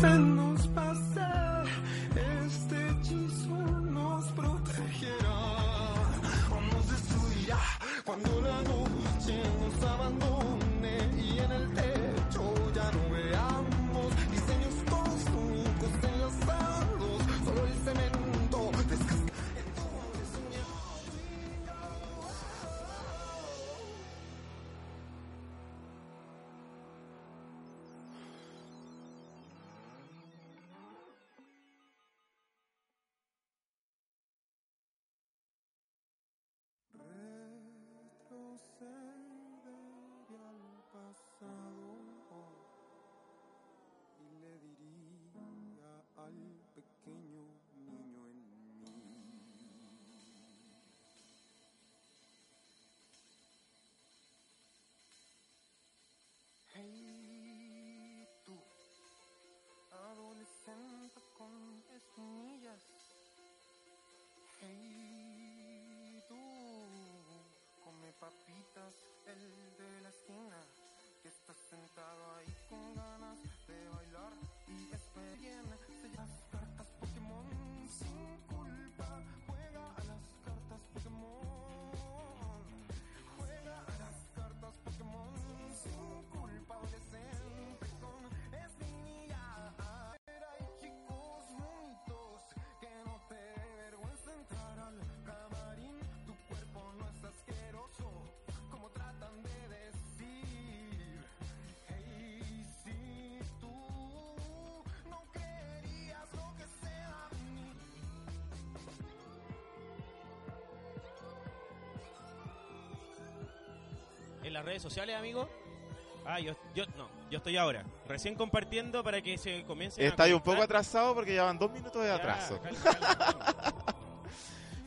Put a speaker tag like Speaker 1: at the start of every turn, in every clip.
Speaker 1: se nos pase, este hechizo nos protegerá o nos destruirá cuando la noche nos abandone y en el techo ya no veamos diseños cósmicos enlazados, solo el cemento descasca- Retrocederé al pasado oh, y le diría al pequeño niño en mí. Hey, tú, adolescente con espinillas. Hey, tú, come papitas, el de la esquina, que está sentado ahí con ganas de bailar y espera bien, se las cartas Pokémon sin culpa, juega a las cartas Pokémon, juega a las cartas Pokémon sin culpa, adolescente con espinilla. Hay chicos bonitos que no te dé vergüenza entrar al camarín. Tu cuerpo no es asqueroso, como tratan de decir. Hey, si tú no creerías lo que sea de mí.
Speaker 2: En las redes sociales, amigo. Ah, yo, yo, no, yo estoy ahora. Recién compartiendo para que se comience.
Speaker 3: Estáis un poco atrasado porque ya van dos minutos de atraso.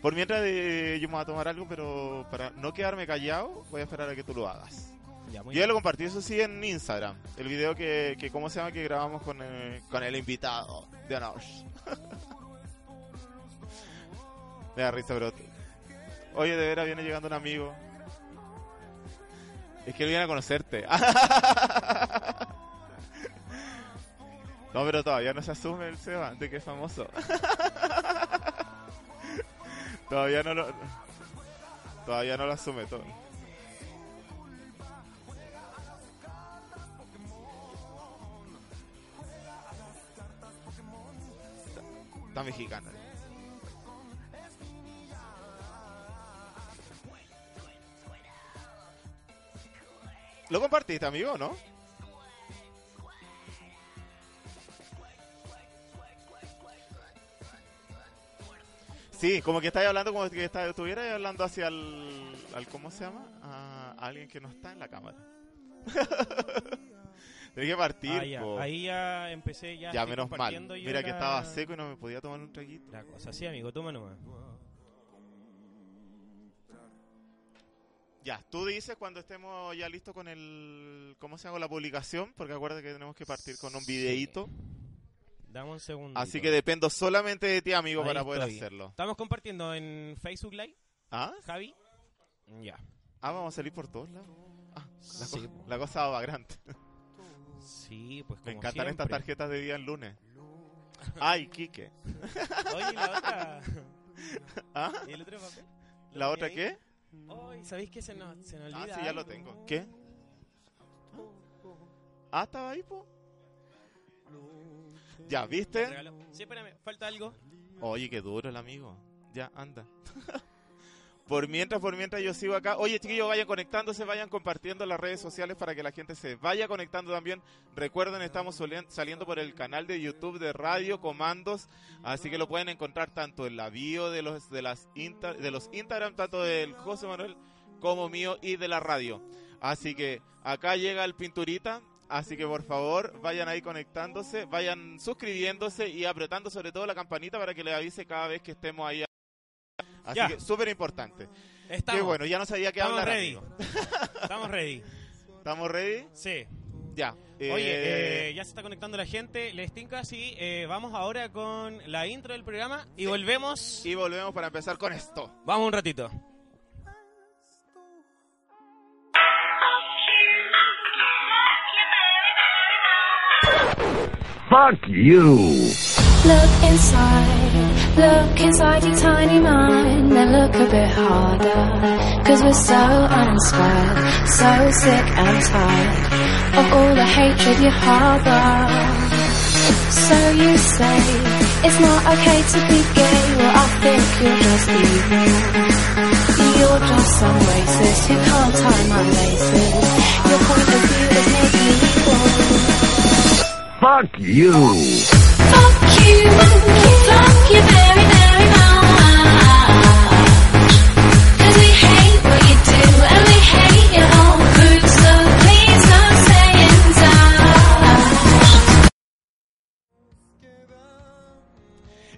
Speaker 3: Por mientras eh, yo me voy a tomar algo, pero para no quedarme callado, voy a esperar a que tú lo hagas.
Speaker 2: Ya, muy
Speaker 3: Yo ya
Speaker 2: bien.
Speaker 3: lo compartí, eso sí, en Instagram. El video que, que ¿cómo se llama? Que grabamos con el, con el invitado de honor. Me da risa, bro. Oye, de veras viene llegando un amigo. Es que él viene a conocerte. No, pero todavía no se asume el Seba de que es famoso. todavía no lo... Todavía no lo asume todo. Está mexicana. Lo compartiste, amigo, ¿no? Sí, como que estáis hablando como que está- estuvierais hablando hacia el, al ¿cómo se llama? A alguien que no está en la cámara. Tenés que partir.
Speaker 2: Ah, ya.
Speaker 3: po.
Speaker 2: Ahí ya empecé ya.
Speaker 3: Ya,
Speaker 2: estoy
Speaker 3: menos mal.
Speaker 2: compartiendo yo
Speaker 3: Mira que
Speaker 2: la-
Speaker 3: estaba seco y no me podía tomar un traguito.
Speaker 2: La cosa, sí, amigo, toma nomás.
Speaker 3: Ya, tú dices cuando estemos ya listos con el... ¿Cómo se llama? Con La publicación, porque acuérdate que tenemos que partir con un
Speaker 2: Sí.
Speaker 3: videíto.
Speaker 2: Dame un segundo.
Speaker 3: Así que dependo solamente de ti, amigo,
Speaker 2: Ahí
Speaker 3: para poder
Speaker 2: estoy.
Speaker 3: hacerlo.
Speaker 2: Estamos compartiendo en Facebook Live,
Speaker 3: ¿Ah?
Speaker 2: Javi. Ya.
Speaker 3: Ah, vamos a salir por todos lados. Ah, la,
Speaker 2: Sí,
Speaker 3: cosa-
Speaker 2: po.
Speaker 3: la cosa va grande.
Speaker 2: Sí, pues como
Speaker 3: Me encantan estas
Speaker 2: siempre.
Speaker 3: tarjetas de día en lunes. Ay, Quique.
Speaker 2: Oye, ¿y la otra.
Speaker 3: ¿Ah?
Speaker 2: ¿Y el otro papel? ¿Lo
Speaker 3: ¿La
Speaker 2: tenía
Speaker 3: otra
Speaker 2: ahí?
Speaker 3: qué?
Speaker 2: Ay, ¿sabéis que se nos, se nos
Speaker 3: Ah,
Speaker 2: olvida?
Speaker 3: sí, ya lo
Speaker 2: algo?
Speaker 3: tengo. ¿Qué? Ah, estaba ahí, po. Ya,
Speaker 2: ¿Te
Speaker 3: ¿viste?
Speaker 2: regalo? Sí, espérame, falta algo.
Speaker 3: Oye, qué duro el amigo. Ya, anda. por mientras, por mientras yo sigo acá. Oye, chiquillos, vayan conectándose, vayan compartiendo las redes sociales para que la gente se vaya conectando también. Recuerden, estamos solien- saliendo por el canal de YouTube de Radio Comandos, así que lo pueden encontrar tanto en la bio de los de las Insta- de los Instagram, tanto del José Manuel como mío y de la radio. Así que acá llega el pinturita. Así que por favor vayan ahí conectándose, vayan suscribiéndose y apretando sobre todo la campanita para que les avise cada vez que estemos ahí. Así
Speaker 2: Ya.
Speaker 3: que súper importante.
Speaker 2: Estamos.
Speaker 3: Qué bueno, ya no sabía qué
Speaker 2: Estamos
Speaker 3: hablar.
Speaker 2: ready.
Speaker 3: amigo.
Speaker 2: Estamos ready.
Speaker 3: ¿Estamos ready?
Speaker 2: Sí.
Speaker 3: Ya.
Speaker 2: Oye, eh, ya se está conectando la gente. Les tinca, sí. eh, vamos ahora con la intro del programa y volvemos.
Speaker 3: Y volvemos para empezar con esto.
Speaker 2: Vamos un ratito.
Speaker 4: Fuck you.
Speaker 5: Look inside, look inside your tiny mind and look a bit harder. Cause we're so uninspired, so sick and tired of all the hatred you harbor. So you say it's not okay to be gay, well I think you're just evil. You're just some racist who can't tie my laces. Your point of view is maybe equal.
Speaker 4: Fuck you.
Speaker 5: Fuck you, fuck you very, very much. 'Cause we hate what you do and we hate your whole group, so please don't stay in touch.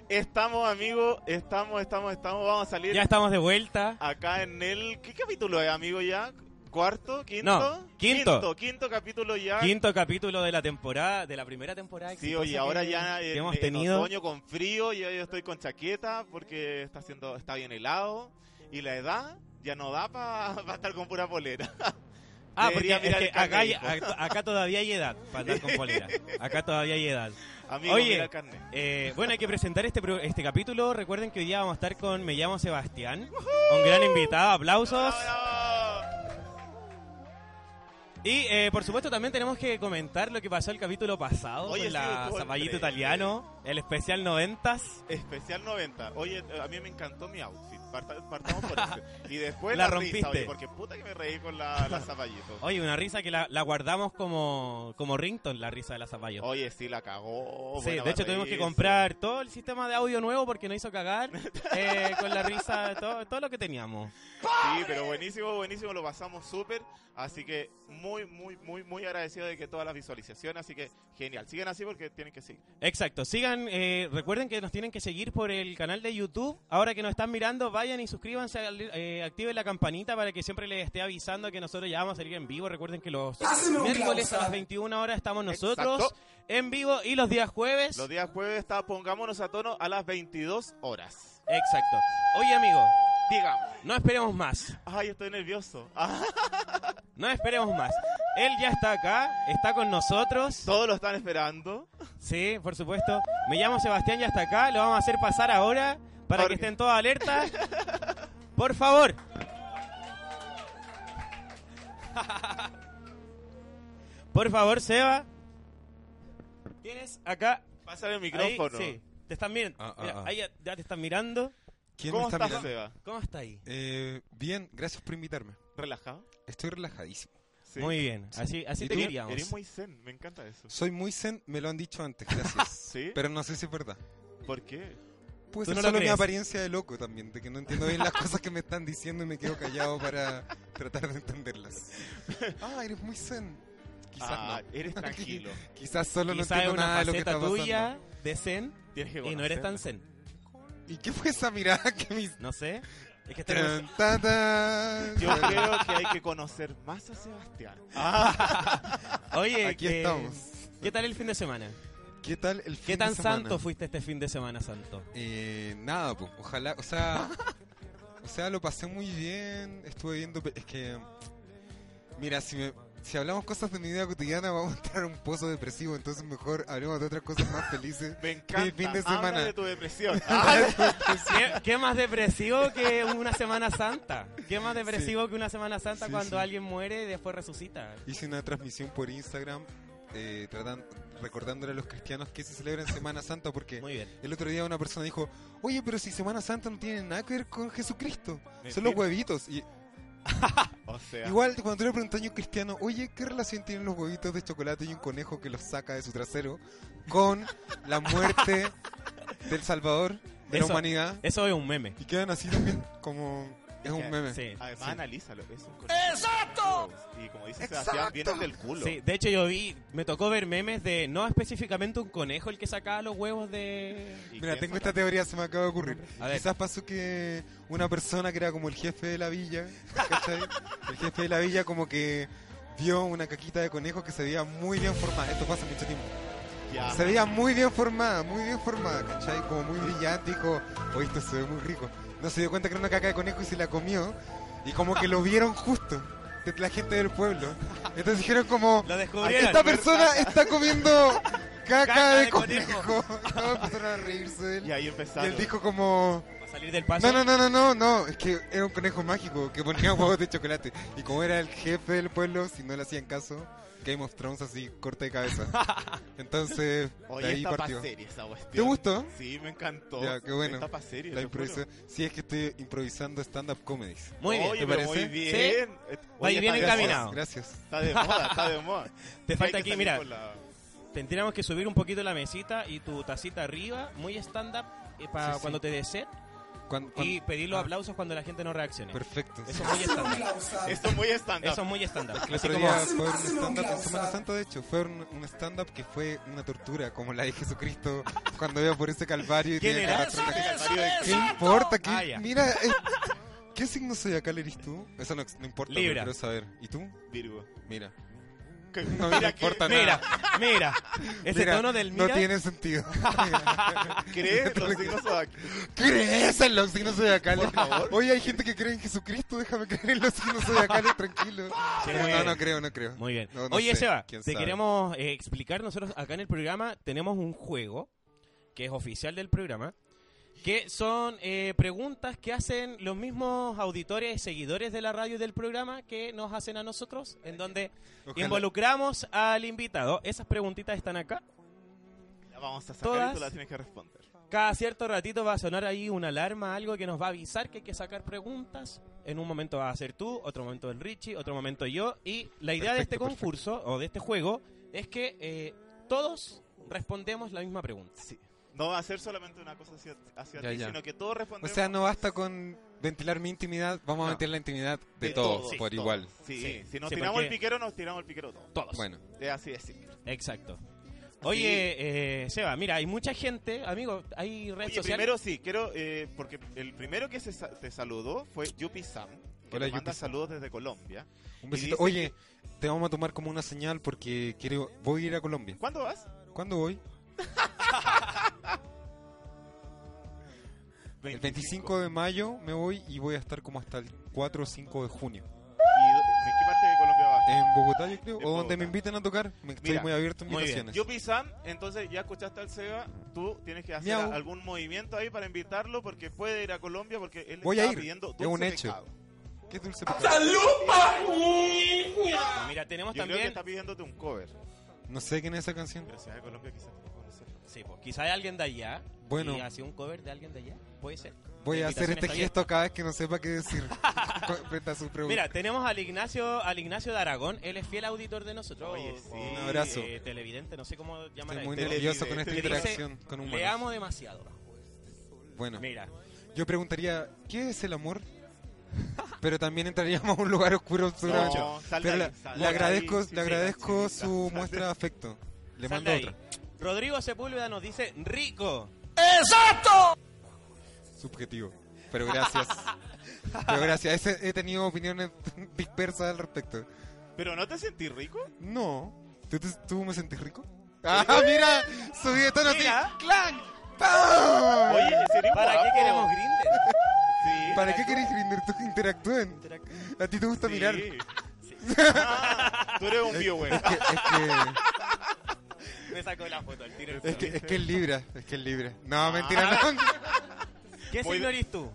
Speaker 3: Estamos, amigo, estamos, estamos, estamos. Vamos a salir
Speaker 2: Ya estamos de vuelta.
Speaker 3: acá en el. ¿Qué capítulo es, amigo, ya? ¿Cuarto? ¿Quinto?
Speaker 2: No, quinto.
Speaker 3: Quinto, quinto capítulo ya.
Speaker 2: Quinto capítulo de la temporada, de la primera temporada.
Speaker 3: Sí,
Speaker 2: exitosa
Speaker 3: oye, ahora
Speaker 2: que-
Speaker 3: ya
Speaker 2: que
Speaker 3: en,
Speaker 2: hemos
Speaker 3: en
Speaker 2: tenido.
Speaker 3: otoño con frío, yo, yo estoy con chaqueta porque está haciendo, está bien helado y la edad ya no da para estar con pura polera.
Speaker 2: Ah, porque
Speaker 3: Debería
Speaker 2: es
Speaker 3: mirar
Speaker 2: que
Speaker 3: el
Speaker 2: acá, hay-
Speaker 3: carnet,
Speaker 2: ac- acá todavía hay edad para andar con polera. Acá todavía hay edad.
Speaker 3: Amigo,
Speaker 2: Oye.
Speaker 3: mira el carnet.
Speaker 2: Eh, bueno, hay que presentar este, pro- este capítulo. Recuerden que hoy día vamos a estar con Me llamo Sebastián. Un gran invitado, aplausos.
Speaker 3: ¡Bravo!
Speaker 2: Y eh, por supuesto también tenemos que comentar lo que pasó el capítulo pasado
Speaker 3: Oye,
Speaker 2: con
Speaker 3: sí,
Speaker 2: la
Speaker 3: estuvo
Speaker 2: zapallito
Speaker 3: entre-
Speaker 2: italiano, el especial noventas,
Speaker 3: Especial 90. Oye, a mí me encantó mi outfit. Parta- partamos por eso. Y después
Speaker 2: La
Speaker 3: la, risa,
Speaker 2: rompiste.
Speaker 3: oye, porque puta que me reí con la, la zapallito.
Speaker 2: Oye, una risa que la, la guardamos como, como rington, la risa de la zapallo.
Speaker 3: Oye, sí, la
Speaker 2: sí,
Speaker 3: cagó. Oh, buena
Speaker 2: de hecho tuvimos que
Speaker 3: risa.
Speaker 2: comprar todo el sistema de audio nuevo porque nos hizo cagar eh, con la risa, todo, todo lo que teníamos.
Speaker 3: Sí, pero buenísimo, buenísimo, lo pasamos súper. Así que muy, muy, muy, muy agradecido de que todas las visualizaciones, así que genial. Sigan así porque tienen que seguir.
Speaker 2: Exacto, sigan, eh, recuerden que nos tienen que seguir por el canal de YouTube. Ahora que nos están mirando, vayan y suscríbanse, al- eh, activen la campanita para que siempre les esté avisando que nosotros ya vamos a salir en vivo. Recuerden que los miércoles a las 21 horas estamos nosotros
Speaker 3: Exacto.
Speaker 2: en vivo y los días jueves.
Speaker 3: Los días jueves está Pongámonos a tono a las 22 horas.
Speaker 2: Exacto. Oye, amigo,
Speaker 3: Digamos.
Speaker 2: no esperemos más.
Speaker 3: Ay, estoy nervioso. Ah,
Speaker 2: No esperemos más. Él ya está acá, está con nosotros.
Speaker 3: todos lo están esperando.
Speaker 2: Sí, por supuesto. Me llamo Sebastián y hasta acá. Lo vamos a hacer pasar ahora para que
Speaker 3: Porque-
Speaker 2: estén todos alertas. Por favor. Por favor, Seba. Tienes acá.
Speaker 3: Pásale el
Speaker 2: ahí,
Speaker 3: micrófono.
Speaker 2: sí, te están mirando.
Speaker 6: Ah, ah,
Speaker 2: Mira,
Speaker 6: ah.
Speaker 2: ahí ya, ya te están mirando.
Speaker 6: ¿Quién
Speaker 3: ¿Cómo
Speaker 6: me está
Speaker 3: estás,
Speaker 6: mirando?
Speaker 3: Seba?
Speaker 2: ¿Cómo está ahí?
Speaker 6: Eh, bien, gracias por invitarme.
Speaker 3: ¿Relajado?
Speaker 6: Estoy relajadísimo.
Speaker 3: Sí.
Speaker 2: Muy bien. Así, así
Speaker 6: ¿Y
Speaker 2: te
Speaker 6: tú?
Speaker 2: queríamos.
Speaker 3: Eres muy zen, me encanta eso.
Speaker 6: Soy muy zen, me lo han dicho antes, gracias.
Speaker 3: ¿Sí?
Speaker 6: Pero no sé si es verdad.
Speaker 3: ¿Por qué?
Speaker 6: Puede
Speaker 2: Tú
Speaker 6: ser
Speaker 2: no lo
Speaker 6: solo mi
Speaker 2: crees.
Speaker 6: apariencia de loco también, de que no entiendo bien las cosas que me están diciendo y me quedo callado para tratar de entenderlas. Ah, eres muy zen. Quizás
Speaker 3: Ah,
Speaker 6: no.
Speaker 3: eres tranquilo.
Speaker 6: Quizás solo no
Speaker 2: Quizá es
Speaker 6: entiendo
Speaker 2: una
Speaker 6: nada de lo que está
Speaker 2: faceta
Speaker 6: pasando.
Speaker 2: tuya de zen
Speaker 3: Tienes que
Speaker 2: y no eres tan
Speaker 3: conocerla.
Speaker 2: zen.
Speaker 6: ¿Y qué fue esa mirada que me hizo?
Speaker 2: No sé. Es que estás
Speaker 6: Tran, tan, tan.
Speaker 3: Yo creo que hay que conocer más a Sebastián.
Speaker 2: Oye,
Speaker 6: Aquí
Speaker 2: que-
Speaker 6: estamos.
Speaker 2: ¿Qué tal el fin de semana?
Speaker 6: ¿Qué tal el fin
Speaker 2: ¿Qué
Speaker 6: de
Speaker 2: tan
Speaker 6: semana?
Speaker 2: santo fuiste este fin de semana, santo?
Speaker 6: Eh, nada, pues, ojalá, o sea, o sea, lo pasé muy bien, estuve viendo, pe- es que, mira, si, me- si hablamos cosas de mi vida cotidiana vamos a entrar a un pozo depresivo, entonces mejor hablemos de otras cosas más felices.
Speaker 3: Me encanta.
Speaker 6: Mi fin de
Speaker 3: Habla
Speaker 6: semana.
Speaker 3: de tu depresión.
Speaker 2: ¿Qué, qué más depresivo que una Semana Santa? ¿Qué más depresivo que una Semana Santa
Speaker 6: Sí,
Speaker 2: cuando
Speaker 6: sí.
Speaker 2: alguien muere y después resucita?
Speaker 6: Hice una transmisión por Instagram eh, tratan- recordándole a los cristianos que se celebra en Semana Santa porque
Speaker 2: Muy bien.
Speaker 6: el otro día una persona dijo, oye, pero si Semana Santa no tiene nada que ver con Jesucristo, son
Speaker 3: Mentira.
Speaker 6: los huevitos. Y
Speaker 3: O sea,
Speaker 6: Igual cuando tú le preguntas a un cristiano, oye, ¿qué relación tienen los huevitos de chocolate y un conejo que los saca de su trasero con la muerte del Salvador de
Speaker 2: Eso.
Speaker 6: la humanidad?
Speaker 2: Eso es un meme.
Speaker 6: Y quedan así también como... Es un meme.
Speaker 2: Sí.
Speaker 3: además
Speaker 2: sí.
Speaker 3: analízalo. Es un ¡Exacto! Y como dice Sebastián, viene del culo.
Speaker 2: Sí, de hecho yo vi, me tocó ver memes de no específicamente un conejo el que sacaba los huevos de...
Speaker 3: ¿Y
Speaker 6: Mira,
Speaker 3: qué
Speaker 6: tengo
Speaker 3: es
Speaker 6: esta
Speaker 3: acá?
Speaker 6: teoría, se me acaba de ocurrir.
Speaker 2: A ver.
Speaker 6: Quizás pasó que una persona que era como el jefe de la villa, ¿cachai? El jefe de la villa como que vio una caquita de conejos que se veía muy bien formada. Esto pasa mucho tiempo.
Speaker 3: Ya.
Speaker 6: Se veía muy bien formada, muy bien formada, ¿cachai? Como muy brillante, dijo, oye, esto se ve muy rico. No se dio cuenta que era una caca de conejo y se la comió. Y como que lo vieron justo, de la gente del pueblo. Entonces dijeron como,
Speaker 2: Lo descubrieron.
Speaker 6: esta persona está comiendo caca de conejo. Y todos empezaron a reírse de él.
Speaker 3: Y ahí
Speaker 6: Y
Speaker 3: empezaron.
Speaker 6: él dijo como...
Speaker 2: Para salir del paso.
Speaker 6: No, no, no, no, no, no, es que era un conejo mágico que ponía huevos de chocolate. Y como era el jefe del pueblo, si no le hacían caso, Game of Thrones así, corte de cabeza. Entonces, de
Speaker 3: Oye,
Speaker 6: ahí
Speaker 3: está pa'
Speaker 6: partió.
Speaker 3: serie esa cuestión.
Speaker 6: ¿Te gustó?
Speaker 3: Sí, me encantó.
Speaker 6: Ya, qué bueno.
Speaker 3: Está pa' serie,
Speaker 6: La
Speaker 3: te juro.
Speaker 6: improvisación. Sí, es que estoy improvisando stand-up comedies.
Speaker 2: Muy bien.
Speaker 3: Oye,
Speaker 6: ¿te
Speaker 3: pero muy
Speaker 6: parece?
Speaker 3: bien.
Speaker 2: Sí.
Speaker 3: Eh, oye,
Speaker 2: bien
Speaker 3: está de
Speaker 2: encaminado.
Speaker 3: moda,
Speaker 6: Gracias.
Speaker 3: Está de moda, está de moda.
Speaker 2: Te
Speaker 3: Sí,
Speaker 2: falta
Speaker 3: hay que
Speaker 2: aquí, mira.
Speaker 3: salir con la-
Speaker 2: Tendríamos que subir un poquito la mesita y tu tacita arriba, muy stand-up, eh, para
Speaker 6: Sí, sí.
Speaker 2: cuando te desee.
Speaker 6: Cuan- cuan-
Speaker 2: Y pedir los
Speaker 6: Ah.
Speaker 2: aplausos cuando la gente no reaccione.
Speaker 6: Perfecto.
Speaker 2: Eso es muy stand-up.
Speaker 3: Esto es muy estándar.
Speaker 2: Eso es muy stand-up.
Speaker 6: El
Speaker 2: Así
Speaker 6: otro
Speaker 2: como,
Speaker 6: día fue un stand-up en Semana Santa, de hecho, fue un, un stand-up que fue una tortura, como la de Jesucristo cuando iba por ese calvario y
Speaker 2: ¿Quién
Speaker 6: tenía que
Speaker 2: era?
Speaker 6: arrastrar la
Speaker 3: El marido de-
Speaker 6: ¿Qué importa? ¿Qué,
Speaker 2: Ah, ya.
Speaker 6: Mira, eh, ¿qué signo zodiacal eres tú? Eso no, no importa, pero
Speaker 2: Libra.
Speaker 6: quiero saber. ¿Y tú?
Speaker 3: Virgo.
Speaker 6: Mira.
Speaker 3: Que-
Speaker 6: No me
Speaker 3: mira, que-
Speaker 6: importa
Speaker 2: mira,
Speaker 6: nada.
Speaker 2: mira. Ese
Speaker 6: Mira,
Speaker 2: tono del
Speaker 6: No
Speaker 2: mira.
Speaker 6: tiene sentido.
Speaker 3: ¿Crees los signos zodiacales?
Speaker 6: ¿Crees en los signos zodiacales?
Speaker 3: Por favor.
Speaker 6: Oye, hay gente que cree en Jesucristo, déjame creer en los signos zodiacales, tranquilo.
Speaker 2: Sí,
Speaker 6: Pero
Speaker 2: muy
Speaker 6: no,
Speaker 2: bien.
Speaker 6: no creo, no creo.
Speaker 2: Muy bien.
Speaker 6: No, no
Speaker 2: Oye,
Speaker 6: sé,
Speaker 2: Seba, te
Speaker 6: quién sabe.
Speaker 2: queremos eh, explicar. Nosotros acá en el programa tenemos un juego que es oficial del programa, que son eh, preguntas que hacen los mismos auditores y seguidores de la radio y del programa que nos hacen a nosotros, en donde
Speaker 6: Ojalá.
Speaker 2: involucramos al invitado. Esas preguntitas están acá.
Speaker 3: La vamos a sacar y
Speaker 2: Todas.
Speaker 3: tú la tienes que responder.
Speaker 2: Cada cierto ratito va a sonar ahí una alarma, algo que nos va a avisar que hay que sacar preguntas. En un momento vas a ser tú, otro momento el Richie, otro momento yo. Y la idea de
Speaker 6: Perfecto,
Speaker 2: este
Speaker 6: perfecto.
Speaker 2: concurso o de este juego es que eh, todos respondemos la misma pregunta.
Speaker 3: Sí. No va a ser solamente una cosa hacia, hacia
Speaker 6: Ya,
Speaker 3: ti,
Speaker 6: ya.
Speaker 3: sino que todos
Speaker 6: O
Speaker 3: respondemos
Speaker 6: sea, no basta con ventilar mi intimidad, vamos
Speaker 2: No.
Speaker 6: a ventilar la intimidad de,
Speaker 3: de
Speaker 6: todos,
Speaker 3: todos,
Speaker 6: por
Speaker 3: todos.
Speaker 6: igual.
Speaker 3: Sí,
Speaker 2: Sí.
Speaker 3: si nos
Speaker 2: Sí,
Speaker 3: tiramos
Speaker 2: porque-
Speaker 3: el piquero, nos tiramos el piquero todos.
Speaker 2: Todos.
Speaker 6: Bueno,
Speaker 3: Es así de simple.
Speaker 2: Exacto. Oye, eh, Seba, mira, hay mucha gente, amigo, hay redes
Speaker 3: Oye,
Speaker 2: sociales.
Speaker 3: primero sí, quiero, eh, porque el primero que se sa- te saludó fue Yupi Sam, que
Speaker 6: Hola,
Speaker 3: te manda
Speaker 6: Yupi Sam.
Speaker 3: saludos desde Colombia.
Speaker 6: un
Speaker 3: Y
Speaker 6: besito.
Speaker 3: dice
Speaker 6: Oye, te vamos a tomar como una señal porque quiero, voy a ir a Colombia.
Speaker 3: ¿Cuándo vas?
Speaker 6: ¿Cuándo voy?
Speaker 3: 25.
Speaker 6: El 25 de mayo me voy y voy a estar como hasta el 4 o 5 de junio.
Speaker 3: ¿Y do- ¿En qué parte de Colombia vas?
Speaker 6: En Bogotá, yo creo,
Speaker 3: En
Speaker 6: o donde
Speaker 3: Bogotá.
Speaker 6: me inviten a tocar. Me estoy
Speaker 3: Mira,
Speaker 6: muy abierto a
Speaker 2: muy bien.
Speaker 6: invitaciones.
Speaker 3: Yupi Sam, entonces ya escuchaste al Seba, tú tienes que hacer
Speaker 6: Miau.
Speaker 3: algún movimiento ahí para invitarlo porque puede ir a Colombia porque él
Speaker 6: Voy a
Speaker 3: está
Speaker 6: ir,
Speaker 3: pidiendo
Speaker 6: es
Speaker 3: dulce
Speaker 6: un
Speaker 3: de
Speaker 6: hecho.
Speaker 3: cacao.
Speaker 6: Qué dulce pecado.
Speaker 2: Mira, tenemos
Speaker 3: Yo creo que
Speaker 2: también.
Speaker 3: está pidiéndote un cover.
Speaker 6: No sé quién es esa canción.
Speaker 3: Pero si va a Colombia quizás te puedo conocer.
Speaker 2: Sí, pues, quizá hay alguien de allá.
Speaker 6: Bueno.
Speaker 2: Y hace un cover de alguien de allá. Puede ser.
Speaker 6: Voy
Speaker 2: La
Speaker 6: a hacer
Speaker 2: invitación
Speaker 6: este
Speaker 2: está
Speaker 6: gesto cada vez que no sepa qué decir. Con- Frente a su pregunta.
Speaker 2: Mira, tenemos al Ignacio, al Ignacio de Aragón, él es fiel auditor de nosotros.
Speaker 3: Oye,
Speaker 2: o-
Speaker 3: sí.
Speaker 2: o,
Speaker 3: Un
Speaker 6: abrazo.
Speaker 2: eh, televidente, no sé cómo llamar
Speaker 6: Estoy muy
Speaker 3: Televidente,
Speaker 6: nervioso con esta
Speaker 3: televidente.
Speaker 6: interacción con
Speaker 2: Le amo
Speaker 6: humanos.
Speaker 2: demasiado.
Speaker 6: Bueno,
Speaker 2: Mira,
Speaker 6: yo preguntaría, ¿qué es el amor? Pero también entraríamos a un lugar oscuro seguramente.
Speaker 3: No, sal de
Speaker 6: Pero
Speaker 3: ahí,
Speaker 6: la-
Speaker 3: sal de
Speaker 6: le
Speaker 3: ahí,
Speaker 6: agradezco,
Speaker 3: sí, sí,
Speaker 6: le agradezco
Speaker 3: sí,
Speaker 6: su
Speaker 3: sal-
Speaker 6: muestra de afecto. Le
Speaker 2: sal
Speaker 6: mando
Speaker 2: de ahí.
Speaker 6: otra.
Speaker 2: Rodrigo Sepúlveda nos dice rico.
Speaker 6: Subjetivo. Pero gracias. Pero gracias. Ese- He tenido opiniones dispersas al respecto.
Speaker 3: ¿Pero no te sentís rico?
Speaker 6: No. ¿Tú, te- tú me sentís rico? ¡Ah, mira! Subí de tono así.
Speaker 2: Mira.
Speaker 6: ¡Clan! ¡Pam!
Speaker 3: Oye, sería
Speaker 2: ¿Para qué
Speaker 3: guapo.
Speaker 2: queremos Grindr?
Speaker 3: Sí,
Speaker 6: ¡Ah! ¿Para qué querés Grindr? Tú que interactúen.
Speaker 2: Interactúen.
Speaker 6: A ti te gusta
Speaker 3: sí.
Speaker 6: mirar.
Speaker 3: Ah, tú eres un bio, güey.
Speaker 6: Es que, es
Speaker 2: Me sacó la foto al tiro. el
Speaker 6: que, es que,
Speaker 2: Fran.
Speaker 6: es que es Libra, es que es Libra.
Speaker 3: Ah.
Speaker 6: No, mentira, no.
Speaker 2: ¿Qué
Speaker 3: Voy
Speaker 2: signo
Speaker 3: de-
Speaker 2: eres tú?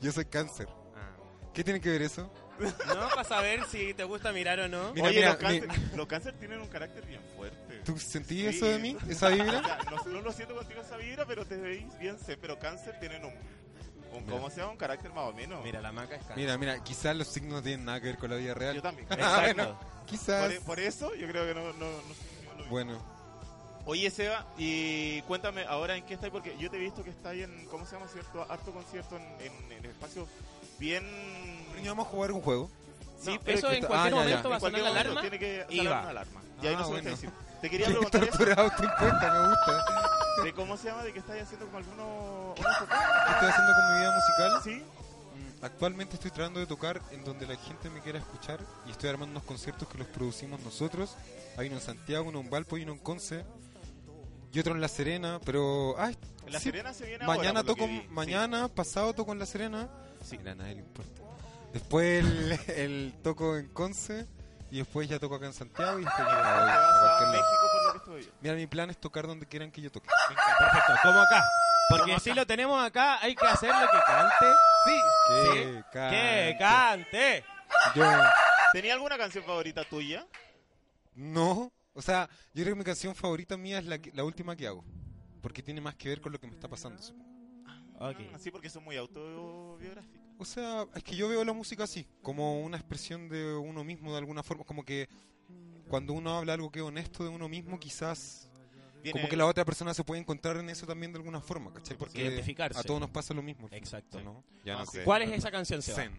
Speaker 6: Yo soy cáncer.
Speaker 3: Ah.
Speaker 6: ¿Qué tiene que ver eso?
Speaker 2: No, para saber si te gusta mirar o no.
Speaker 6: Mira,
Speaker 3: Oye,
Speaker 6: mira,
Speaker 3: los, cáncer, los cáncer tienen un carácter bien fuerte.
Speaker 6: ¿Tú sentí
Speaker 3: Sí.
Speaker 6: eso de mí? ¿Esa
Speaker 3: O
Speaker 6: vibra?
Speaker 3: sea, no, no lo siento contigo esa vibra, pero te veis bien sé. Pero cáncer tienen un, un
Speaker 6: Mira.
Speaker 3: ¿cómo se llama? Un carácter más o menos.
Speaker 2: Mira, la maca es cara.
Speaker 6: Mira, mira, quizás los signos no tienen nada que ver con la vida
Speaker 3: Yo
Speaker 6: real.
Speaker 3: también.
Speaker 6: Ah,
Speaker 2: Exacto.
Speaker 6: Quizás.
Speaker 3: Por, por eso yo creo que no... no, no sé si yo lo vi.
Speaker 6: Bueno,
Speaker 3: Oye, Seba, y cuéntame ahora en qué estáis, porque yo te he visto que estáis en, ¿cómo se llama? cierto Harto concierto en, en, en espacios bien...
Speaker 6: Pero vamos a jugar un juego.
Speaker 3: Sí,
Speaker 2: No,
Speaker 3: pero
Speaker 2: eso
Speaker 3: que
Speaker 2: en
Speaker 3: está-
Speaker 2: cualquier
Speaker 6: Ah, ya, ya.
Speaker 2: momento va a sonar
Speaker 3: en cualquier
Speaker 2: la alarma.
Speaker 3: momento Tiene que
Speaker 2: y
Speaker 3: sonar
Speaker 2: va.
Speaker 3: una alarma. Y ahí
Speaker 6: Ah,
Speaker 3: nosotros te
Speaker 6: bueno.
Speaker 3: decimos. Te quería
Speaker 6: Qué
Speaker 3: preguntar eso,
Speaker 6: torturado te encuentras, me gusta.
Speaker 3: de cómo se llama, de que estáis haciendo como algunos... unos tocados,
Speaker 6: ¿Qué estoy haciendo con mi vida musical?
Speaker 3: ¿Sí?
Speaker 6: Mm, Actualmente estoy tratando de tocar en donde la gente me quiera escuchar y estoy armando unos conciertos que los producimos nosotros. Hay uno en Santiago, uno en Valpo y uno en Conce. Y otro en La Serena, pero... Ah,
Speaker 3: La
Speaker 6: sí,
Speaker 3: Serena se viene
Speaker 6: mañana
Speaker 3: ahora, por lo
Speaker 6: toco,
Speaker 3: que vi. Sí.
Speaker 6: mañana, pasado toco en La Serena.
Speaker 3: Sí.
Speaker 6: Mira, a nadie le importa. Después el, el toco en Conce y después ya toco acá en Santiago y después ya me voy
Speaker 3: Te
Speaker 6: a
Speaker 3: vas a
Speaker 6: Ah, cualquier lado.
Speaker 3: México por lo que estoy.
Speaker 6: Mira, mi plan es tocar donde quieran que yo toque.
Speaker 2: Perfecto, como acá. Porque si lo tenemos acá, hay que hacer lo que cante. Sí.
Speaker 6: Que
Speaker 2: Que
Speaker 6: cante.
Speaker 2: cante.
Speaker 6: Yo-
Speaker 3: ¿Tenía alguna canción favorita tuya?
Speaker 6: No, o sea, yo creo que mi canción favorita mía es la, que- la última que hago. Porque tiene más que ver con lo que me está pasando. supongo.
Speaker 2: Ok.
Speaker 3: Ah, sí, porque son muy autobiográficas.
Speaker 6: O sea, es que yo veo la música así, como una expresión de uno mismo de alguna forma. Como que cuando uno habla algo que es honesto de uno mismo, quizás
Speaker 3: Tiene-
Speaker 6: como que la otra persona se puede encontrar en eso también de alguna forma, ¿cachai? Porque
Speaker 2: Identificarse.
Speaker 6: a todos nos pasa lo mismo. al final,
Speaker 2: Exacto.
Speaker 6: ¿no? Ya
Speaker 3: Ah,
Speaker 6: no
Speaker 3: sí.
Speaker 6: sé.
Speaker 2: ¿Cuál es esa canción, Seba?
Speaker 6: Zen.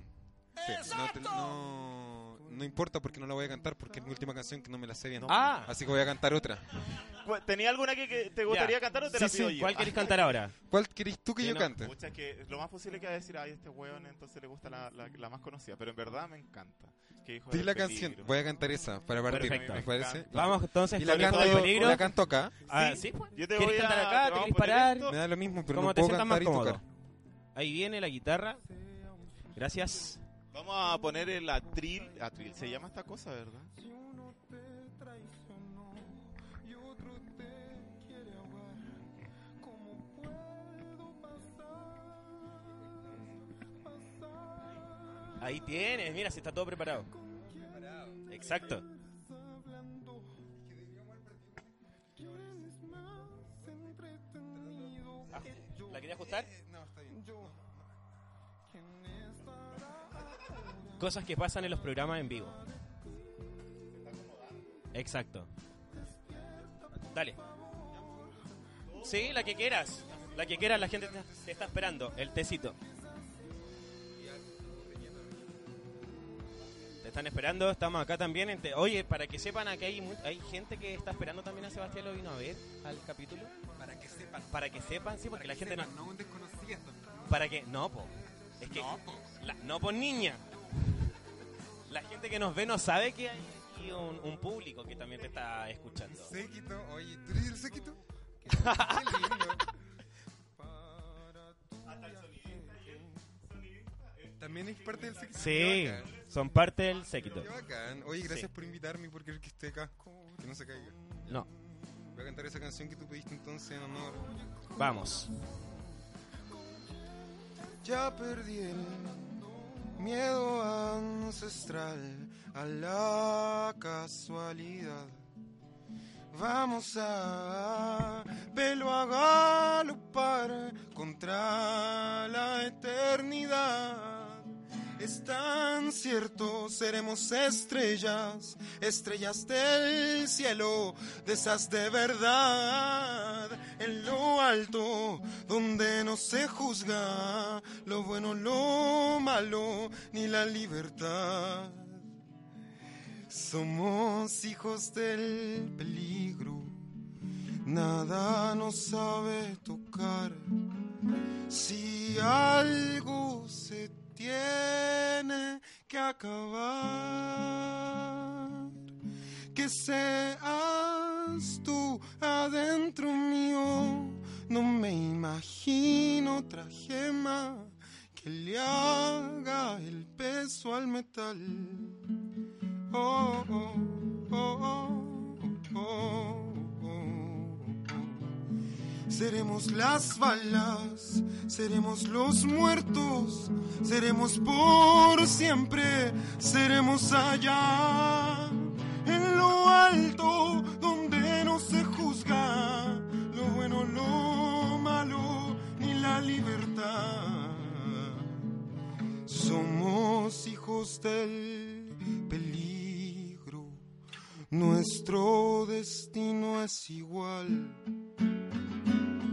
Speaker 6: Zen. No, te- no- no importa porque no la voy a cantar porque es mi última canción que no me la sé bien.
Speaker 2: Ah.
Speaker 6: Así que voy a cantar otra.
Speaker 3: Cu- ¿Tenía alguna que, que te gustaría
Speaker 2: Ya.
Speaker 3: cantar o te
Speaker 6: Sí,
Speaker 3: la pido
Speaker 6: sí,
Speaker 3: yo?
Speaker 2: ¿Cuál querés cantar ahora?
Speaker 6: ¿Cuál querés tú que
Speaker 3: Sí,
Speaker 6: yo
Speaker 3: no,
Speaker 6: cante?
Speaker 3: pucha, que lo más posible que va a decir, ay, este hueón entonces le gusta la, la- la más conocida, pero en verdad me encanta. Que hijo
Speaker 6: Di
Speaker 3: del
Speaker 6: la
Speaker 3: peligro.
Speaker 6: canción, voy a cantar esa para partir,
Speaker 2: Perfecto.
Speaker 6: ¿me parece?
Speaker 2: Vamos entonces
Speaker 6: Y la
Speaker 2: con Hijo
Speaker 6: canto,
Speaker 2: del Peligro.
Speaker 6: la canto acá.
Speaker 2: Ah,
Speaker 3: Sí.
Speaker 2: sí, pues.
Speaker 3: Yo te
Speaker 2: ¿Quieres
Speaker 3: voy a
Speaker 2: cantar acá?
Speaker 3: te vamos
Speaker 2: ¿Te
Speaker 3: a
Speaker 2: querés
Speaker 3: poner
Speaker 2: parar?
Speaker 3: esto.
Speaker 6: Me da lo mismo, pero
Speaker 2: Como
Speaker 6: no
Speaker 2: te
Speaker 6: puedo
Speaker 2: sientas más
Speaker 6: cantar y
Speaker 2: cómodo.
Speaker 6: tocar.
Speaker 2: Ahí viene la guitarra. Gracias.
Speaker 3: Vamos a poner el atril. Atril, se llama esta cosa, ¿verdad?
Speaker 2: Ahí tienes, mira, se está todo preparado. Exacto. Ah, ¿La quería ajustar? Cosas que pasan en los programas en vivo. Exacto. Dale. Sí, la que quieras. La que quieras, la gente te- te está esperando. El tecito. Te están esperando, estamos acá también. Ente- Oye, para que sepan, aquí hay, mu- hay gente que está esperando también a Sebastián lo vino a ver al capítulo.
Speaker 6: Para que sepan,
Speaker 2: Para que sepan, sí, porque la gente no.
Speaker 6: un desconocido.
Speaker 2: Para que. No, po. Es que.
Speaker 6: No, po.
Speaker 2: la- no, po, niña. La gente que nos ve no sabe que hay aquí un, un público que también te está escuchando.
Speaker 6: Séquito, oye, ¿tú eres el séquito? Qué lindo. ¿eh? También es parte del séquito.
Speaker 2: Sí,
Speaker 6: Qué bacán.
Speaker 2: son parte del séquito.
Speaker 6: Qué bacán. Oye, gracias
Speaker 2: Sí.
Speaker 6: por invitarme y por querer que esté acá. Que no se caiga.
Speaker 2: No,
Speaker 6: Voy a cantar esa canción que tú pediste entonces en honor.
Speaker 2: vamos.
Speaker 6: Ya perdí el miedo ancestral a la casualidad. Vamos a pelo a galopar contra la eternidad. Es tan cierto, seremos estrellas, estrellas del cielo, de esas de verdad, en lo alto, donde no se juzga lo bueno, lo malo, ni la libertad. Somos hijos del peligro, nada nos sabe tocar. Si algo se tiene que acabar, que seas tú adentro mío, no me imagino otra gema que le haga el peso al metal. Oh, oh, oh, oh, oh, oh, oh. Seremos las balas, seremos los muertos, seremos por siempre, seremos allá, en lo alto donde no se juzga lo bueno, lo malo, ni la libertad. Somos hijos del peligro, nuestro destino es igual.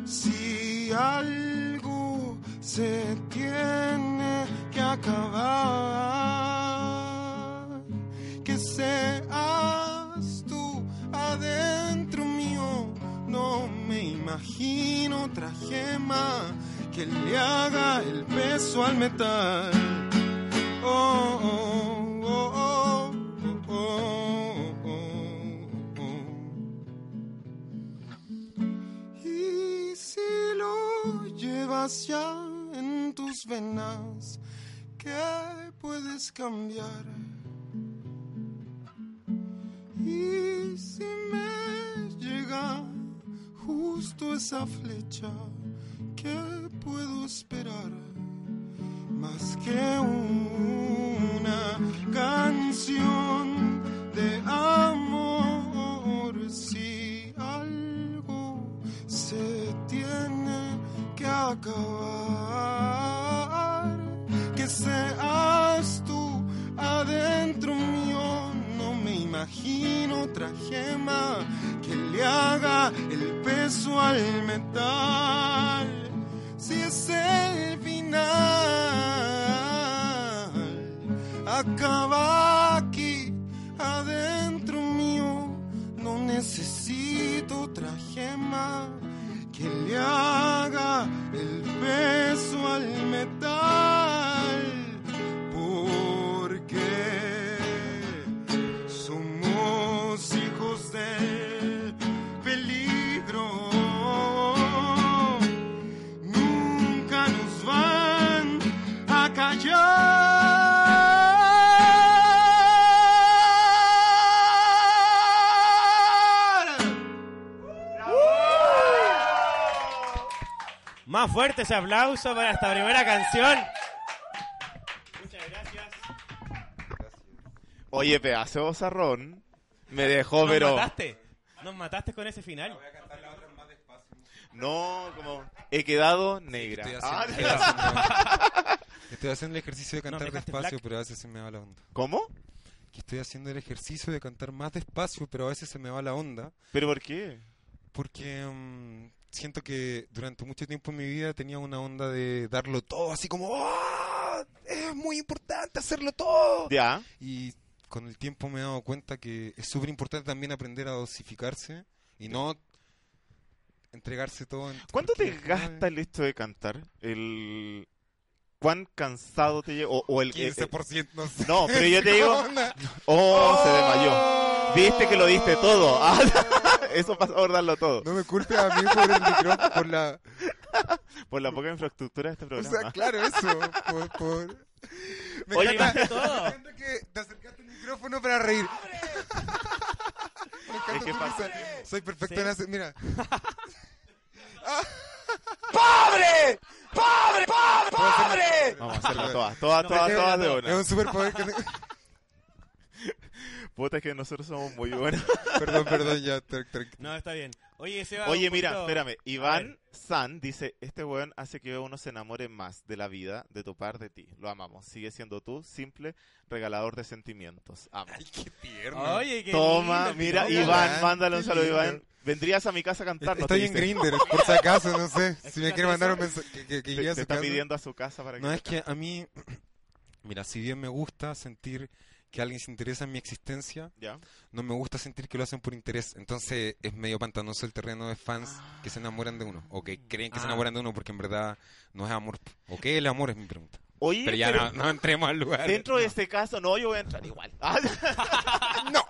Speaker 6: Si algo se tiene que acabar, que seas tú adentro mío, no me imagino otra gema que le haga el peso al metal. Oh, oh, oh, oh, oh, oh, oh. Y si lo llevas ya en tus venas, ¿qué puedes cambiar? Y si me llega
Speaker 7: justo esa flecha que puedo esperar más que una canción de amor si algo se tiene que acabar que seas tú adentro mío no me imagino otra gema que le haga el peso al metal si es el final acaba aquí adentro mío no necesito otra gema que le haga el peso al metal porque somos hijos del peligro nunca nos van a callar
Speaker 2: Más fuerte ese aplauso para esta primera canción. Muchas gracias.
Speaker 3: Oye, pedazo de bozarrón. Me dejó,
Speaker 2: Nos
Speaker 3: pero.
Speaker 2: mataste. Nos mataste con ese final.
Speaker 3: No, como. He quedado negra.
Speaker 6: Estoy
Speaker 3: Ah,
Speaker 6: haciendo, estoy haciendo- estoy haciendo el ejercicio
Speaker 2: No,
Speaker 6: de cantar
Speaker 2: me dejaste
Speaker 6: despacio,
Speaker 2: black.
Speaker 6: pero a veces se me va la onda.
Speaker 3: ¿Cómo?
Speaker 6: Que estoy haciendo el ejercicio de cantar más despacio, pero a veces se me va la onda.
Speaker 3: ¿Pero por qué?
Speaker 6: Porque mm, siento que durante mucho tiempo en mi vida tenía una onda de darlo todo, así como "¡Ah! es muy importante hacerlo todo.
Speaker 3: Ya.
Speaker 6: Y con el tiempo me he dado cuenta que es súper importante también aprender a dosificarse y no entregarse todo. En
Speaker 3: ¿Cuánto te
Speaker 6: porque,
Speaker 3: gasta el hecho de cantar? El... ¿Cuán cansado te llega? O, o el...
Speaker 6: ay,
Speaker 3: el-
Speaker 6: 15%? No, sé.
Speaker 3: No, pero yo te digo-
Speaker 6: Onda.
Speaker 3: ¡Oh, se desmayó! Viste que lo diste todo. Ah, Eso pasó por darlo todo.
Speaker 6: No me culpes a mí por el micrófono, por la...
Speaker 3: Por la poca infraestructura de este
Speaker 6: O
Speaker 3: programa.
Speaker 6: sea, claro, eso. Por, por... Me
Speaker 3: Oye,
Speaker 6: encanta-
Speaker 2: más que todo.
Speaker 6: me encanta que te acercaste al micrófono para reír. Me encanta
Speaker 3: Es que
Speaker 6: tu
Speaker 3: pasa-
Speaker 6: risa. Soy perfecto
Speaker 2: Sí.
Speaker 6: en hacer... Mira,
Speaker 3: Vamos a hacerlo todas, todas, todas,
Speaker 6: es-
Speaker 3: todas de
Speaker 6: es
Speaker 3: una.
Speaker 6: un superpoder que tengo.
Speaker 3: Puta, es que nosotros somos muy buenos.
Speaker 6: Perdón, perdón, ya. tr- tr-
Speaker 2: No, está bien. Oye, Seba,
Speaker 3: Oye,
Speaker 2: un
Speaker 3: mira,
Speaker 2: poquito-
Speaker 3: espérame.
Speaker 2: A ver.
Speaker 3: Iván San dice, este weón hace que uno se enamore más de la vida, de tu par, de ti. Lo amamos. Sigue siendo tú, simple regalador de sentimientos. Amo.
Speaker 6: Qué tierno.
Speaker 2: Oye, qué
Speaker 3: Toma,
Speaker 2: lindo,
Speaker 3: mira,
Speaker 2: mira.
Speaker 3: Iván,
Speaker 6: Iván,
Speaker 3: mándale un
Speaker 6: qué
Speaker 3: saludo,
Speaker 6: lindo.
Speaker 3: Iván. Vendrías a mi casa a cantarnos.
Speaker 6: Estoy
Speaker 3: te
Speaker 6: en
Speaker 3: dice.
Speaker 6: Grinder, por si acaso, no sé. Si me
Speaker 2: Explícate
Speaker 6: quiere mandar un
Speaker 2: eso.
Speaker 6: mensaje que, que,
Speaker 3: Te,
Speaker 6: que llegue a
Speaker 3: te
Speaker 6: su
Speaker 3: está
Speaker 6: casa.
Speaker 3: pidiendo a su casa para que...
Speaker 6: No, es que a mí, mira, si bien me gusta sentir que alguien se interesa en mi existencia,
Speaker 3: ¿Ya?
Speaker 6: no me gusta sentir que lo hacen por interés. Entonces es medio pantanoso el terreno de fans que se enamoran de uno o que creen que se
Speaker 2: Ah.
Speaker 6: enamoran de uno porque en verdad no es amor. ¿O qué es el amor? Es mi pregunta.
Speaker 3: Oye,
Speaker 6: Pero ya
Speaker 3: pero
Speaker 6: no, no entremos al lugar.
Speaker 3: dentro de este caso, no, yo voy a entrar igual. Ah,
Speaker 6: No,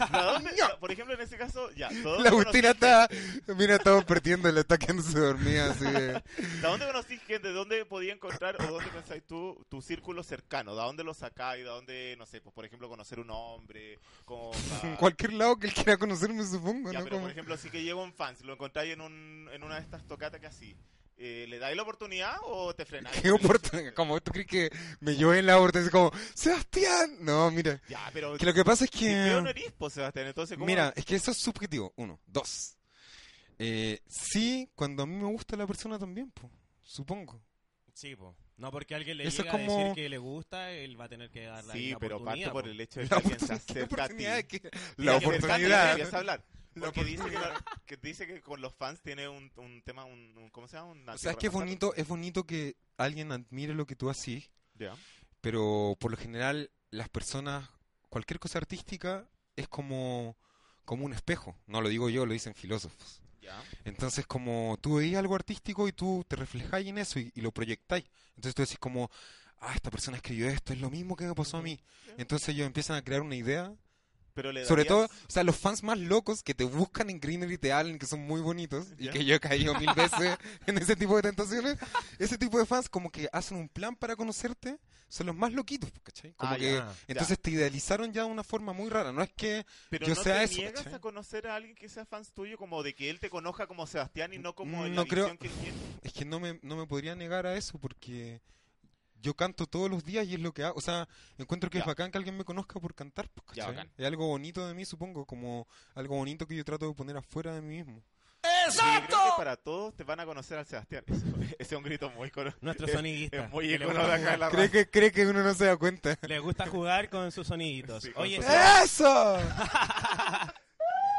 Speaker 3: ¿a dónde? Por ejemplo, en este caso, ya. ¿todos
Speaker 6: la
Speaker 3: conocí
Speaker 6: Agustina
Speaker 3: gente?
Speaker 6: está. Mira, estamos perdiendo, le está quedándose dormida. Así de-
Speaker 3: ¿De dónde conocí gente? ¿De dónde podía encontrar o dónde pensáis tú tu círculo cercano? ¿De dónde lo sacáis? ¿De dónde, no sé, pues, por ejemplo, conocer un hombre? Como,
Speaker 6: En cualquier lado que él quiera conocerme, supongo.
Speaker 3: Ya,
Speaker 6: Pues ¿no?
Speaker 3: pero
Speaker 6: Como-
Speaker 3: por ejemplo, si que llega un fan, si lo encontráis en, un, en una de estas tocatas que así, eh, ¿le dais la oportunidad o te frenáis?
Speaker 6: Qué oportunidad. Como tú crees que me llevé en la aborto, así como, Sebastián. No, mira.
Speaker 3: Ya, pero...
Speaker 6: Que lo que pasa es
Speaker 3: si
Speaker 6: que.
Speaker 3: yo no eres, po, Sebastián, entonces, ¿cómo
Speaker 6: Mira, es que eso es subjetivo, uno. Dos. Eh, sí, cuando a mí me gusta la persona también, po, supongo.
Speaker 2: Sí, po. No, porque alguien le
Speaker 6: Eso es
Speaker 2: llega a
Speaker 6: como-
Speaker 2: decir que le gusta, él va a tener que darle
Speaker 3: Sí,
Speaker 2: la
Speaker 3: pero parte
Speaker 2: oportunidad,
Speaker 3: por
Speaker 2: po.
Speaker 3: el hecho de que alguien se acerca a ti.
Speaker 6: oportunidad de que-
Speaker 3: Mira,
Speaker 6: La
Speaker 3: que me encanta que
Speaker 6: oportunidad.
Speaker 3: querías hablar.
Speaker 6: La
Speaker 3: Porque dice que, la- que dice que con los fans tiene un, un tema, un, un- ¿cómo se llama? Una
Speaker 6: O sea, es que es bonito, es bonito que alguien admire lo que tú haces,
Speaker 3: Ya.
Speaker 6: pero por lo general las personas, cualquier cosa artística es como, como un espejo. No lo digo yo, lo dicen filósofos.
Speaker 3: ya.
Speaker 6: Entonces, como tú veías algo artístico y tú te reflejáis en eso y, y lo proyectáis. Entonces tú decís como, ah, esta persona escribió esto, es lo mismo que me pasó a mí. Entonces ellos empiezan a crear una idea
Speaker 3: Pero le
Speaker 6: Sobre todo,
Speaker 3: darías-
Speaker 6: o sea, los fans más locos que te buscan en Greener y te hablan, que son muy bonitos, y
Speaker 3: Ya.
Speaker 6: que yo he caído mil veces en ese tipo de tentaciones, ese tipo de fans como que hacen un plan para conocerte, son los más loquitos, ¿cachai? Como
Speaker 3: Ah,
Speaker 6: que,
Speaker 2: ya,
Speaker 6: entonces te idealizaron ya de una forma muy rara, no es que
Speaker 3: Pero
Speaker 6: yo
Speaker 3: no
Speaker 6: sea
Speaker 3: te
Speaker 6: eso,
Speaker 3: niegas
Speaker 6: ¿cachai?
Speaker 3: a conocer a alguien que sea fan tuyo, como de que él te conozca como Sebastián y no como en
Speaker 6: Mm, No
Speaker 3: la
Speaker 6: creo-
Speaker 3: visión que él tiene.
Speaker 6: Es que no me, no me podría negar a eso porque yo canto todos los días y es lo que hago. O sea, encuentro que es
Speaker 3: Ya.
Speaker 6: bacán que alguien me conozca por cantar. pues,
Speaker 3: Ya,
Speaker 6: ¿cachai?
Speaker 3: bacán.
Speaker 6: Es algo bonito de mí, supongo, como algo bonito que yo trato de poner afuera de mí mismo.
Speaker 3: Sí, yo creo que para todos te van a conocer al Sebastián. Eso- ese es un grito muy cono-
Speaker 2: Nuestro
Speaker 3: es-
Speaker 2: sonidista.
Speaker 3: Es muy
Speaker 2: Que le
Speaker 3: ícono
Speaker 2: gusta
Speaker 3: de acá de
Speaker 2: jugar.
Speaker 3: la
Speaker 6: ¿Cree
Speaker 3: radio.
Speaker 6: que, cree que uno no se da cuenta?
Speaker 2: Le gusta jugar con sus soniditos.
Speaker 3: Sí, con
Speaker 2: Oye,
Speaker 3: sus-
Speaker 2: Seba-
Speaker 6: ¡Eso!
Speaker 2: ahí está.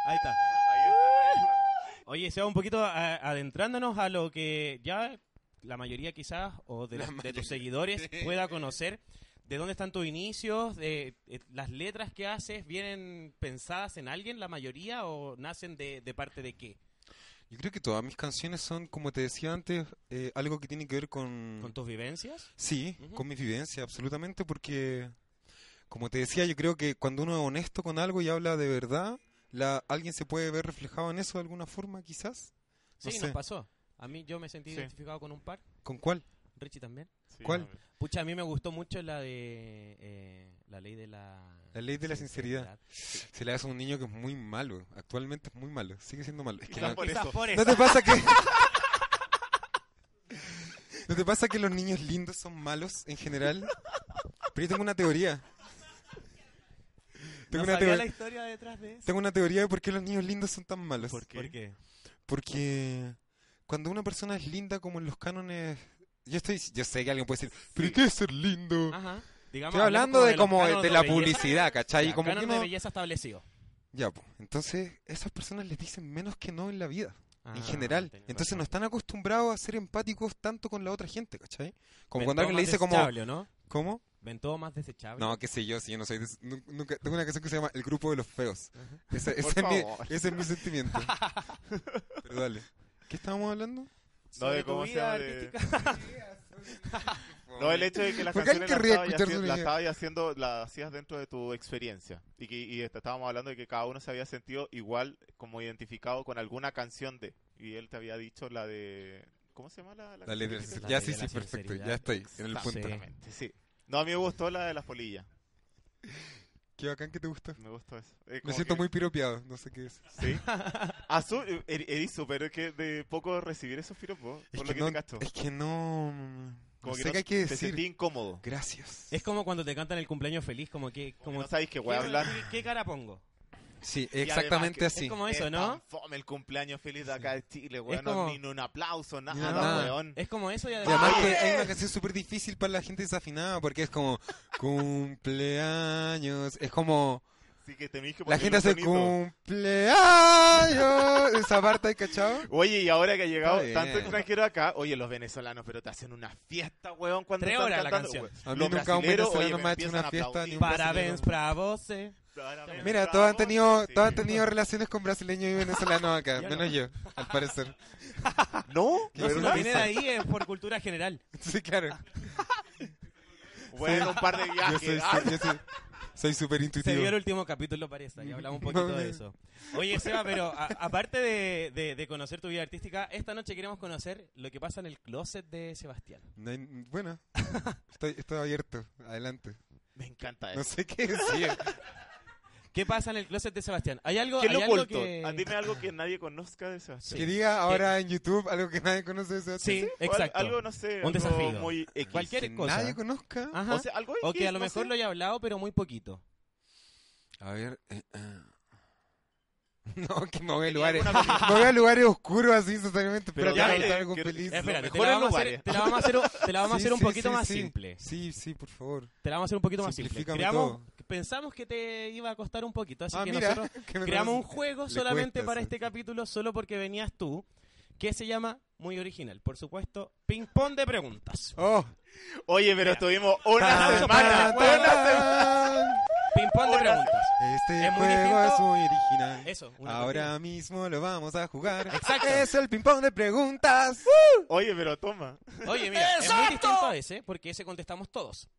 Speaker 3: Ahí está, ahí está.
Speaker 2: Oye, Seba, un poquito a- adentrándonos a lo que ya la mayoría quizás o de,
Speaker 6: La
Speaker 2: los- de
Speaker 6: mayoría.
Speaker 2: tus seguidores pueda conocer. ¿De dónde están tus inicios? De, eh, ¿Las letras que haces vienen pensadas en alguien, la mayoría, o nacen de, de parte de qué?
Speaker 6: Yo creo que todas mis canciones son, como te decía antes, eh, algo que tiene que ver con...
Speaker 3: Mm.
Speaker 2: ¿Con tus vivencias?
Speaker 6: Sí,
Speaker 2: Ujú.
Speaker 6: con mi vivencia, absolutamente, porque como te decía, yo creo que cuando uno es honesto con algo y habla de verdad, la, alguien se puede ver reflejado en eso de alguna forma, quizás.
Speaker 2: Sí,
Speaker 6: sé.
Speaker 2: nos pasó. A mí yo me sentí
Speaker 3: Sí.
Speaker 2: identificado con un par.
Speaker 6: ¿Con cuál?
Speaker 2: Richie también.
Speaker 3: Sí,
Speaker 6: ¿Cuál?
Speaker 3: no, pero-
Speaker 2: Pucha, a mí me gustó mucho la de eh, la ley de la...
Speaker 6: La ley de la sinceridad. Se le hace a un niño que es muy malo, actualmente es muy malo, sigue siendo malo. Es que
Speaker 3: Quizás
Speaker 6: la-
Speaker 3: por
Speaker 2: Quizás
Speaker 3: eso.
Speaker 2: por eso.
Speaker 6: ¿No te pasa que... ¿No te pasa que los niños lindos son malos en general? Pero yo tengo una teoría. Tengo
Speaker 2: No
Speaker 6: una
Speaker 2: sabía
Speaker 6: teoría.
Speaker 2: la historia detrás de eso.
Speaker 6: Tengo una teoría de por qué los niños lindos son tan malos.
Speaker 3: ¿Por qué?
Speaker 2: ¿Por qué?
Speaker 6: Porque cuando una persona es linda como en los cánones, yo estoy, yo sé que alguien puede decir, pero ¿qué es ser lindo?
Speaker 2: Ajá. Digamos,
Speaker 6: Estoy hablando de como de, la publicidad, ¿cachai?
Speaker 2: y
Speaker 6: Y como que
Speaker 2: de
Speaker 6: uno-
Speaker 2: belleza establecido.
Speaker 6: Ya, pues. Entonces, esas personas les dicen menos que no en la vida, en
Speaker 2: Ah,
Speaker 6: general.
Speaker 2: tenés
Speaker 6: Entonces
Speaker 2: razón.
Speaker 6: no están acostumbrados a ser empáticos tanto con la otra gente, ¿cachai? Como
Speaker 2: Ven todo
Speaker 6: cuando alguien le
Speaker 2: más
Speaker 6: dice como,
Speaker 2: desechable, ¿no?
Speaker 6: ¿cómo?
Speaker 2: Ven todo más desechable.
Speaker 6: No, qué sé yo, si yo no soy de esos- nu- nunca, tengo una canción que se llama El grupo de los feos. Ese,
Speaker 3: Por
Speaker 6: ese es mi,
Speaker 3: favor.
Speaker 6: ese es mi sentimiento. Pero dale. ¿Qué estábamos hablando?
Speaker 3: No, de
Speaker 2: Sobre tu
Speaker 3: cómo se
Speaker 2: vida
Speaker 3: llama, de-
Speaker 2: artística.
Speaker 3: No, el hecho de que las
Speaker 6: ¿Por qué él
Speaker 3: canciones
Speaker 6: querría
Speaker 3: las
Speaker 6: escuchar
Speaker 3: estabas haciendo, las
Speaker 6: su niñez?
Speaker 3: estabas haciendo, las hacías dentro de tu experiencia. Y, que, y est- estábamos hablando de que cada uno se había sentido igual, como identificado con alguna canción de. Y él te había dicho la de. ¿Cómo se llama la, la
Speaker 6: La ley de la
Speaker 3: canción que
Speaker 6: sinceridad.
Speaker 2: La ley
Speaker 3: te-
Speaker 6: Ya, sí,
Speaker 2: de la
Speaker 6: sí, perfecto.
Speaker 2: sinceridad.
Speaker 6: Ya estoy en el punto.
Speaker 2: Sí.
Speaker 3: Exactamente, sí. No, a mí me gustó la de las polillas.
Speaker 6: Qué bacán que te gusta.
Speaker 3: Me gustó eso. Eh,
Speaker 6: Me
Speaker 3: como
Speaker 6: siento
Speaker 3: que-
Speaker 6: muy piropeado. No sé qué es.
Speaker 3: Sí. Azul, eh, er- erizo, pero es que de poco recibir esos piropos,
Speaker 6: Es
Speaker 3: por lo que,
Speaker 6: no,
Speaker 3: te cacho.
Speaker 6: es que no. No
Speaker 3: Como
Speaker 6: sé
Speaker 3: no
Speaker 6: qué hay que
Speaker 3: Te sentí
Speaker 6: decir.
Speaker 3: incómodo.
Speaker 6: Gracias.
Speaker 2: Es como cuando te cantan el cumpleaños feliz, como que... Como,
Speaker 3: Como no sabéis que voy a
Speaker 2: ¿qué-
Speaker 3: hablar.
Speaker 2: ¿Qué cara pongo?
Speaker 6: Sí,
Speaker 3: además
Speaker 6: exactamente
Speaker 3: que-
Speaker 6: así.
Speaker 2: Es como eso,
Speaker 3: Es
Speaker 2: ¿no?
Speaker 3: tan fome el cumpleaños feliz de acá de Chile, weón.
Speaker 2: como-
Speaker 3: No, ni un aplauso, nada,
Speaker 6: nada.
Speaker 3: weón.
Speaker 2: Es como eso y
Speaker 6: Y
Speaker 2: además...
Speaker 6: además que es una canción súper difícil para la gente desafinada porque es como cumpleaños. Es como
Speaker 3: Así que tenéis que
Speaker 6: la
Speaker 3: ponerle
Speaker 6: gente
Speaker 3: un
Speaker 6: hace
Speaker 3: tonito.
Speaker 6: cumpleaños. Esa parte, ¿cachado?
Speaker 3: Oye, y ahora que ha llegado
Speaker 6: Está
Speaker 3: tanto
Speaker 6: bien.
Speaker 3: extranjero acá, oye, los venezolanos, pero te hacen una fiesta, weón, cuando
Speaker 2: Tres
Speaker 3: están
Speaker 2: horas la
Speaker 3: cantando,
Speaker 2: canción.
Speaker 3: weón.
Speaker 6: A mí
Speaker 3: Los
Speaker 6: nunca un
Speaker 3: brasileros,
Speaker 6: venezolano
Speaker 3: oye,
Speaker 6: me ha
Speaker 3: me
Speaker 6: hecho una
Speaker 3: empiezan a
Speaker 6: fiesta ni
Speaker 3: aplaudir.
Speaker 6: un
Speaker 2: Parabéns, para vos. eh.
Speaker 3: Claramente,
Speaker 6: Mira, todos han
Speaker 3: bravo,
Speaker 6: tenido,
Speaker 3: sí.
Speaker 6: todos han tenido relaciones con brasileños y venezolanos acá,
Speaker 2: Yo no.
Speaker 6: menos yo, al parecer.
Speaker 3: ¿No?
Speaker 6: Qué
Speaker 2: No, si lo
Speaker 6: vergüenza.
Speaker 2: tiene de ahí es por cultura general.
Speaker 6: Sí, claro.
Speaker 3: Bueno, un par de
Speaker 6: Yo
Speaker 3: viajes.
Speaker 6: soy,
Speaker 3: ah.
Speaker 6: yo soy, soy súper
Speaker 2: Se vio el
Speaker 6: intuitivo.
Speaker 2: último capítulo, parece, y hablamos un poquito de eso. Oye, Seba, pero a- aparte de, de- de conocer tu vida artística, esta noche queremos conocer lo que pasa en el closet de Sebastián.
Speaker 6: No hay- bueno, estoy, estoy abierto, adelante.
Speaker 3: Me
Speaker 2: Eh.
Speaker 3: encanta eso.
Speaker 6: No sé qué decir.
Speaker 2: ¿Qué pasa en el closet de Sebastián? ¿Hay algo,
Speaker 3: ¿Qué
Speaker 2: hay
Speaker 3: lo
Speaker 2: algo
Speaker 3: oculto?
Speaker 2: que...?
Speaker 3: Ah, Dime algo que nadie conozca de Sebastián.
Speaker 2: Sí.
Speaker 6: Que diga ahora en YouTube algo que nadie conoce de
Speaker 2: Sí,
Speaker 6: Sebastián.
Speaker 3: O al-
Speaker 2: exacto.
Speaker 3: Algo, no sé,
Speaker 2: Un
Speaker 3: algo
Speaker 2: desafío.
Speaker 3: muy X.
Speaker 2: Cualquier
Speaker 6: Que
Speaker 2: cosa.
Speaker 6: nadie conozca.
Speaker 2: Ajá.
Speaker 3: O sea, algo
Speaker 2: O que
Speaker 3: X,
Speaker 2: a lo
Speaker 3: no
Speaker 2: mejor
Speaker 3: sé.
Speaker 2: lo haya hablado, pero muy poquito.
Speaker 6: A ver. eh, ah. No, que me voy a lugares.
Speaker 3: alguna
Speaker 6: Me voy a lugares oscuros así, totalmente.
Speaker 3: Pero
Speaker 6: Pero
Speaker 3: ya,
Speaker 6: quiero
Speaker 3: eh,
Speaker 6: algo
Speaker 3: quiero-
Speaker 6: feliz.
Speaker 3: Lo
Speaker 2: Espérate, te la,
Speaker 3: mejor en
Speaker 2: vamos a hacer,
Speaker 3: lugares.
Speaker 2: te la vamos a hacer, un- te la vamos a
Speaker 6: Sí,
Speaker 2: hacer un
Speaker 6: sí,
Speaker 2: poquito
Speaker 6: sí,
Speaker 2: más
Speaker 6: sí.
Speaker 2: simple.
Speaker 6: Sí, sí, por favor.
Speaker 2: Te la vamos a hacer un poquito más simple.
Speaker 6: Simplifícame
Speaker 2: Creamos,
Speaker 6: todo.
Speaker 2: pensamos que te iba a costar un poquito, así
Speaker 6: Ah,
Speaker 2: que
Speaker 6: mira,
Speaker 2: nosotros
Speaker 6: que me
Speaker 2: creamos un
Speaker 6: parece-
Speaker 2: juego
Speaker 6: le
Speaker 2: solamente
Speaker 6: cuesta
Speaker 2: para
Speaker 6: eso.
Speaker 2: este capítulo, solo porque venías tú, que se llama, muy original, por supuesto, Ping Pong de Preguntas.
Speaker 6: Oh. Ah,
Speaker 3: Oye, pero estuvimos una
Speaker 2: Tan,
Speaker 3: semana.
Speaker 2: tan,
Speaker 3: una
Speaker 2: tan.
Speaker 3: semana.
Speaker 2: Ping Pong de
Speaker 3: Hola.
Speaker 2: Preguntas.
Speaker 6: Este
Speaker 2: Es muy
Speaker 6: juego
Speaker 2: distinto.
Speaker 6: es muy original.
Speaker 2: Eso, una
Speaker 6: Ahora mismo lo vamos a jugar.
Speaker 2: Exacto. Uh.
Speaker 6: Es el ping-pong de preguntas.
Speaker 3: Oye, pero toma.
Speaker 2: Oye, mira, es muy distinto a ese, porque ese contestamos todos.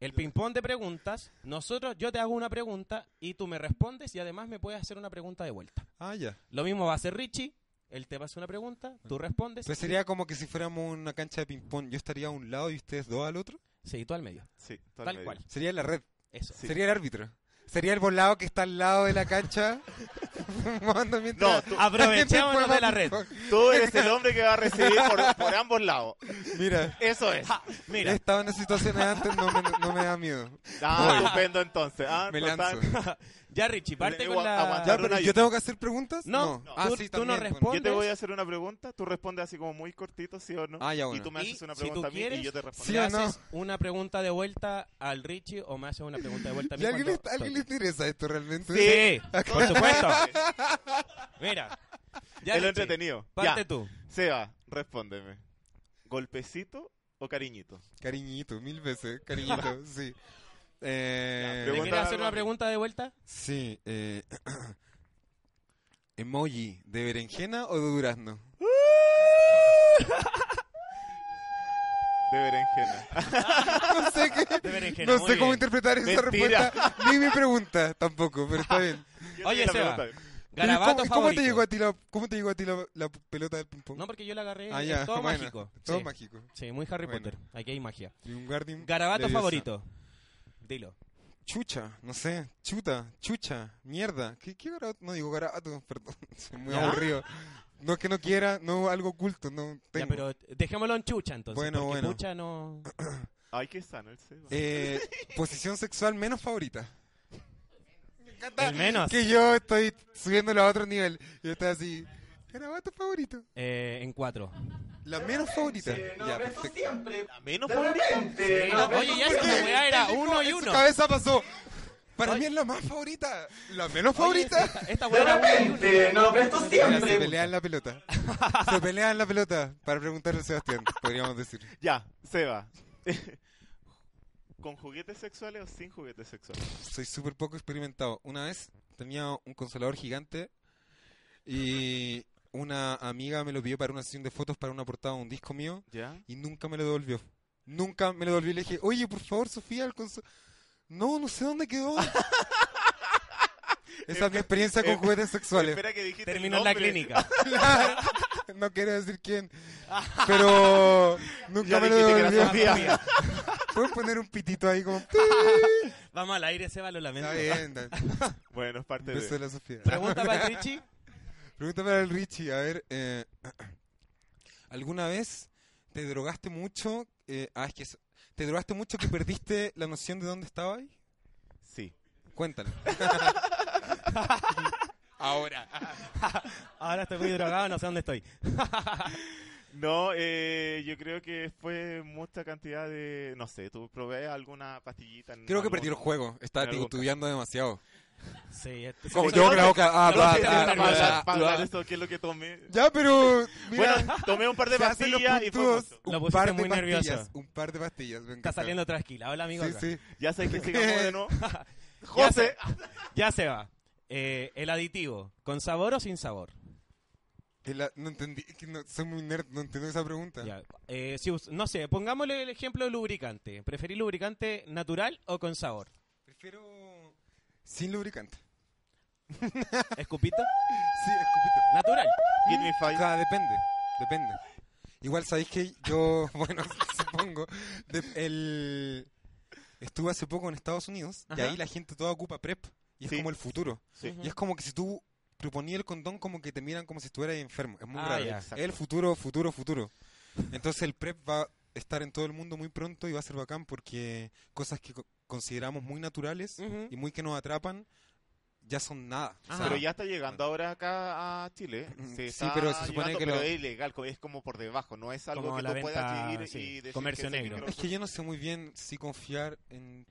Speaker 2: El ping-pong de preguntas, nosotros, yo te hago una pregunta y tú me respondes y además me puedes hacer una pregunta de vuelta.
Speaker 6: Ah, ya.
Speaker 2: Lo mismo va a hacer Richie, él te va a hacer una pregunta, tú respondes.
Speaker 6: Pues sería como que si fuéramos una cancha de ping-pong, yo estaría a un lado y ustedes dos al otro.
Speaker 2: Sí, tú al medio.
Speaker 3: Sí, todo al
Speaker 2: Tal
Speaker 3: medio.
Speaker 2: cual.
Speaker 6: Sería la red.
Speaker 2: Eso.
Speaker 6: Sería el árbitro. Sería el volado que está al lado de la cancha. fumando mientras-
Speaker 3: No, tú-
Speaker 2: Aprovechémonos de la red.
Speaker 3: Tú eres el hombre que va a recibir por, por ambos lados.
Speaker 6: Mira,
Speaker 3: Eso es.
Speaker 2: Ja,
Speaker 6: he
Speaker 2: mira,
Speaker 6: estado en esas situaciones antes, no me, no me da miedo.
Speaker 3: Ah,
Speaker 6: Voy.
Speaker 3: estupendo entonces. Ah,
Speaker 6: Me
Speaker 3: no
Speaker 6: lanzo.
Speaker 3: tan-
Speaker 2: ya Richie, parte
Speaker 3: Yo-
Speaker 2: con la...
Speaker 3: aguanta.
Speaker 6: Ya,
Speaker 3: Dar
Speaker 6: pero
Speaker 3: una
Speaker 6: ¿yo
Speaker 3: ayuda.
Speaker 6: tengo que hacer preguntas?
Speaker 2: No,
Speaker 6: no.
Speaker 2: tú-
Speaker 6: Ah, sí,
Speaker 2: tú no
Speaker 6: también,
Speaker 2: respondes.
Speaker 3: Yo te voy a hacer una pregunta, tú respondes así como muy cortito, sí o no.
Speaker 6: Ah, ya,
Speaker 3: Y
Speaker 6: bueno.
Speaker 3: tú me
Speaker 2: Y
Speaker 3: haces una
Speaker 2: si tú
Speaker 3: pregunta a mí
Speaker 2: quieres,
Speaker 3: y yo te
Speaker 6: ¿Sí
Speaker 3: respondo.
Speaker 2: ¿Le
Speaker 6: o no?
Speaker 2: haces una pregunta de vuelta al Richie o me haces una pregunta de vuelta a mí?
Speaker 6: ¿Y alguien,
Speaker 2: cuando
Speaker 6: le, alguien le
Speaker 2: estoy-
Speaker 6: interesa esto realmente?
Speaker 2: Sí, por supuesto. Mira. Ya,
Speaker 3: es
Speaker 2: Richie,
Speaker 3: lo entretenido.
Speaker 2: Parte
Speaker 3: ya.
Speaker 2: tú.
Speaker 3: Seba, respóndeme. ¿Golpecito o cariñito?
Speaker 6: Cariñito, mil veces, cariñito, sí. Eh,
Speaker 3: Ya,
Speaker 2: ¿Le
Speaker 3: Pregunta
Speaker 2: quieres hacer
Speaker 3: algo
Speaker 2: una
Speaker 3: a mí.
Speaker 2: pregunta de vuelta?
Speaker 6: sí, eh, emoji, ¿de berenjena o de durazno?
Speaker 3: De berenjena.
Speaker 6: No sé, qué-
Speaker 2: De berenjena,
Speaker 6: no
Speaker 2: muy
Speaker 6: sé cómo
Speaker 2: bien.
Speaker 6: interpretar esa
Speaker 3: Mentira.
Speaker 6: respuesta, ni mi pregunta tampoco, pero está bien.
Speaker 3: Yo
Speaker 2: Oye,
Speaker 3: te la
Speaker 2: Seba.
Speaker 3: pregunta.
Speaker 6: Pero ¿y
Speaker 2: Garabato
Speaker 6: ¿Cómo, y cómo
Speaker 2: favorito.
Speaker 6: te llegó a ti la, cómo te llegó a ti la, la pelota del ping-pong?
Speaker 2: No, porque yo la agarré.
Speaker 6: Ah,
Speaker 2: es
Speaker 6: ya,
Speaker 2: todo
Speaker 6: bueno,
Speaker 2: mágico.
Speaker 6: Todo
Speaker 2: sí.
Speaker 6: mágico.
Speaker 2: Sí, muy Harry
Speaker 6: Bueno.
Speaker 2: Potter. Aquí hay magia.
Speaker 6: Y un guardián
Speaker 2: Garabato
Speaker 6: leviosa.
Speaker 2: favorito. Dilo.
Speaker 6: Chucha, no sé, chuta, chucha, mierda. ¿Qué, qué garabato? No digo garabato, perdón, soy muy
Speaker 2: ¿Ya?
Speaker 6: aburrido. No es que no quiera, no algo oculto, no
Speaker 2: Ya,
Speaker 6: tengo.
Speaker 2: pero dejémoslo en chucha entonces.
Speaker 6: Bueno,
Speaker 2: porque
Speaker 6: bueno.
Speaker 2: chucha no...
Speaker 3: Ay, qué sano el Seba.
Speaker 6: Eh, posición sexual menos favorita.
Speaker 2: El menos.
Speaker 6: Que yo estoy subiéndolo a otro nivel. Yo estoy así, garabato favorito.
Speaker 2: Eh, en cuatro.
Speaker 6: La menos favorita. ya, perfecto.
Speaker 3: La menos favorita.
Speaker 2: Oye, ya esa weá era uno y
Speaker 6: En su
Speaker 2: uno.
Speaker 6: cabeza pasó. Para
Speaker 2: Oye.
Speaker 6: mí es la más favorita. La menos
Speaker 2: Oye,
Speaker 6: favorita.
Speaker 2: Esta, esta weá era uno y uno.
Speaker 6: Mira, se pelean la pelota. Se pelean la pelota. Para preguntarle a Sebastián, podríamos decir.
Speaker 3: Ya, Seba. ¿Con juguetes sexuales o sin juguetes sexuales?
Speaker 6: soy súper poco experimentado. Una vez tenía un consolador gigante y una amiga me lo pidió para una sesión de fotos para una portada de un disco mío
Speaker 3: ¿Ya?
Speaker 6: y nunca me lo devolvió. Nunca me lo devolvió. Y Le dije, oye, por favor, Sofía, el conso... No, no sé dónde quedó. Esa es mi experiencia con
Speaker 3: Espe-
Speaker 6: juguetes sexuales.
Speaker 3: Espera que dijiste el
Speaker 2: Terminó en la
Speaker 3: nombre.
Speaker 2: clínica.
Speaker 6: no quiero decir quién, pero nunca
Speaker 3: Ya
Speaker 6: me lo
Speaker 3: dijiste que era
Speaker 6: devolvió.
Speaker 3: Sofía.
Speaker 6: Puedes poner un pitito ahí como...
Speaker 2: Vamos al aire, Seba, lo lamento.
Speaker 6: Está bien, da-
Speaker 3: Bueno, es
Speaker 6: un
Speaker 3: parte
Speaker 6: beso
Speaker 3: de...
Speaker 6: de la Sofía.
Speaker 2: Pregunta para Richie.
Speaker 6: Pregunta para el Richie, a ver, eh, ¿alguna vez te drogaste mucho? Eh, ah, es que es- te drogaste mucho que perdiste la noción de dónde estaba ahí.
Speaker 3: Sí.
Speaker 6: Cuéntale.
Speaker 2: Ahora estoy muy drogado, no sé dónde estoy.
Speaker 3: No, eh, yo creo que fue mucha cantidad de... No sé, tú probé alguna pastillita. en
Speaker 6: Creo que
Speaker 3: algún-
Speaker 6: perdí el juego, estaba
Speaker 3: en algún
Speaker 6: titubeando demasiado.
Speaker 2: Sí, este-
Speaker 6: Como
Speaker 2: sí,
Speaker 6: yo
Speaker 2: sí,
Speaker 6: con la boca. ah,
Speaker 3: No,
Speaker 6: bla,
Speaker 3: sí, sí,
Speaker 6: bla,
Speaker 3: para
Speaker 6: bla,
Speaker 3: hablar- para
Speaker 6: bla.
Speaker 3: hablar de esto, ¿qué es lo que tomé?
Speaker 6: Ya, pero mira,
Speaker 3: Bueno, tomé un par de
Speaker 6: se hacen los
Speaker 3: pastillas y fue...
Speaker 6: puntudos,
Speaker 2: Lo
Speaker 6: un
Speaker 2: pusiste
Speaker 6: par de
Speaker 2: muy
Speaker 6: pastillas,
Speaker 2: nervioso.
Speaker 6: un par de pastillas. me
Speaker 2: Está
Speaker 6: encanta.
Speaker 2: saliendo trasquila. Hola, amigo.
Speaker 6: Sí,
Speaker 2: acá.
Speaker 6: sí.
Speaker 3: Ya sé que sigamos de nuevo.
Speaker 2: se-
Speaker 3: José,
Speaker 2: Ya se va. Eh, el aditivo, ¿con sabor o sin sabor?
Speaker 6: Que la- no entendí, que no- soy muy nerd, no entiendo esa pregunta.
Speaker 2: Ya. Eh, si us- no sé, pongámosle el ejemplo de lubricante. ¿Preferís lubricante natural o con sabor?
Speaker 6: Prefiero sin lubricante.
Speaker 2: ¿Escupito?
Speaker 6: Sí, escupito.
Speaker 2: Natural.
Speaker 3: give me
Speaker 6: O
Speaker 3: five.
Speaker 6: sea, depende, depende. Igual sabéis que yo, bueno, supongo, de- el... estuve hace poco en Estados Unidos
Speaker 2: Ajá.
Speaker 6: y ahí la gente toda ocupa PrEP y es
Speaker 3: Sí.
Speaker 6: como el futuro.
Speaker 3: Sí.
Speaker 6: Y es como que si tú proponías el condón como que te miran como si estuvieras enfermo. Es muy
Speaker 2: Ah,
Speaker 6: raro.
Speaker 2: ya.
Speaker 3: Exacto.
Speaker 6: El futuro, futuro, futuro. Entonces el PrEP va a estar en todo el mundo muy pronto y va a ser bacán porque cosas que co- consideramos muy naturales
Speaker 2: Ujú.
Speaker 6: y muy que nos atrapan ya son nada. O
Speaker 2: Ah.
Speaker 6: sea,
Speaker 3: Pero ya está llegando ahora acá a Chile.
Speaker 6: Mm,
Speaker 3: Se
Speaker 6: sí,
Speaker 3: está
Speaker 6: pero se supone
Speaker 3: llegando,
Speaker 6: que
Speaker 3: pero
Speaker 6: lo-
Speaker 3: es ilegal, co- es como por debajo, no es algo
Speaker 2: Como
Speaker 3: que
Speaker 2: la
Speaker 3: tú puedas
Speaker 2: venta,
Speaker 3: ir
Speaker 2: sí,
Speaker 3: y decir
Speaker 2: comercio
Speaker 3: que ese
Speaker 2: negro.
Speaker 6: Es
Speaker 3: micro-
Speaker 6: que yo no sé muy bien si confiar en...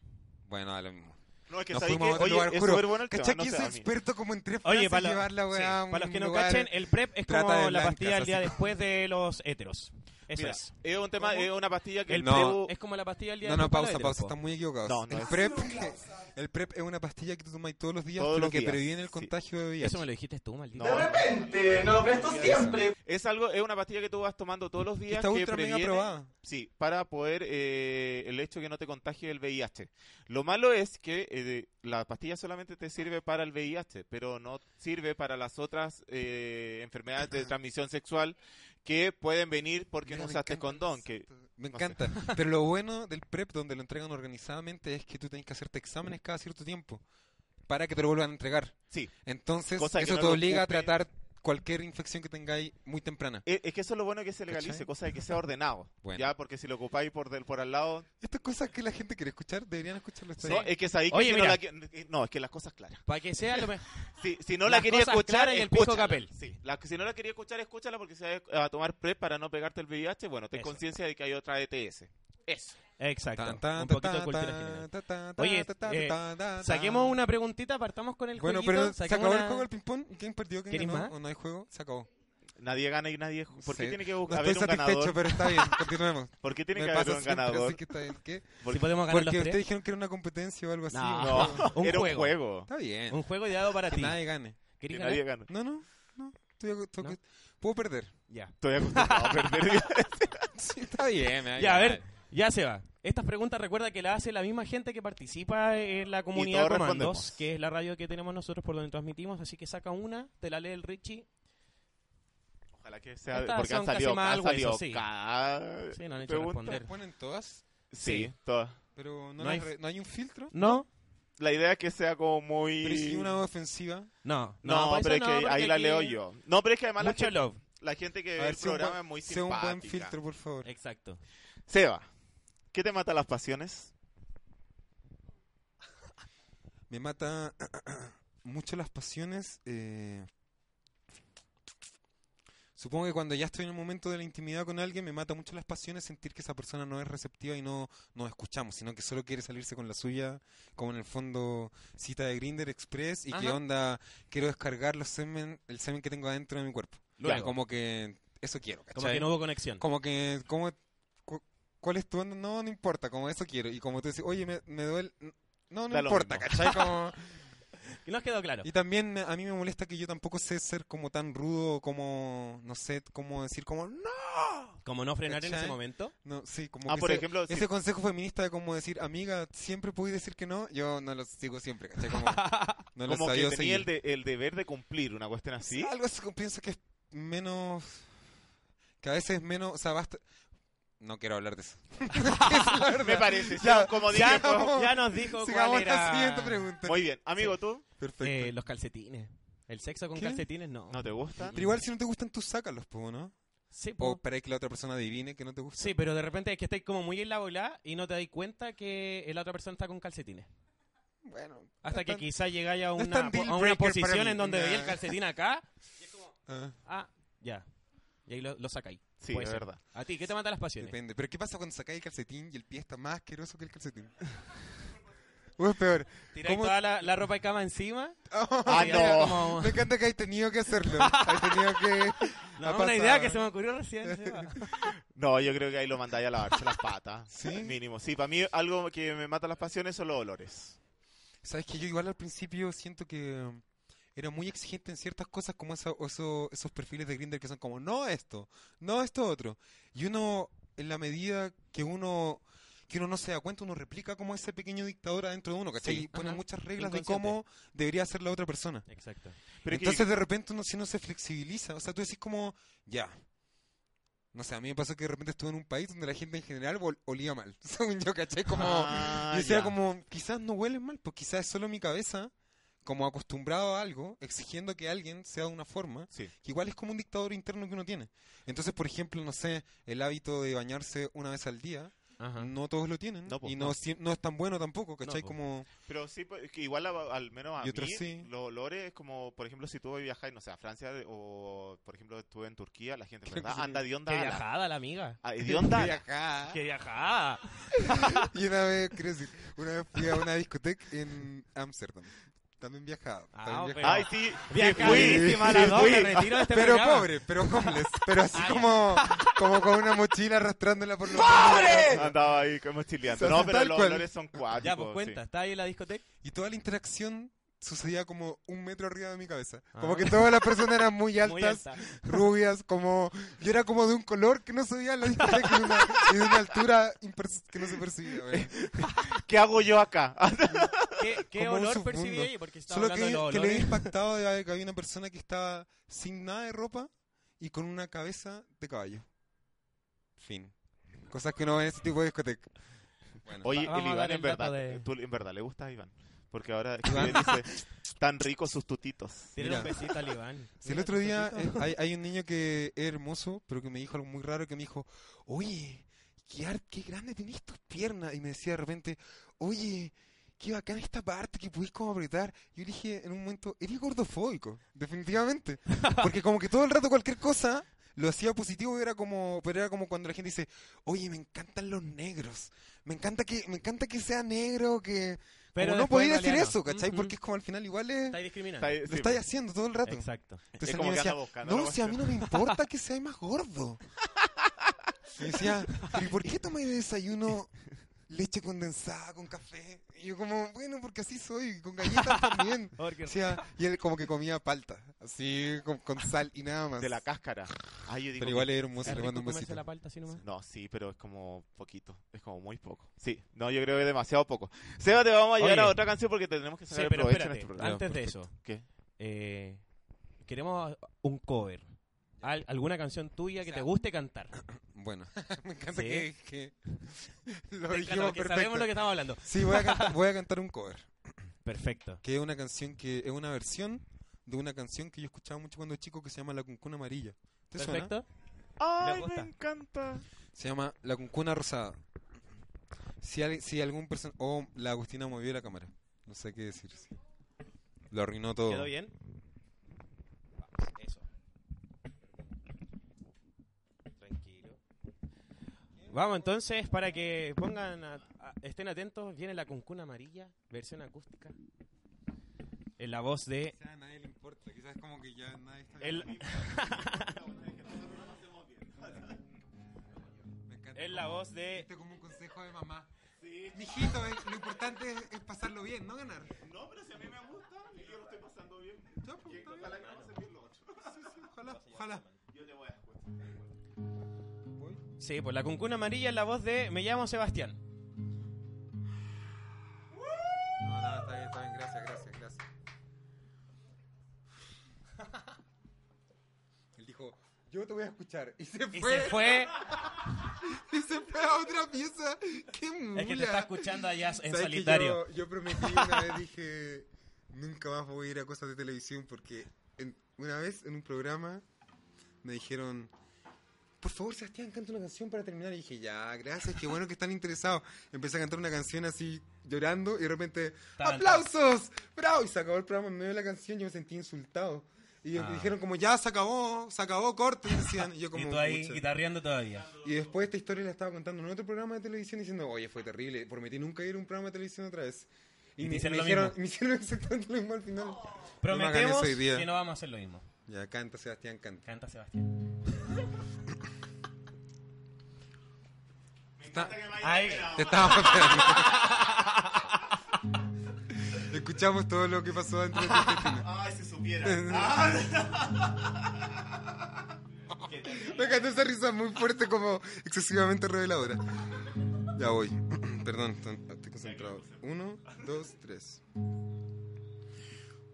Speaker 6: Bueno, da lo mismo.
Speaker 3: No, es que
Speaker 6: Nos
Speaker 3: sabes que
Speaker 6: fuimos a otro
Speaker 3: oye,
Speaker 6: lugar
Speaker 3: es
Speaker 6: oscuro.
Speaker 3: súper bueno el tema,
Speaker 6: ¿Cachai
Speaker 3: no
Speaker 6: que
Speaker 3: sé,
Speaker 6: soy
Speaker 3: a mí.
Speaker 6: experto como en tres
Speaker 2: Oye,
Speaker 6: frases
Speaker 2: para,
Speaker 6: llevar la
Speaker 2: sí,
Speaker 6: weá a un
Speaker 2: para los que no
Speaker 6: lugar?
Speaker 2: cachen, el PrEP es
Speaker 6: Trata
Speaker 2: como
Speaker 6: de
Speaker 2: la
Speaker 6: blancas,
Speaker 2: pastilla del día
Speaker 6: así.
Speaker 2: después de los heteros. Eso
Speaker 3: Mira,
Speaker 2: es.
Speaker 3: es un tema, es una pastilla que
Speaker 2: El
Speaker 6: No.
Speaker 2: preu
Speaker 3: preu-
Speaker 2: es como la pastilla del día
Speaker 6: No,
Speaker 2: del
Speaker 6: no,
Speaker 2: papá,
Speaker 6: pausa,
Speaker 2: ¿no?
Speaker 6: pausa, están muy equivocados.
Speaker 3: No, no,
Speaker 6: el,
Speaker 3: es-
Speaker 6: PrEP, el PrEP es una pastilla que tú tomas todos los días,
Speaker 3: Todos
Speaker 6: pero
Speaker 3: los
Speaker 6: que
Speaker 3: días,
Speaker 6: previene el
Speaker 3: sí.
Speaker 6: contagio de VIH.
Speaker 2: Eso me lo dijiste tú, maldito.
Speaker 3: No. De
Speaker 7: repente, no, pero esto siempre.
Speaker 3: Es algo, es una pastilla que tú vas tomando todos los días
Speaker 6: Está
Speaker 3: que
Speaker 6: ultra mega
Speaker 3: previene-
Speaker 6: probada.
Speaker 3: Sí, para poder eh, el hecho que no te contagie el VIH. Lo malo es que eh, la pastilla solamente te sirve para el VIH, pero no sirve para las otras eh, enfermedades de transmisión sexual que pueden venir porque no
Speaker 6: Mira, me
Speaker 3: usaste
Speaker 6: encanta
Speaker 3: condón.
Speaker 6: ese
Speaker 3: Que,
Speaker 6: Me
Speaker 3: no sé.
Speaker 6: encanta. Pero lo bueno del PrEP, donde lo entregan organizadamente, es que tú tienes que hacerte exámenes
Speaker 3: Mm.
Speaker 6: cada cierto tiempo para que te lo vuelvan a entregar.
Speaker 3: sí,
Speaker 6: Entonces,
Speaker 3: Cosa que
Speaker 6: eso
Speaker 3: no
Speaker 6: te
Speaker 3: lo
Speaker 6: obliga a
Speaker 3: ocupe.
Speaker 6: tratar cualquier infección que tengáis muy temprana.
Speaker 3: e, es, es que eso es lo bueno que se legalice,
Speaker 6: ¿Cachai?
Speaker 3: cosa de que sea ordenado.
Speaker 6: Bueno.
Speaker 3: Ya, porque si lo ocupáis por, del- por al lado.
Speaker 6: Estas cosas que la gente quiere escuchar, deberían escucharlo. está
Speaker 3: No,
Speaker 6: bien.
Speaker 3: es que sabéis que
Speaker 2: Oye,
Speaker 3: si no
Speaker 2: mira.
Speaker 3: la qui- No, es que las cosas claras.
Speaker 2: Para que sea lo mejor.
Speaker 3: Si, si no
Speaker 2: Las
Speaker 3: la quería
Speaker 2: cosas
Speaker 3: escuchar,
Speaker 2: claras y el pisco
Speaker 3: escúchala.
Speaker 2: capel.
Speaker 3: Sí, la- si no la quería escuchar, escúchala porque se va a tomar PrEP para no pegarte el VIH. Bueno, ten
Speaker 2: Eso.
Speaker 3: conciencia de que hay otra E ETS. Eso.
Speaker 2: Exacto.
Speaker 6: Tan, tan,
Speaker 2: un poquito
Speaker 6: tan,
Speaker 2: de cultura
Speaker 6: tan,
Speaker 2: general.
Speaker 6: tan, tan,
Speaker 2: Oye,
Speaker 6: tan, tan,
Speaker 2: eh,
Speaker 6: tan, tan,
Speaker 2: Saquemos
Speaker 6: tan.
Speaker 2: una preguntita, partamos con el
Speaker 6: Bueno,
Speaker 2: jueguito,
Speaker 6: pero se
Speaker 2: saquemos
Speaker 6: acabó el
Speaker 2: una-
Speaker 6: juego del ping-pong. ¿Quién perdió? ¿Quién
Speaker 2: ¿Quieres
Speaker 6: ganó?
Speaker 2: más?
Speaker 6: ¿O no hay juego? Se acabó.
Speaker 3: Nadie gana y nadie. ¿Por qué
Speaker 6: Sí.
Speaker 3: tiene que
Speaker 6: No
Speaker 3: bu-
Speaker 6: estoy
Speaker 3: haber un ganador?
Speaker 6: satisfecho, pero está bien. Continuemos.
Speaker 3: ¿Por qué tiene
Speaker 6: Me
Speaker 3: que
Speaker 6: pasa
Speaker 3: haber un
Speaker 6: siempre,
Speaker 3: ganador?
Speaker 6: así que está bien. ¿Qué?
Speaker 2: Si podemos ganar
Speaker 6: Porque
Speaker 2: los
Speaker 6: ustedes
Speaker 2: tres.
Speaker 6: dijeron que era una competencia o algo así.
Speaker 2: No.
Speaker 6: o algo.
Speaker 3: No,
Speaker 2: Un
Speaker 3: era
Speaker 2: juego.
Speaker 3: un juego.
Speaker 6: Está bien.
Speaker 2: Un juego ideado para
Speaker 6: Que
Speaker 2: ti.
Speaker 6: nadie gane.
Speaker 3: Que
Speaker 2: ¿Querés ganar?
Speaker 3: nadie gana.
Speaker 6: No, no. no. Estoy- estoy-
Speaker 2: ¿No?
Speaker 6: Puedo perder.
Speaker 2: Ya.
Speaker 3: Estoy acostumbrado a perder.
Speaker 6: Sí, está bien. me da
Speaker 2: Ya, a
Speaker 6: igual.
Speaker 2: ver, ya se va. Estas preguntas recuerda que las hace la misma gente que participa en la comunidad
Speaker 3: todos
Speaker 2: Comandos,
Speaker 3: respondemos.
Speaker 2: que es la radio que tenemos nosotros por donde transmitimos, así que saca una, te la lee el Richie.
Speaker 3: Ojalá que sea.
Speaker 2: Estas
Speaker 3: Porque han
Speaker 2: son casi
Speaker 3: salido.
Speaker 2: más
Speaker 3: Han
Speaker 2: al hueso,
Speaker 3: salido.
Speaker 2: sí.
Speaker 3: ca-
Speaker 2: Sí, no han hecho
Speaker 3: preguntas.
Speaker 2: responder.
Speaker 6: Las ponen todas,
Speaker 3: Sí, todas.
Speaker 6: pero no,
Speaker 2: No
Speaker 6: las
Speaker 2: hay-
Speaker 6: re- no hay un filtro.
Speaker 2: ¿No?
Speaker 3: La idea es que sea como muy.
Speaker 6: Pero sí una ofensiva.
Speaker 2: No.
Speaker 3: No,
Speaker 2: pa' eso
Speaker 3: pero es
Speaker 2: no,
Speaker 3: que
Speaker 2: porque
Speaker 3: ahí la
Speaker 2: aquí
Speaker 3: leo yo. No, pero es que además la
Speaker 2: Mucho
Speaker 3: gente,
Speaker 2: love.
Speaker 3: la gente que
Speaker 6: A
Speaker 3: ve
Speaker 6: ver,
Speaker 3: el
Speaker 6: sea un,
Speaker 3: programa es
Speaker 6: buen,
Speaker 3: muy
Speaker 6: sea un
Speaker 3: simpática.
Speaker 6: buen filtro, por favor.
Speaker 2: Exacto.
Speaker 3: Seba, ¿qué te mata las pasiones?
Speaker 6: Me mata mucho las pasiones. eh, Supongo que cuando ya estoy en el momento de la intimidad con alguien, me mata mucho las pasiones sentir que esa persona no es receptiva y no nos escuchamos, sino que solo quiere salirse con la suya, como en el fondo cita de Grinder Express, y que
Speaker 2: Ajá.
Speaker 6: onda, quiero descargar los semen, el semen que tengo adentro de mi cuerpo.
Speaker 2: Luego.
Speaker 6: Ya, como que eso quiero,
Speaker 2: Como
Speaker 6: ¿cachai?
Speaker 2: que no hubo conexión.
Speaker 6: Como que, como, cu- ¿cuál es tu onda? No, no importa, como eso quiero. Y como tú dices, oye, me, me duele. No, no
Speaker 3: Da lo
Speaker 6: importa,
Speaker 3: mismo.
Speaker 6: ¿cachai? Como...
Speaker 2: Que nos quedó claro.
Speaker 6: Y también me- a mí me molesta que yo tampoco sé ser como tan rudo, como, no sé, como decir como, no,
Speaker 2: Como no frenar en
Speaker 6: ¿Cachai?
Speaker 2: ese momento.
Speaker 6: no, sí, como
Speaker 3: Ah,
Speaker 6: que
Speaker 3: por
Speaker 6: ese,
Speaker 3: ejemplo, si-
Speaker 6: ese consejo feminista de como decir, amiga, siempre puedes decir que no, yo no lo sigo siempre, ¿cachai? Como, no lo
Speaker 3: Como que
Speaker 6: sabía
Speaker 3: tenía el, de- el deber de cumplir una cuestión así.
Speaker 6: Algo así como pienso que es menos, que a veces es menos, o sea, basta, no quiero hablar de eso. Esa es la verdad.
Speaker 3: Me parece,
Speaker 6: Ya,
Speaker 3: ya, como dije,
Speaker 2: Ya,
Speaker 6: Sigamos.
Speaker 3: pues,
Speaker 2: ya nos dijo
Speaker 6: Sigamos
Speaker 2: cuál
Speaker 6: a la siguiente
Speaker 2: era...
Speaker 6: pregunta.
Speaker 3: muy bien. Amigo, ¿tú?
Speaker 6: Perfecto.
Speaker 2: Eh, los calcetines. El sexo con
Speaker 6: ¿Qué?
Speaker 2: calcetines, no.
Speaker 3: ¿No te gustan?
Speaker 6: Pero igual si no te gustan, tú sácalos, po, ¿no?
Speaker 2: Sí, po.
Speaker 6: O
Speaker 3: Oh.
Speaker 6: para que la otra persona adivine que no te gusta.
Speaker 2: Sí, pero de repente es que estáis como muy en la volá y no te dais cuenta que la otra persona está con calcetines.
Speaker 6: Bueno.
Speaker 2: Hasta que
Speaker 6: tan-
Speaker 2: quizá llegáis a
Speaker 6: es
Speaker 2: una,
Speaker 6: tan deal
Speaker 2: a una
Speaker 6: breaker para
Speaker 2: posición
Speaker 6: mí,
Speaker 2: en donde
Speaker 6: nada.
Speaker 2: veía el calcetín acá.
Speaker 6: ah.
Speaker 2: Ah, ya. Y ahí lo, lo sacáis.
Speaker 3: Sí,
Speaker 6: Pues
Speaker 2: Puede
Speaker 3: es
Speaker 2: ser.
Speaker 3: verdad.
Speaker 2: A ti, ¿qué te mata las pasiones?
Speaker 6: Depende. Pero ¿qué pasa cuando sacáis el calcetín y el pie está más asqueroso que el calcetín? o es peor.
Speaker 2: ¿Tiráis
Speaker 6: ¿Cómo-
Speaker 2: toda la, la ropa de cama encima?
Speaker 3: Ah,
Speaker 2: Y era
Speaker 3: no.
Speaker 2: como-
Speaker 6: Me encanta que hay tenido que hacerlo. Hay tenido que.
Speaker 2: No,
Speaker 6: ha
Speaker 2: una
Speaker 6: pasado.
Speaker 2: idea que se me ocurrió recién. Seba.
Speaker 3: No, yo creo que ahí lo mandáis a lavarse las patas.
Speaker 6: ¿Sí?
Speaker 3: Mínimo. Sí, para mí algo que me mata las pasiones son los olores.
Speaker 6: Sabes que yo igual al principio siento que um, era muy exigente en ciertas cosas como eso- eso- esos perfiles de Grindr que son como no esto, no esto otro. Y uno en la medida que uno que uno no se da cuenta, uno replica como ese pequeño dictador adentro de uno, ¿cachai?
Speaker 2: Sí,
Speaker 6: y pone
Speaker 2: ajá.
Speaker 6: muchas reglas de
Speaker 2: Inconsciente.
Speaker 6: cómo debería ser la otra persona.
Speaker 2: Exacto.
Speaker 3: Pero es que-
Speaker 6: Entonces de repente uno si no se flexibiliza, o sea, tú decís como, ya. No sé, a mí me pasó que de repente estuve en un país donde la gente en general vol- olía mal. Según yo, caché, como...
Speaker 3: Ah,
Speaker 6: yo decía
Speaker 3: ya.
Speaker 6: como, quizás no huelen mal, pues quizás es solo mi cabeza, como acostumbrado a algo, exigiendo que alguien sea de una forma,
Speaker 3: Sí.
Speaker 6: que igual es como un dictador interno que uno tiene. Entonces, por ejemplo, no sé, el hábito de bañarse una vez al día,
Speaker 2: Ajá.
Speaker 6: no todos lo tienen,
Speaker 3: No, pues,
Speaker 6: y no,
Speaker 3: no.
Speaker 6: si- no es tan bueno tampoco,
Speaker 2: pues.
Speaker 6: ¿cachai? como...
Speaker 3: Pero sí, pues, que igual a- al menos a
Speaker 6: Y otros
Speaker 3: mí,
Speaker 6: sí.
Speaker 3: los olores es como, por ejemplo, si tú viajas, no sé, a Francia o, por ejemplo, estuve en Turquía, la gente, en ¿verdad? Anda de onda
Speaker 2: Qué viajada la amiga.
Speaker 3: de onda
Speaker 2: Qué viajada.
Speaker 6: Y una vez, quiero decir, una vez fui a una discoteca en Ámsterdam. También viajaba.
Speaker 2: Ah,
Speaker 6: también
Speaker 2: pero-
Speaker 6: viajaba.
Speaker 3: Ay, sí, sí fui,
Speaker 2: Viajadísima la
Speaker 3: sí
Speaker 2: dos,
Speaker 3: fui.
Speaker 2: me retiro de este
Speaker 6: pero
Speaker 2: programa.
Speaker 6: pobre, pero homeless. Pero así
Speaker 2: Ah, ya.
Speaker 6: como, como con una mochila arrastrándola por los...
Speaker 3: Andaba ahí como chileando.
Speaker 6: O sea,
Speaker 3: No,
Speaker 6: sí,
Speaker 3: pero
Speaker 6: tal
Speaker 3: los
Speaker 6: cual.
Speaker 3: olores son cuáticos.
Speaker 2: Ya, pues
Speaker 3: sí.
Speaker 2: cuenta, está ahí en la discoteca.
Speaker 6: Y toda la interacción sucedía como un metro arriba de mi cabeza.
Speaker 2: Ah.
Speaker 6: Como que todas las personas eran muy altas,
Speaker 2: Muy alta.
Speaker 6: rubias, como... Yo era como de un color que no se veía en la discoteca y de una, y de una altura imper- que no se percibía. güey.
Speaker 3: ¿Qué hago yo acá?
Speaker 2: ¿Qué, qué
Speaker 6: Como un
Speaker 2: olor
Speaker 6: submundo.
Speaker 2: percibí ahí? Porque estaba
Speaker 6: Solo
Speaker 2: hablando de los
Speaker 6: que, que le había
Speaker 2: olores.
Speaker 6: impactado de que había una persona que estaba sin nada de ropa y con una cabeza de caballo. Fin. Cosas que no ven en ese tipo de discoteca. Bueno,
Speaker 3: Oye,
Speaker 2: vamos a
Speaker 3: el Iván
Speaker 2: dar
Speaker 3: en
Speaker 2: el dato
Speaker 3: verdad,
Speaker 2: de-
Speaker 3: tú en verdad le gusta a Iván, porque ahora escribe, dice tan ricos sus tutitos.
Speaker 2: Tiene un
Speaker 6: Mira.
Speaker 2: besito al Iván.
Speaker 6: si el otro día eh, hay, hay un niño que es hermoso, pero que me dijo algo muy raro, que me dijo, oye, qué, ar- qué grande tenés tus piernas. Y me decía de repente, oye, qué bacán esta parte que pudiste como apretar. Yo le dije en un momento, eres gordofóbico, definitivamente. Porque como que todo el rato cualquier cosa lo hacía positivo y era como, pero era como cuando la gente dice, oye, me encantan los negros. Me encanta que, me encanta que sea negro, que...
Speaker 2: Pero
Speaker 6: Pero no
Speaker 2: después
Speaker 6: podía decir
Speaker 2: italiano.
Speaker 6: eso, ¿cachai?
Speaker 2: Ujú.
Speaker 6: Porque es como al final igual es...
Speaker 2: Está ahí pues.
Speaker 3: Está
Speaker 2: discriminando.
Speaker 3: ahí,
Speaker 6: Lo
Speaker 3: sí, pues,
Speaker 6: estáis haciendo todo el rato.
Speaker 2: Exacto.
Speaker 3: Es
Speaker 6: Entonces el
Speaker 3: como
Speaker 6: niño
Speaker 3: que anda
Speaker 6: decía,
Speaker 3: buscando la
Speaker 6: no, si a mí
Speaker 3: cuestión".
Speaker 6: no me importa que seas más gordo. Y decía, "¿Pero ¿y por qué tomáis de desayuno leche condensada con café? Y yo como, bueno, porque así soy, con galletas también.
Speaker 2: Porque-
Speaker 6: Decía, y él como que comía palta, así con, con sal y nada más.
Speaker 3: de la cáscara. Ay, yo digo
Speaker 6: Pero igual
Speaker 3: que-
Speaker 6: es hermoso,
Speaker 2: es
Speaker 6: le
Speaker 2: rico
Speaker 6: mando un
Speaker 2: comerse
Speaker 6: besito.
Speaker 2: la palta así nomás.
Speaker 3: No, sí, pero es como poquito, es como muy poco. Sí, no, yo creo que es demasiado poco. Seba, te vamos a llevar
Speaker 2: Oye.
Speaker 3: a otra canción porque tenemos que
Speaker 2: Sí,
Speaker 3: sacar el
Speaker 2: pero
Speaker 3: provecho en
Speaker 2: espérate,
Speaker 3: este programa.
Speaker 2: antes de eso,
Speaker 3: ¿Qué?
Speaker 2: eh, queremos un cover. Al- alguna canción tuya que te guste cantar.
Speaker 6: Bueno, me encanta
Speaker 2: Sí.
Speaker 6: que, que lo
Speaker 2: Claro,
Speaker 6: dijimos
Speaker 2: que
Speaker 6: perfecto.
Speaker 2: sabemos lo que estamos hablando.
Speaker 6: Sí, voy a, cantar, voy a cantar un cover.
Speaker 2: Perfecto.
Speaker 6: que es una canción que es una versión de una canción que yo escuchaba mucho cuando chico que se llama La Cuncuna Amarilla. ¿Te suena?
Speaker 2: Perfecto. Me
Speaker 3: Ay, me
Speaker 2: gusta.
Speaker 3: encanta.
Speaker 6: Se llama La Cuncuna Rosada. Si, al- si algún persona... Oh, la Agustina movió la cámara. No sé qué decir. sí. Lo arruinó todo.
Speaker 2: ¿Quedó bien? Vamos, eso. Tranquilo. Vamos entonces para que pongan a- a- estén atentos, viene la cuncuna amarilla, versión acústica. En la voz de
Speaker 6: Quizás a nadie le importa. Quizás como que ya nadie está...
Speaker 2: el,
Speaker 6: Me encanta
Speaker 2: en la
Speaker 6: como-
Speaker 2: voz de
Speaker 6: Esto es como un consejo de mamá. Mijito, eh, lo importante es, es pasarlo bien, no ganar.
Speaker 3: No, pero si a mí me gusta, yo lo estoy pasando bien.
Speaker 6: Ya, pues, está bien. Sí, sí, ojalá, ojalá.
Speaker 3: Yo te voy a escuchar.
Speaker 6: Voy.
Speaker 2: Sí, pues la cuncuna amarilla en la voz de Me llamo Sebastián.
Speaker 6: No, no, está bien, está bien, gracias, gracias, gracias. Él dijo, yo te voy a escuchar. Y se
Speaker 2: Y
Speaker 6: fue,
Speaker 2: se fue.
Speaker 6: y se fue a otra pieza. ¡Qué mula!
Speaker 2: Es que te está escuchando allá en
Speaker 6: ¿Sabes que
Speaker 2: solitario.
Speaker 6: Yo, yo prometí una vez, dije, nunca más voy a ir a cosas de televisión porque en- una vez en un programa me dijeron, por favor Sebastián, canta una canción para terminar. Y dije, ya, gracias, qué bueno que están interesados. Empecé a cantar una canción así llorando y de repente,
Speaker 2: Tan,
Speaker 6: ¡aplausos! ¡Bravo! Y se acabó el programa en medio de la canción yo me sentí insultado. Y
Speaker 2: Ah.
Speaker 6: me dijeron como, ya, se acabó, se acabó, corte, decían. Y yo como,
Speaker 2: Y tú ahí
Speaker 6: "Pucha".
Speaker 2: guitarreando todavía.
Speaker 6: Y después esta historia la estaba contando en otro programa de televisión diciendo, oye, fue terrible, prometí nunca ir a un programa de televisión otra vez.
Speaker 2: Y
Speaker 6: Y,
Speaker 2: te
Speaker 6: me,
Speaker 2: hicieron
Speaker 6: me
Speaker 2: lo
Speaker 6: hicieron-
Speaker 2: mismo.
Speaker 6: me hicieron exactamente lo mismo al final. me hagan
Speaker 2: Prometemos
Speaker 6: eso hoy día.
Speaker 2: que no vamos a hacer lo mismo.
Speaker 6: Ya, canta Sebastián, canta.
Speaker 2: Canta Sebastián.
Speaker 6: Está-
Speaker 2: Ahí.
Speaker 6: te estábamos esperando. Escuchamos todo lo que pasó dentro de este tu intestino.
Speaker 3: Ay, Ah, si supiera. Ah.
Speaker 6: Me encantó esa risa muy fuerte como excesivamente reveladora. Ya voy. Perdón, ton- estoy concentrado. Uno, dos, tres.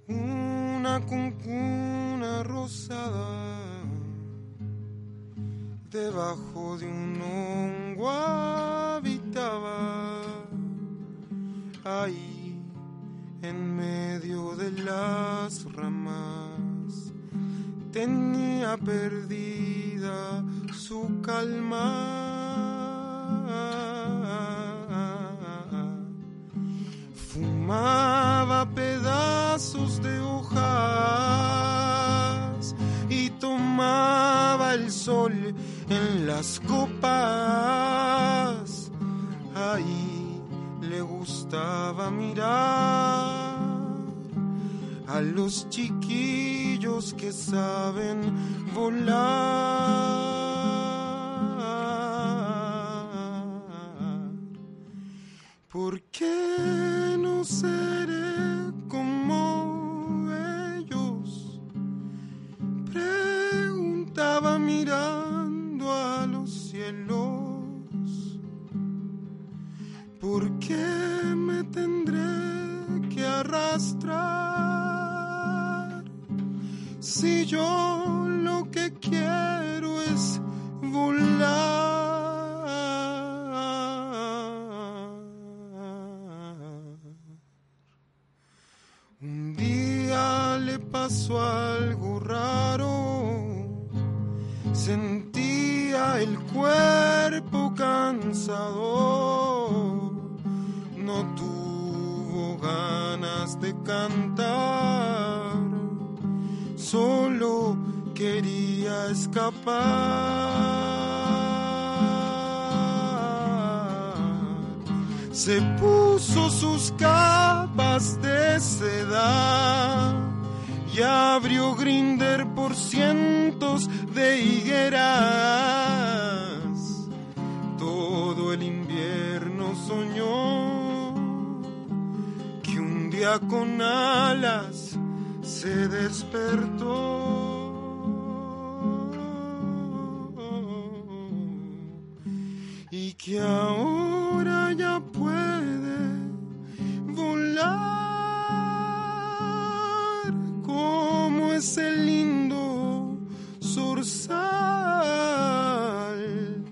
Speaker 6: Una cuncuna rosada debajo de un hongo habitaba ahí en medio de las ramas tenía perdida su calma. Fumaba pedazos de hojas y tomaba el sol en las copas. Ahí le gustaba mirar a los chiquillos que saben volar. ¿Por qué no seré como ellos? Preguntaba mirando a los cielos. ¿Por qué me tendré que arrastrar? Si yo lo que quiero es volar. Un día le pasó algo raro sentía el cuerpo cansado, no tuvo ganas de cantar, solo quería escapar se puso sus capas de seda y abrió Grinder por cientos de higueras. Todo el invierno soñó que un día con alas se despertó. y que ahora ya puede volar como ese lindo zorzal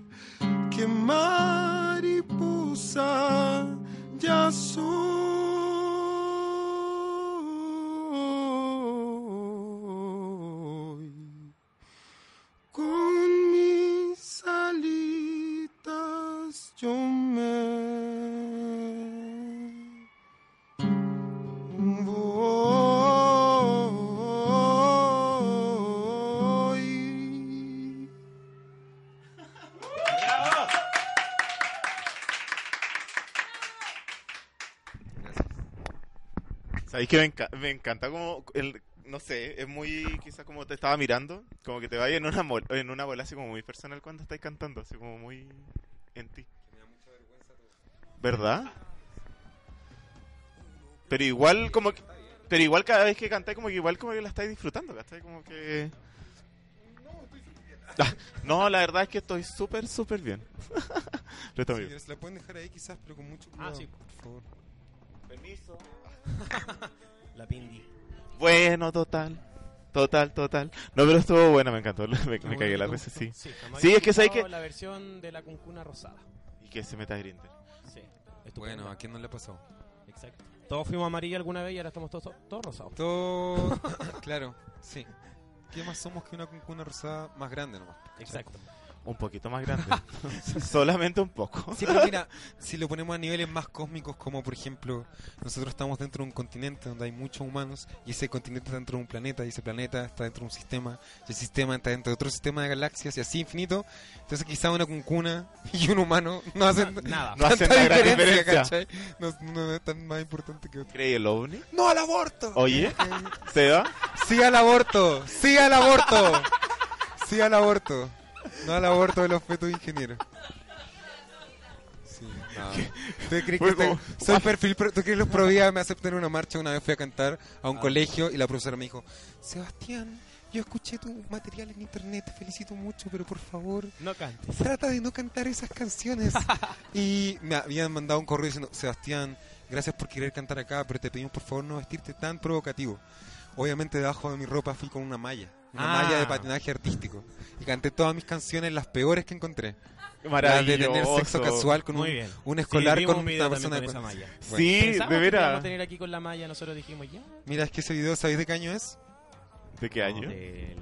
Speaker 6: que mariposa ya soy con mis alitas yo me voy.
Speaker 3: Sabéis que me, enca- me encanta como el, no sé, es muy quizás como te estaba mirando, como que te vaya en una mol- en una bola así como muy personal cuando estáis cantando, así como muy en ti. ¿Verdad? Pero igual como que- pero igual cada vez que cantáis como que igual como que la estáis disfrutando, ¿cachai? Como que Ah, No, la verdad es que estoy súper súper bien. Pero está muy bien.
Speaker 8: la pueden dejar ahí quizás, pero con mucho
Speaker 2: Ah,
Speaker 8: cuidado,
Speaker 2: sí.
Speaker 8: por favor.
Speaker 2: La pindi.
Speaker 3: Bueno, total. Total, total. No, pero estuvo buena, me encantó. Me, me
Speaker 8: bueno
Speaker 3: cagué
Speaker 8: que
Speaker 3: la
Speaker 8: te
Speaker 3: risa, sí.
Speaker 2: Sí,
Speaker 3: Sí, es que sabes que-
Speaker 2: La versión de la cuncuna rosada.
Speaker 3: Y que se meta Grinder.
Speaker 2: Sí. estupenda.
Speaker 8: Bueno, ¿a quién no le ha pasado?
Speaker 2: Exacto. Todos fuimos amarillo alguna vez y ahora estamos todos, todos rosados.
Speaker 8: Todo... claro, sí. ¿Qué más somos que una cuncuna rosada más grande nomás?
Speaker 2: Exacto.
Speaker 3: Un poquito más grande. Solamente un poco.
Speaker 8: Sí, pero mira, si lo ponemos a niveles más cósmicos, como por ejemplo, nosotros estamos dentro de un continente donde hay muchos humanos, y ese continente está dentro de un planeta, y ese planeta está dentro de un sistema, y el sistema está dentro de otro sistema de galaxias, y así infinito. Entonces, quizá una cuncuna y un humano no hacen
Speaker 2: Nada.
Speaker 3: No hacen la gran diferencia.
Speaker 8: ¿cachai? No, no es tan más importante que otro.
Speaker 3: ¿Creí el ovni?
Speaker 8: ¡No al aborto!
Speaker 3: Oye, ¿se va?
Speaker 8: ¡Sí al aborto! ¡Sí al aborto! ¡Sí al aborto! No al aborto de los fetos ingenieros. Sí, no. ¿Tú crees que
Speaker 3: Fue
Speaker 8: este-
Speaker 3: como-
Speaker 8: soy perfil pro- ¿Tú crees que los provías me aceptan en una marcha? Una vez fui a cantar a
Speaker 3: Ah.
Speaker 8: un colegio y la profesora me dijo, Sebastián, yo escuché tu material en internet, te felicito mucho, pero por favor,
Speaker 2: No cantes.
Speaker 8: trata de no cantar esas canciones. y me habían mandado un correo diciendo, Sebastián, gracias por querer cantar acá, pero te pedimos por favor no vestirte tan provocativo. Obviamente debajo de mi ropa fui con una malla, una
Speaker 2: Ah.
Speaker 8: malla de patinaje artístico. Y canté todas mis canciones, las peores que encontré. Las de
Speaker 3: Maravilloso.
Speaker 8: tener sexo casual con
Speaker 2: Muy
Speaker 8: un,
Speaker 2: bien.
Speaker 8: un escolar
Speaker 2: Sí, vimos
Speaker 8: con
Speaker 2: un
Speaker 8: una
Speaker 2: video también
Speaker 8: persona
Speaker 2: con esa
Speaker 8: con-
Speaker 2: malla.
Speaker 8: Bueno,
Speaker 3: Sí,
Speaker 2: Pensamos que
Speaker 3: de
Speaker 2: te íbamos a
Speaker 3: veras.
Speaker 2: tener aquí con la malla, nosotros dijimos ya.
Speaker 8: Mira, es que ese video, ¿sabéis de qué año es?
Speaker 3: ¿De qué año?
Speaker 2: Del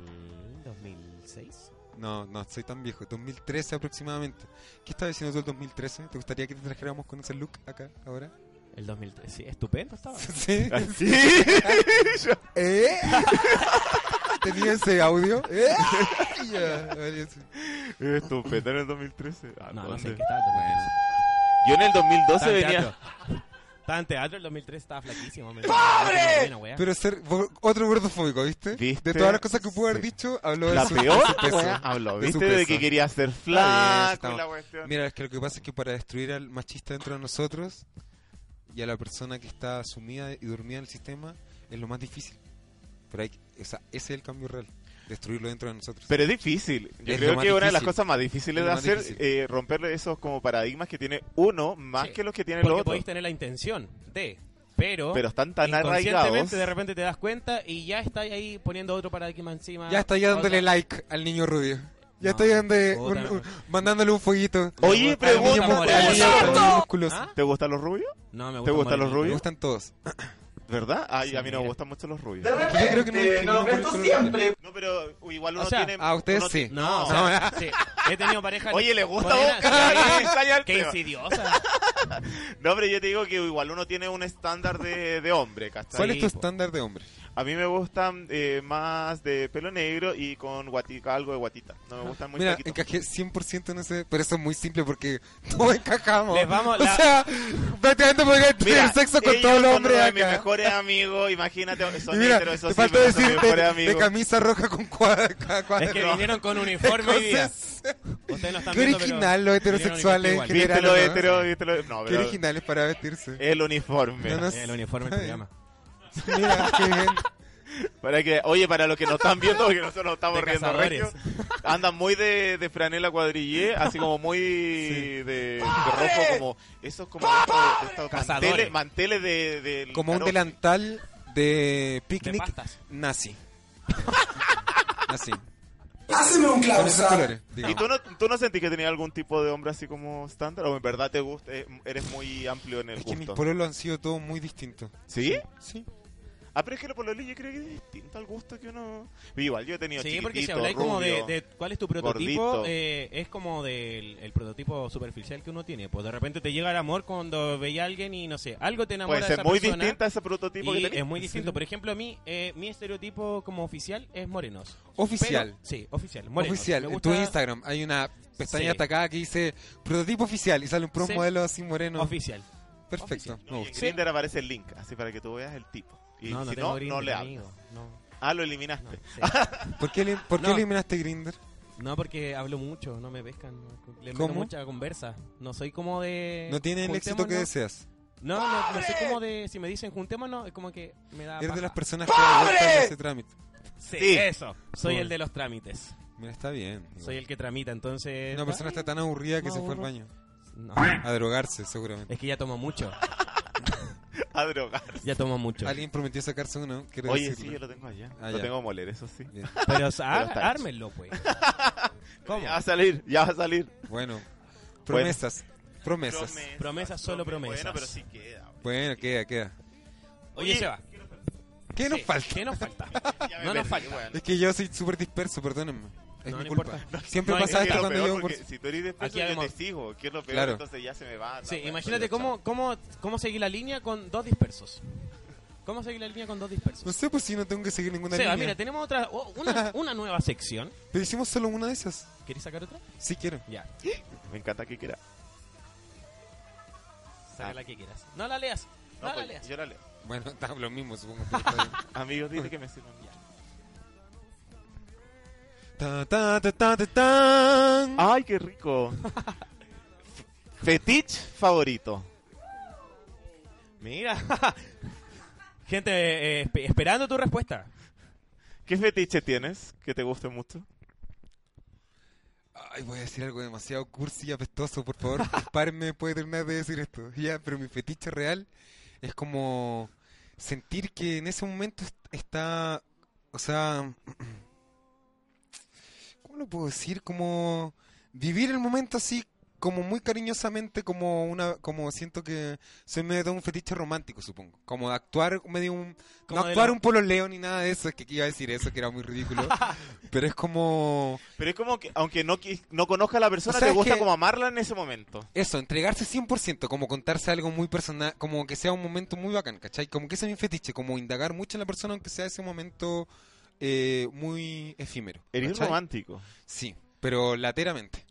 Speaker 2: 2006.
Speaker 8: No, no, soy tan viejo, 2013 aproximadamente. ¿Qué estaba diciendo tú el 2013? ¿Te gustaría que te trajéramos con ese look acá, ahora?
Speaker 2: El 2003. Sí, estupendo estaba.
Speaker 8: sí.
Speaker 3: Ah, ¿Sí?
Speaker 8: ¿Eh? ¿Tenía ese audio? ¿Eh? Ya, vale, sí.
Speaker 3: Estupendo en el 2013. Ah,
Speaker 2: No, no
Speaker 3: entonces-
Speaker 2: sé qué tal.
Speaker 3: Yo en el 2012
Speaker 2: Estaba en
Speaker 3: venía.
Speaker 2: teatro. Estaba en teatro el 2003, estaba flaquísimo. me-
Speaker 7: ¡Pobre!
Speaker 2: Buena wea.
Speaker 6: Pero ser vo- otro gordofóbico, ¿viste?
Speaker 3: ¿Viste?
Speaker 6: De todas las cosas que pudo haber
Speaker 3: Sí.
Speaker 6: dicho, habló de
Speaker 3: La
Speaker 6: su,
Speaker 3: peor
Speaker 6: de su peso.
Speaker 3: wea, habló,
Speaker 6: de su
Speaker 3: ¿viste? De
Speaker 6: peso.
Speaker 3: que quería ser
Speaker 6: Está bien,
Speaker 3: flaco y
Speaker 6: estamos-
Speaker 3: la cuestión.
Speaker 6: Mira, es que lo que pasa es que para destruir al machista dentro de nosotros y a la persona que está sumida y dormida en el sistema es lo más difícil. Pero hay, que- o sea, ese es el cambio real, destruirlo dentro de nosotros.
Speaker 3: Pero es difícil. Yo
Speaker 6: Es lo
Speaker 3: creo
Speaker 6: más
Speaker 3: que una de las
Speaker 6: difícil.
Speaker 3: cosas más difíciles
Speaker 6: Es
Speaker 3: de
Speaker 6: lo más
Speaker 3: hacer
Speaker 6: difícil.
Speaker 3: eh, romper esos como paradigmas que tiene uno más
Speaker 2: Sí.
Speaker 3: que los que tiene el
Speaker 2: Porque
Speaker 3: otro.
Speaker 2: podéis tener la intención de, pero...
Speaker 3: Pero están tan arraigados.
Speaker 2: inconscientemente de repente te das cuenta y ya estás ahí poniendo otro paradigma encima.
Speaker 6: ya está ya dándole
Speaker 2: Otra-
Speaker 6: like al niño rubio.
Speaker 2: No,
Speaker 6: Ya está ya dándole
Speaker 2: puta,
Speaker 6: un-
Speaker 2: no.
Speaker 6: un- mandándole un fueguito.
Speaker 3: Oye,
Speaker 2: gusta-
Speaker 6: Al niño
Speaker 3: pregunta.
Speaker 2: me gusta
Speaker 6: muscu- al niño- al niño musculoso.
Speaker 2: ¿Ah?
Speaker 3: ¿Te gustan los rubios?
Speaker 2: No, me
Speaker 3: ¿Te
Speaker 2: gusta
Speaker 3: gustan los
Speaker 2: Marilyn.
Speaker 6: Me
Speaker 3: rubios?
Speaker 6: gustan todos.
Speaker 3: ¿Verdad? Ay,
Speaker 2: Sí,
Speaker 3: a mí no me
Speaker 2: mira.
Speaker 3: gustan mucho los rubios.
Speaker 7: De repente,
Speaker 6: creo que no es que
Speaker 7: Este, no,
Speaker 6: no
Speaker 7: lo
Speaker 6: es
Speaker 7: ves tú
Speaker 6: solo-
Speaker 7: siempre.
Speaker 3: No, pero igual
Speaker 2: O
Speaker 3: uno
Speaker 2: sea,
Speaker 3: tiene.
Speaker 6: a ustedes
Speaker 3: uno
Speaker 6: sí.
Speaker 3: ti-
Speaker 2: No,
Speaker 3: No.
Speaker 2: o sea, sí, he tenido pareja.
Speaker 3: Oye, ¿le gusta a
Speaker 2: Morena,
Speaker 3: vos? Carla, que
Speaker 2: sí,
Speaker 3: se haya el
Speaker 2: Qué
Speaker 3: tema.
Speaker 2: insidiosa.
Speaker 3: No, pero yo te digo que igual uno tiene un estándar de, de hombre, ¿cachai?
Speaker 6: ¿Cuál es tu
Speaker 2: po.
Speaker 6: estándar de hombre?
Speaker 3: A mí me gustan eh, más de pelo negro y con guatica, algo de guatita. No me gustan muy
Speaker 6: Mira,
Speaker 3: flaquitos.
Speaker 6: encajé 100% en ese, pero eso es muy simple porque todos encajamos.
Speaker 2: Les vamos
Speaker 6: o
Speaker 2: la-
Speaker 6: sea, prácticamente podría tener
Speaker 3: Mira,
Speaker 6: sexo con
Speaker 3: ellos
Speaker 6: todos los
Speaker 3: son
Speaker 6: hombres
Speaker 3: uno de
Speaker 6: acá.
Speaker 3: mis mejores amigos, imagínate,
Speaker 6: Y
Speaker 3: son
Speaker 6: mira,
Speaker 3: heteros, eso
Speaker 6: te
Speaker 3: sí,
Speaker 6: falta
Speaker 3: pero son mis
Speaker 6: decir
Speaker 3: mejores
Speaker 6: de, de
Speaker 3: amigos.
Speaker 6: camisa roja con cuadra, cada cuadra.
Speaker 2: Es que
Speaker 3: No.
Speaker 2: vinieron con uniforme y día.
Speaker 6: Entonces,
Speaker 2: Ustedes no están
Speaker 6: qué
Speaker 2: viendo,
Speaker 6: original
Speaker 2: pero
Speaker 6: los heterosexuales
Speaker 2: vinieron igual.
Speaker 6: en
Speaker 3: Viste
Speaker 6: general,
Speaker 3: lo
Speaker 6: ¿no?
Speaker 3: hetero, viste lo... No,
Speaker 6: Qué
Speaker 3: pero Eh.
Speaker 6: originales para vestirse.
Speaker 3: el uniforme.
Speaker 6: No, no
Speaker 2: Eh, El uniforme del programa.
Speaker 6: Mira, qué bien.
Speaker 3: Para que, oye, para los que nos están viendo, porque nosotros nos estamos
Speaker 2: De
Speaker 3: riendo regio, andan muy de, de franela cuadrillé, así como muy de, de rojo, como esos como estos, estos
Speaker 2: Cazadores.
Speaker 3: manteles, manteles de, del
Speaker 6: Como un
Speaker 3: carote.
Speaker 6: delantal de
Speaker 2: De
Speaker 6: picnic
Speaker 2: pastas.
Speaker 6: nazi. Así.
Speaker 7: Haceme un
Speaker 6: Con esos
Speaker 7: clausal.
Speaker 6: colores. digamos.
Speaker 3: ¿Y tú no, tú no sentí que tenía algún tipo de hombre así como estándar? ¿O en verdad te gusta, eh, eres muy amplio en el
Speaker 6: Es que mis
Speaker 3: gusto?
Speaker 6: pololos han sido todos muy distintos.
Speaker 3: ¿Sí?
Speaker 6: Sí.
Speaker 3: Ah, pero es que lo pololeo yo creo que es distinto al gusto que uno... Igual, yo he tenido
Speaker 2: Sí,
Speaker 3: chiquitito,
Speaker 2: porque si habláis como de,
Speaker 3: rubio.
Speaker 2: de cuál es tu prototipo,
Speaker 3: gordito.
Speaker 2: eh, es como del el prototipo superficial que uno tiene. Pues de repente te llega el amor cuando veía a alguien y no sé, algo te enamora
Speaker 3: Puede
Speaker 2: de
Speaker 3: ser
Speaker 2: esa
Speaker 3: muy
Speaker 2: persona.
Speaker 3: distinta a ese prototipo que
Speaker 2: y
Speaker 3: tenía.
Speaker 2: es muy
Speaker 6: ¿En
Speaker 2: distinto.
Speaker 6: serio?
Speaker 2: Por ejemplo, a mí, eh, mi estereotipo como oficial es morenos.
Speaker 6: Oficial.
Speaker 2: Pero- sí, oficial. morenos.
Speaker 6: Oficial.
Speaker 2: Me
Speaker 6: En
Speaker 2: gusta-
Speaker 6: tu Instagram hay una pestaña
Speaker 2: Sí.
Speaker 6: atacada que dice prototipo oficial y sale un pro
Speaker 2: Sí.
Speaker 6: modelo así moreno.
Speaker 2: Oficial.
Speaker 6: Perfecto.
Speaker 3: No,
Speaker 6: Me
Speaker 3: y
Speaker 6: gusta.
Speaker 3: en Grindr aparece el link, así para que tú veas el tipo. Y
Speaker 2: no, no
Speaker 3: si
Speaker 2: tengo
Speaker 3: no, no
Speaker 2: Grindr,
Speaker 3: le hablas.
Speaker 2: amigo. No,
Speaker 3: Ah, lo eliminaste.
Speaker 2: no, sí.
Speaker 6: ¿Por qué, elim- por qué
Speaker 2: No.
Speaker 6: eliminaste Grinder?
Speaker 2: No, porque hablo mucho, no me pescan. no- Le meto
Speaker 6: ¿Cómo?
Speaker 2: mucha conversa. No soy como de.
Speaker 6: No tiene el éxito que
Speaker 2: Eh, juntémonos.
Speaker 6: deseas.
Speaker 2: No, no, no soy como de. Si me dicen juntémonos, es como que me da.
Speaker 6: Eres de
Speaker 2: paja.
Speaker 6: las personas que abortan ese trámite.
Speaker 2: Sí,
Speaker 3: Sí.
Speaker 2: eso. Soy
Speaker 6: Pobre.
Speaker 2: el de los trámites.
Speaker 6: Mira, está bien.
Speaker 2: Soy el que tramita, entonces.
Speaker 6: Una persona está tan aburrida que
Speaker 2: Me
Speaker 6: se fue al
Speaker 2: aburro.
Speaker 6: baño.
Speaker 2: No,
Speaker 6: A drogarse, seguramente.
Speaker 2: es que ya tomo mucho.
Speaker 3: A drogar.
Speaker 2: Ya tomo mucho.
Speaker 6: Alguien prometió sacarse uno. Quiero
Speaker 3: Oye,
Speaker 6: decirlo.
Speaker 3: sí, yo lo tengo allá.
Speaker 6: Ah,
Speaker 3: lo
Speaker 6: ya.
Speaker 3: tengo a moler, eso sí.
Speaker 6: Bien.
Speaker 2: Pero,
Speaker 3: Pero está hecho.
Speaker 2: ármenlo, pues. ¿Cómo?
Speaker 3: Ya va a salir, ya va a salir.
Speaker 6: Bueno, promesas. Promesas.
Speaker 3: Promesas,
Speaker 2: Promesas, solo promesas.
Speaker 3: Bueno, pero sí queda. güey.
Speaker 6: Bueno, queda, queda.
Speaker 2: Oye, Seba.
Speaker 6: ¿Qué nos
Speaker 2: sí,
Speaker 6: falta?
Speaker 2: ¿Qué nos falta?
Speaker 3: Ya me
Speaker 2: No nos
Speaker 3: perdí,
Speaker 2: falta.
Speaker 3: güey.
Speaker 6: Es que yo soy súper disperso, perdónenme. Es
Speaker 2: No,
Speaker 6: mi
Speaker 2: no
Speaker 6: culpa.
Speaker 2: importa.
Speaker 6: Siempre
Speaker 2: No,
Speaker 3: Es
Speaker 2: pasa
Speaker 6: pasa
Speaker 3: que
Speaker 6: esto
Speaker 3: lo
Speaker 6: cuando
Speaker 3: peor,
Speaker 6: yo...
Speaker 3: porque
Speaker 6: por-
Speaker 3: si tú eres
Speaker 2: Aquí
Speaker 3: después, yo te
Speaker 2: hagamos-
Speaker 3: sigo. ¿Qué es lo peor?
Speaker 6: Claro.
Speaker 3: Entonces ya se me va. la
Speaker 2: Sí,
Speaker 3: güey,
Speaker 2: imagínate
Speaker 3: soy yo,
Speaker 2: cómo, cómo, cómo seguir la línea con dos dispersos. ¿Cómo seguir la línea con dos dispersos?
Speaker 6: No sé, pues si no tengo que seguir ninguna
Speaker 2: Seba,
Speaker 6: línea.
Speaker 2: mira, tenemos otra, o- una, una nueva sección.
Speaker 6: Pero hicimos solo una de esas.
Speaker 2: ¿Querés sacar otra?
Speaker 6: Sí quiero.
Speaker 2: Ya.
Speaker 3: chao. Me encanta que quiera.
Speaker 2: Saca la que quieras. No la leas. No,
Speaker 3: Ah. No,
Speaker 2: la
Speaker 3: pues,
Speaker 2: leas.
Speaker 3: yo la leo.
Speaker 6: Bueno, está lo mismo, supongo. pero está bien.
Speaker 3: Amigos, dile que me sirven.
Speaker 6: Ta, ta, ta, ta, ta, tan.
Speaker 3: Ay, qué rico. Fetich favorito.
Speaker 2: Mira. Gente, eh, espe- esperando tu respuesta.
Speaker 3: ¿Qué fetiche tienes que te guste mucho?
Speaker 6: Ay, voy a decir algo demasiado cursi y apestoso, por favor. Párme después de terminar de decir esto. Ya, pero mi fetiche real es como sentir que en ese momento est- está, o sea, ¿cómo lo puedo decir? Como vivir el momento así, como muy cariñosamente, como una, como siento que soy medio de un fetiche romántico, supongo. Como de actuar medio un, no
Speaker 2: Como de
Speaker 6: actuar
Speaker 2: lo-
Speaker 6: un pololeo ni nada de eso, es que iba a decir eso, que era muy ridículo. Pero es como
Speaker 3: Pero es como que, aunque no, qui- no conozca a la persona,
Speaker 6: O sea,
Speaker 3: te
Speaker 6: es
Speaker 3: gusta
Speaker 6: que-
Speaker 3: como amarla en ese momento.
Speaker 6: Eso, entregarse 100%, como contarse algo muy personal, como que sea un momento muy bacán, ¿cachai? Como que ese es mi fetiche, como indagar mucho en la persona, aunque sea ese momento eh, muy efímero.
Speaker 3: Eres
Speaker 6: ¿cachai?
Speaker 3: romántico.
Speaker 6: Sí, pero lateramente.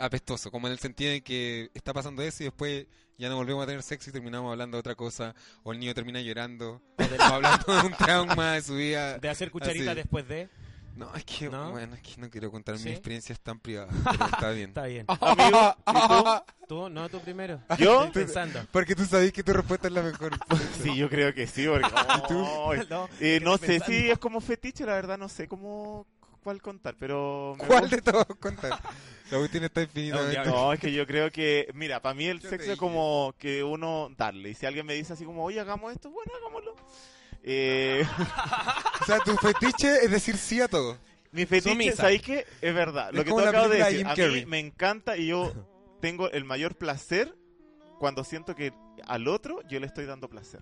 Speaker 6: apestoso, como en el sentido de que está pasando eso y después ya no volvemos a tener sexo y terminamos hablando de otra cosa, o el niño termina llorando, o hablando de un trauma de su vida.
Speaker 2: De
Speaker 3: Ah,
Speaker 2: hacer cucharitas
Speaker 6: Así.
Speaker 2: después de.
Speaker 6: No, es que,
Speaker 2: ¿No?
Speaker 6: bueno, es que no quiero contar
Speaker 2: ¿Sí?
Speaker 6: mis experiencias tan privadas, pero está bien.
Speaker 2: Está bien.
Speaker 3: Amigo,
Speaker 2: Tú, no, tú primero.
Speaker 3: Ah. ¿Yo?
Speaker 2: Estoy pensando.
Speaker 6: Porque tú sabes que tu respuesta es la mejor.
Speaker 3: sí, yo creo que sí, porque... Ay,
Speaker 2: No,
Speaker 3: eh, no
Speaker 2: estoy
Speaker 3: sé
Speaker 2: pensando.
Speaker 3: si es como fetiche, la verdad, no sé cómo cuál contar, pero... me
Speaker 6: ¿Cuál
Speaker 3: gusta.
Speaker 6: de todos contar? La última está
Speaker 2: No, ya
Speaker 6: infinitamente.
Speaker 3: No, es que yo creo que, mira, para mí el
Speaker 6: Yo te
Speaker 3: sexo
Speaker 6: dije.
Speaker 3: es como que uno darle. Y si alguien me dice así como, oye, hagamos esto, bueno, hagámoslo. Eh,
Speaker 6: O sea, tu fetiche es decir sí a todo.
Speaker 3: mi fetiche,
Speaker 2: Sumisa.
Speaker 3: ¿sabéis qué? Es verdad.
Speaker 6: Es
Speaker 3: Lo que tú
Speaker 6: como la
Speaker 3: acabas de
Speaker 6: película
Speaker 3: decir,
Speaker 6: de
Speaker 3: a
Speaker 6: Jim Carrey.
Speaker 3: mí me encanta y yo tengo el mayor placer cuando siento que al otro yo le estoy dando placer.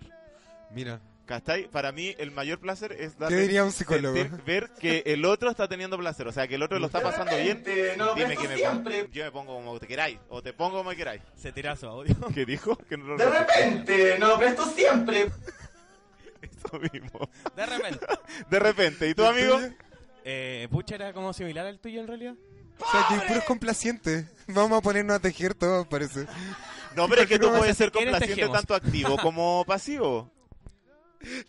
Speaker 6: Mira,
Speaker 3: ¿Cachai? Para mí el mayor placer es
Speaker 6: ¿qué
Speaker 3: darle
Speaker 6: diría un psicólogo?
Speaker 3: sentir- ver que el otro está teniendo placer, o sea, que el otro lo está pasando bien. Dime que me pongo, yo me pongo como te queráis, o te pongo como queráis.
Speaker 2: Se tira su audio.
Speaker 3: ¿Qué dijo? Que no lo
Speaker 7: De repente, no, pero esto siempre.
Speaker 3: Eso mismo.
Speaker 2: De repente.
Speaker 3: De repente. ¿Y tú, amigo?
Speaker 2: Eh, Pucha era como similar al tuyo en realidad.
Speaker 6: O sea, que hay puros complacientes. Vamos a ponernos a tejer todos, parece.
Speaker 3: No, pero es que tú
Speaker 2: Porque
Speaker 3: puedes
Speaker 2: si
Speaker 3: ser
Speaker 6: este
Speaker 2: quieres
Speaker 3: complaciente
Speaker 2: tejemos.
Speaker 3: tanto activo como pasivo.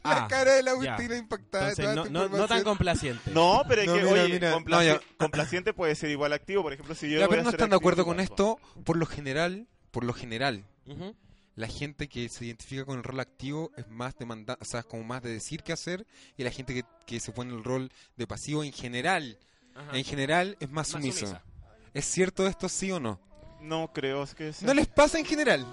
Speaker 6: La
Speaker 2: Ah,
Speaker 6: cara de la
Speaker 2: ya.
Speaker 6: Agustina impactada. de
Speaker 2: Entonces,
Speaker 6: toda
Speaker 2: no,
Speaker 6: esta
Speaker 2: no, no tan
Speaker 6: información.
Speaker 2: complaciente.
Speaker 3: No, pero es
Speaker 6: No,
Speaker 3: que,
Speaker 6: mira,
Speaker 3: oye,
Speaker 6: mira.
Speaker 3: complaci-
Speaker 6: No, ya.
Speaker 3: complaciente puede ser igual activo. Por ejemplo, si yo.
Speaker 6: Ya,
Speaker 3: voy
Speaker 6: pero
Speaker 3: a
Speaker 6: no
Speaker 3: ser
Speaker 6: están de
Speaker 3: activo
Speaker 6: acuerdo con
Speaker 3: igual,
Speaker 6: esto. Por lo general, por lo general,
Speaker 2: Ujú.
Speaker 6: la gente que se identifica con el rol activo es más demanda, o sea, es como más de decir que hacer, y la gente que, que se pone el rol de pasivo en general,
Speaker 2: Ajá.
Speaker 6: en general es más
Speaker 2: Más
Speaker 6: sumiso.
Speaker 2: sumisa.
Speaker 6: ¿Es cierto esto sí o no?
Speaker 3: No creo es que sea-
Speaker 6: ¿No les pasa en general?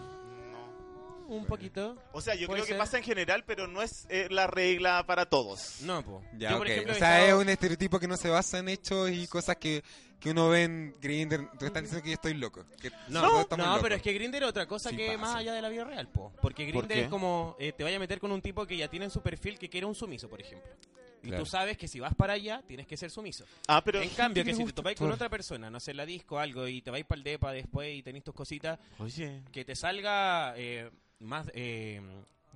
Speaker 3: No.
Speaker 2: Un poquito.
Speaker 3: O sea, yo
Speaker 2: Puede
Speaker 3: creo que
Speaker 2: ser.
Speaker 3: pasa en general, pero no es eh, la regla para todos.
Speaker 2: No, po.
Speaker 6: Ya,
Speaker 2: Yo,
Speaker 6: ok.
Speaker 2: por ejemplo,
Speaker 6: o
Speaker 2: he
Speaker 6: sea, es
Speaker 2: estado-
Speaker 6: un estereotipo que no se basa en hechos y cosas que, que uno ve en Grindr. Tú estás diciendo que yo estoy loco. que
Speaker 2: No,
Speaker 6: nosotros
Speaker 2: no,
Speaker 6: estamos locos.
Speaker 2: pero es que Grindr es otra cosa
Speaker 6: Sí
Speaker 2: que
Speaker 6: pasa.
Speaker 2: más allá de la vida real, po. Porque Grindr
Speaker 3: qué?
Speaker 2: es como eh, te vaya a meter con un tipo que ya tiene en su perfil que quiere un sumiso, por ejemplo. Y
Speaker 6: Claro.
Speaker 2: tú sabes que si vas para allá tienes que ser sumiso.
Speaker 3: Ah, pero.
Speaker 2: en cambio, que
Speaker 6: tiene
Speaker 2: si te
Speaker 6: gusto
Speaker 2: topáis con
Speaker 6: actuar.
Speaker 2: otra persona, no sé, en la disco o algo, y te vais para el depa después y tenés tus cositas,
Speaker 3: Oye.
Speaker 2: que te salga eh, más. eh,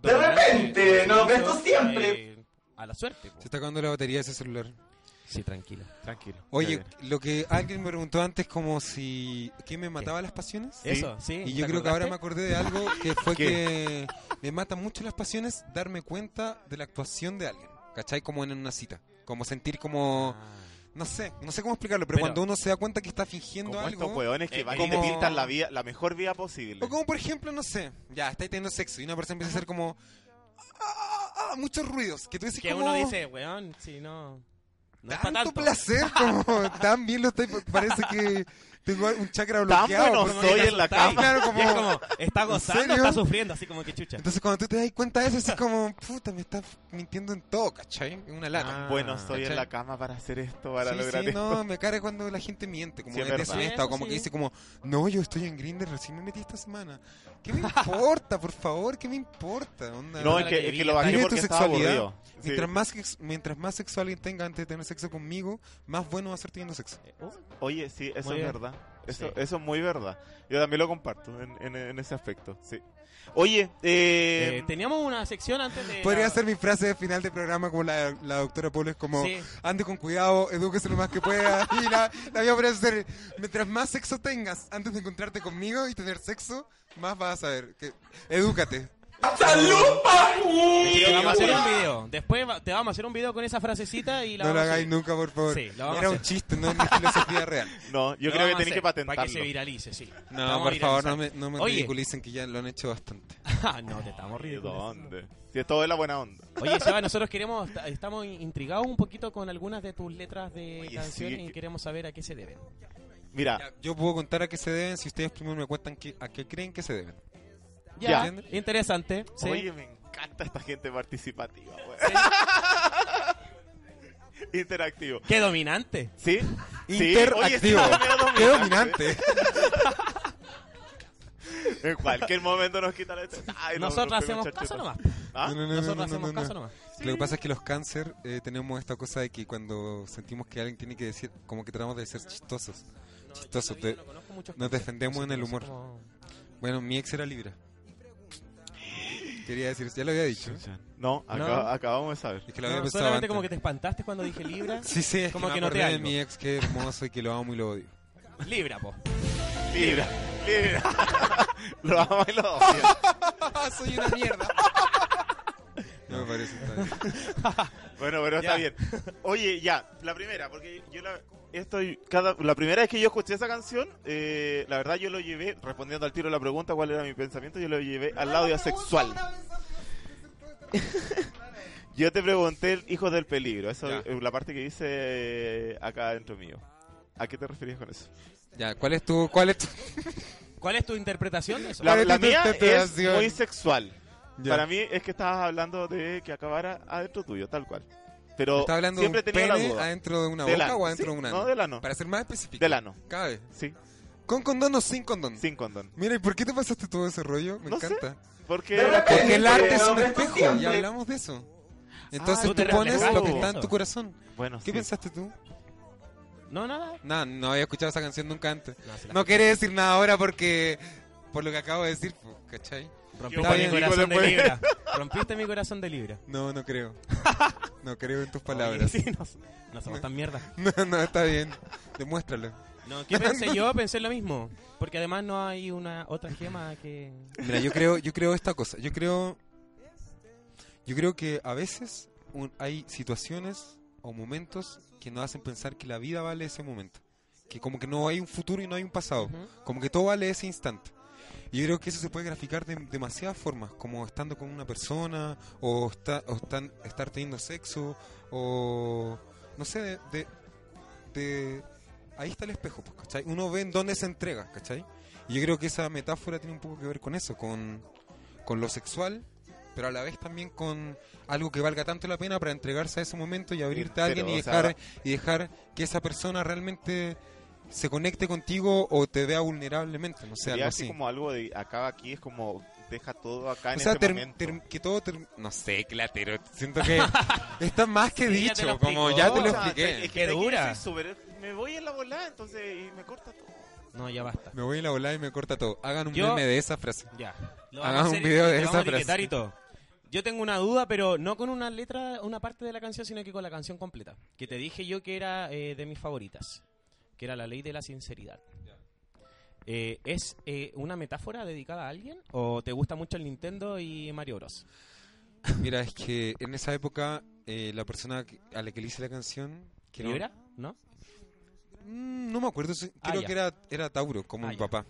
Speaker 7: De
Speaker 2: dominante,
Speaker 7: repente, no,
Speaker 2: sumiso,
Speaker 7: esto siempre.
Speaker 2: eh, a la suerte, po.
Speaker 6: Se está acabando la batería de ese celular.
Speaker 2: Sí, tranquilo.
Speaker 3: Tranquilo.
Speaker 6: Oye, lo que alguien me preguntó antes, como si. ¿Qué me mataba las pasiones?
Speaker 2: Eso, sí.
Speaker 6: Y
Speaker 2: ¿Eh? ¿te
Speaker 6: yo creo que ahora me
Speaker 2: acordaste?
Speaker 6: acordé de algo que fue
Speaker 3: ¿Qué?
Speaker 6: que me mata mucho las pasiones darme cuenta de la actuación de alguien. ¿Cachai? Como en una cita. Como sentir como... No sé, no sé cómo explicarlo, pero,
Speaker 2: Ah. Pero-
Speaker 6: cuando uno se da cuenta que está fingiendo
Speaker 3: Como
Speaker 6: algo...
Speaker 3: estos hueones que
Speaker 2: Eh,
Speaker 3: van y
Speaker 6: como-
Speaker 3: te pintan la, vía, la mejor vía posible.
Speaker 6: O como por ejemplo, no sé, ya, estáis teniendo sexo y una persona empieza a hacer como... ah, ah, ah, muchos ruidos. Que tú dices
Speaker 2: Que
Speaker 6: como...
Speaker 2: uno dice, weón, si no. No es
Speaker 6: Tanto,
Speaker 2: para tanto.
Speaker 6: placer como tan bien lo estoy... Parece que tengo un chakra
Speaker 3: Tan
Speaker 6: bloqueado.
Speaker 3: bueno
Speaker 6: porque-
Speaker 3: soy en la
Speaker 2: asustáis.
Speaker 3: cama.
Speaker 6: Claro, como-
Speaker 2: Y es como, está
Speaker 6: serio?
Speaker 2: gozando, está sufriendo, así como que chucha.
Speaker 6: Entonces cuando tú te das cuenta de eso, es como, puta, me estás mintiendo en todo, ¿cachai? Es una lata.
Speaker 2: Ah,
Speaker 3: Bueno, estoy en
Speaker 6: ¿cachai?
Speaker 3: la cama para hacer esto, para
Speaker 6: sí,
Speaker 3: lograr
Speaker 6: sí,
Speaker 3: esto.
Speaker 6: no, me carga cuando la gente miente, como
Speaker 3: Sí, es
Speaker 6: es
Speaker 3: verdad.
Speaker 6: deshonesta, o como
Speaker 2: Sí.
Speaker 6: que dice como, no, yo estoy en Grindr, recién me metí esta semana. ¿Qué me importa, por favor? ¿Qué me importa? Onda,
Speaker 3: No, es
Speaker 2: la
Speaker 3: que,
Speaker 2: que
Speaker 3: es que lo
Speaker 2: vi.
Speaker 3: bajé
Speaker 6: Vive tu
Speaker 3: porque estaba
Speaker 6: sexualidad.
Speaker 3: aburrido. Sí.
Speaker 6: Mientras, más, ex- mientras más sexual alguien tenga antes de tener sexo conmigo, más bueno va a ser teniendo sexo.
Speaker 2: Eh, Oh,
Speaker 3: Oye, sí, eso
Speaker 2: Muy
Speaker 3: es
Speaker 2: bien.
Speaker 3: verdad. Eso,
Speaker 2: Sí.
Speaker 3: eso es muy verdad. Yo también lo comparto en, en- en ese aspecto, sí. Oye, eh,
Speaker 2: Eh, teníamos una sección antes de.
Speaker 6: Em, Podría
Speaker 2: la-
Speaker 6: ser mi frase de final de programa como la, la doctora Polo, es como,
Speaker 2: Sí.
Speaker 6: ande con cuidado, edúquese lo más que pueda. Y la, la voy a poner a hacer, mientras más sexo tengas antes de encontrarte conmigo y tener sexo, más vas a saber. Que, edúcate.
Speaker 7: ¡Salupa!
Speaker 2: Sí, vamos a hacer un video. Después va- te vamos a hacer un video con esa frasecita y la
Speaker 6: no lo
Speaker 2: vamos a
Speaker 6: hagáis
Speaker 2: subir.
Speaker 6: nunca, por favor.
Speaker 2: Sí, lo vamos a
Speaker 6: Era un
Speaker 2: hacer.
Speaker 6: chiste, no es mi filosofía real.
Speaker 3: no, yo
Speaker 2: Lo
Speaker 3: creo que
Speaker 2: vamos a
Speaker 3: tenés que
Speaker 2: hacer Para que se
Speaker 3: patentarlo.
Speaker 2: viralice, sí. Te
Speaker 6: No,
Speaker 2: vamos a
Speaker 6: por favor, no me,
Speaker 2: viralizar.
Speaker 6: no me
Speaker 2: Oye.
Speaker 6: ridiculicen que ya lo han hecho bastante.
Speaker 2: Ah, no, te estamos riendo.
Speaker 3: ¿Dónde? Si es todo de la buena onda.
Speaker 2: Oye, Seba, nosotros queremos. ta- Estamos in- intrigados un poquito con algunas de tus letras de
Speaker 3: Oye,
Speaker 2: canciones
Speaker 3: sí,
Speaker 2: y
Speaker 3: que-
Speaker 2: queremos saber a qué se deben.
Speaker 3: Mira,
Speaker 6: Yo puedo contar a qué se deben si ustedes primero me cuentan que- a qué creen que se deben.
Speaker 2: Ya,
Speaker 6: Ya.
Speaker 2: interesante. sí.
Speaker 3: oye, me encanta esta gente participativa, güey. Interactivo.
Speaker 2: Qué dominante.
Speaker 3: ¿Sí? Sí, oye, sí,
Speaker 6: Interactivo.
Speaker 3: medio
Speaker 6: Qué
Speaker 3: dominante.
Speaker 6: dominante.
Speaker 3: En cualquier momento nos quitan la Ay, no,
Speaker 2: Nosotros
Speaker 3: no,
Speaker 2: hacemos
Speaker 3: muchachos.
Speaker 2: caso nomás.
Speaker 3: ¿Ah?
Speaker 6: No, no, no,
Speaker 2: Nosotros
Speaker 6: no, no,
Speaker 2: hacemos
Speaker 6: no, no.
Speaker 2: caso nomás.
Speaker 6: Lo que pasa es que los cáncer eh, tenemos esta cosa de que cuando sentimos que alguien tiene que decir, como que tratamos de ser chistosos. Chistoso, te- nos defendemos en el humor. Bueno, mi ex era Libra. Quería decir, ya lo había dicho.
Speaker 3: No, acá-
Speaker 2: No.
Speaker 3: acabamos de saber.
Speaker 6: Es que lo había pensado
Speaker 2: solamente
Speaker 6: antes.
Speaker 2: como que te espantaste cuando dije Libra.
Speaker 6: Sí, sí, es
Speaker 2: como
Speaker 6: que,
Speaker 2: que
Speaker 6: me
Speaker 2: no te
Speaker 6: acordé de
Speaker 2: algo.
Speaker 6: mi ex que es hermoso y que lo amo y lo odio.
Speaker 2: Libra, po.
Speaker 3: Libra, Libra. lo amo y lo odio.
Speaker 6: Soy una mierda. No me parece tan bien.
Speaker 3: Bueno, pero está
Speaker 2: Ya.
Speaker 3: bien. Oye, ya, la primera, porque yo la, esto, cada, la primera vez que yo escuché esa canción, eh, la verdad yo lo llevé, respondiendo al tiro a la pregunta cuál era mi pensamiento, yo lo llevé al lado sexual. yo te pregunté, el hijo del peligro, eso
Speaker 6: Ya.
Speaker 3: es la parte que dice eh, acá dentro mío. ¿A qué te referías con eso?
Speaker 6: Ya, ¿cuál es tu, cuál es tu,
Speaker 2: ¿Cuál es tu interpretación de eso?
Speaker 3: La,
Speaker 6: ¿Cuál es
Speaker 3: la
Speaker 6: tu
Speaker 3: mía es
Speaker 6: interpretación?
Speaker 3: muy sexual.
Speaker 6: Ya.
Speaker 3: Para mí es que estabas hablando de que acabara adentro tuyo, tal cual. Pero
Speaker 6: ¿Está hablando
Speaker 3: Oh, siempre
Speaker 6: de un
Speaker 3: tenía la
Speaker 6: pene
Speaker 3: duda.
Speaker 6: adentro de una
Speaker 3: Del
Speaker 6: boca
Speaker 3: ano.
Speaker 6: o adentro
Speaker 3: Sí,
Speaker 6: de un ano?
Speaker 3: no, del ano.
Speaker 6: Para ser más específico.
Speaker 3: Del ano,
Speaker 6: Cabe.
Speaker 3: sí.
Speaker 6: ¿Con condón o sin condón?
Speaker 3: Sin condón.
Speaker 6: Mira, ¿y por qué te pasaste todo ese rollo? Me
Speaker 3: No sé.
Speaker 6: encanta.
Speaker 3: Porque
Speaker 7: De repente-
Speaker 6: Porque el arte es
Speaker 7: Pero
Speaker 6: un
Speaker 7: de esto
Speaker 6: espejo,
Speaker 7: siempre.
Speaker 6: ya hablamos de eso. Entonces
Speaker 2: Ah, tú
Speaker 6: tú
Speaker 2: te
Speaker 6: pones
Speaker 2: reflejas
Speaker 6: lo que
Speaker 3: en
Speaker 6: está en
Speaker 2: eso.
Speaker 6: tu corazón.
Speaker 3: Bueno,
Speaker 6: ¿Qué
Speaker 3: sí.
Speaker 6: pensaste tú?
Speaker 2: No, nada.
Speaker 6: Nada, no había escuchado esa canción nunca antes.
Speaker 2: No, se la-
Speaker 6: No quiere decir nada ahora porque. Por lo que acabo de decir, po, ¿cachai?
Speaker 2: Rompiste
Speaker 6: Está
Speaker 2: mi
Speaker 6: bien,
Speaker 2: corazón de
Speaker 3: después.
Speaker 2: libra. Rompiste mi corazón de libra.
Speaker 6: No, no creo. No creo en tus
Speaker 2: Oye,
Speaker 6: palabras.
Speaker 2: sí, no, no somos tan mierda.
Speaker 6: No, no, está bien. Demuéstralo.
Speaker 2: No, ¿qué pensé yo? Pensé lo mismo. Porque además no hay una otra gema que...
Speaker 6: Mira, yo creo, yo creo esta cosa. Yo creo, yo creo que a veces un- hay situaciones o momentos que nos hacen pensar que la vida vale ese momento, que como que no hay un futuro y no hay un pasado,
Speaker 2: Ujú.
Speaker 6: como que todo vale ese instante. Y yo creo que eso se puede graficar de demasiadas formas, como estando con una persona o, está, o están, estar teniendo sexo o no sé, de, de- de- ahí está el espejo, pues, ¿cachai? Uno ve en dónde se entrega, ¿cachai? Y yo creo que esa metáfora tiene un poco que ver con eso, con, con lo sexual, pero a la vez también con algo que valga tanto la pena para entregarse a ese momento y abrirte a
Speaker 3: Pero,
Speaker 6: alguien y
Speaker 3: o sea,
Speaker 6: dejar, y dejar que esa persona realmente se conecte contigo o te vea vulnerablemente, no sé,
Speaker 3: Sería
Speaker 6: algo
Speaker 3: así
Speaker 6: así.
Speaker 3: como algo de acá aquí, es como deja todo acá
Speaker 6: O
Speaker 3: en
Speaker 6: sea,
Speaker 3: este
Speaker 6: term-
Speaker 3: momento.
Speaker 6: term- que todo... term- no sé, claro, siento que está más que
Speaker 2: Sí, ya te
Speaker 6: dicho,
Speaker 2: lo
Speaker 6: como
Speaker 2: explicó.
Speaker 6: ya te lo
Speaker 2: O sea,
Speaker 6: expliqué.
Speaker 3: Es
Speaker 2: Qué
Speaker 3: que de aquí
Speaker 2: dura.
Speaker 3: yo soy súper- me voy en la volada, entonces y me corta todo.
Speaker 2: No, ya basta.
Speaker 6: Me voy a la volada y me corta todo. Hagan un
Speaker 2: Yo-
Speaker 6: meme de esa frase.
Speaker 2: Ya. Lo
Speaker 6: Hagamos
Speaker 2: vamos a hacer
Speaker 6: un video
Speaker 2: y
Speaker 6: de
Speaker 2: te
Speaker 6: esa
Speaker 2: vamos a etiquetar
Speaker 6: frase.
Speaker 2: y todo. Yo tengo una duda, pero no con una letra, una parte de la canción, sino que con la canción completa. Que te dije yo que era eh, de mis favoritas. Que era la ley de la sinceridad. Eh, ¿Es eh, una metáfora dedicada a alguien? ¿O te gusta mucho el Nintendo y Mario Bros?
Speaker 6: Mira, es que en esa época eh, la persona que- a la que le hice la canción... que no-
Speaker 2: ¿Libra? ¿No?
Speaker 6: Mm, No me acuerdo, sí,
Speaker 2: Ah,
Speaker 6: creo
Speaker 2: ya.
Speaker 6: que era, era Tauro, como
Speaker 2: Ah,
Speaker 6: mi
Speaker 2: ya.
Speaker 6: papá.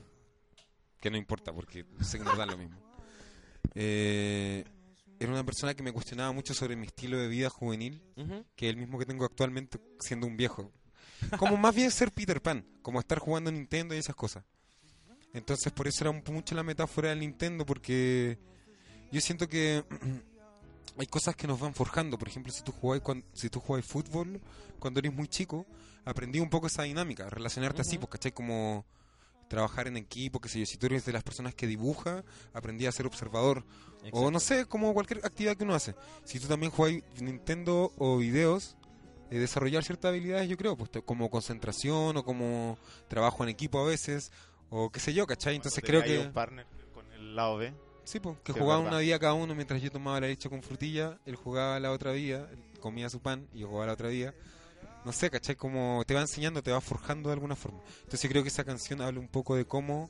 Speaker 6: Que no importa, porque sé que nos da lo mismo. Eh, era una persona que me cuestionaba mucho sobre mi estilo de vida juvenil,
Speaker 2: Ujú.
Speaker 6: que es el mismo que tengo actualmente siendo un viejo. Como más bien ser Peter Pan, como estar jugando a Nintendo y esas cosas. Entonces por eso era un- mucho la metáfora del Nintendo, porque yo siento que hay cosas que nos van forjando. Por ejemplo, si tú jugás, cuan- si tú jugás fútbol cuando eres muy chico, aprendí un poco esa dinámica, relacionarte así,
Speaker 2: Ujú.
Speaker 6: pues, ¿cachai? Como trabajar en equipo, que sé yo, si tú eres de las personas que dibuja, aprendí a ser observador. O no sé, como cualquier actividad que uno hace. Si tú también juegas Nintendo o videos, eh, desarrollar ciertas habilidades, yo creo, pues te- como concentración o como trabajo en equipo a veces, o qué sé yo, ¿cachai? Entonces
Speaker 3: Cuando
Speaker 6: creo
Speaker 3: tenía ahí
Speaker 6: que...
Speaker 3: un partner con el lado B.
Speaker 6: Sí, pues, que
Speaker 3: Sí, es
Speaker 6: jugaba
Speaker 3: verdad.
Speaker 6: una vida cada uno mientras yo tomaba la leche con frutilla, él jugaba la otra vida, él comía su pan y yo jugaba la otra vida. No sé, ¿cachai? Como te va enseñando, te va forjando de alguna forma. Entonces yo creo que esa canción habla un poco de cómo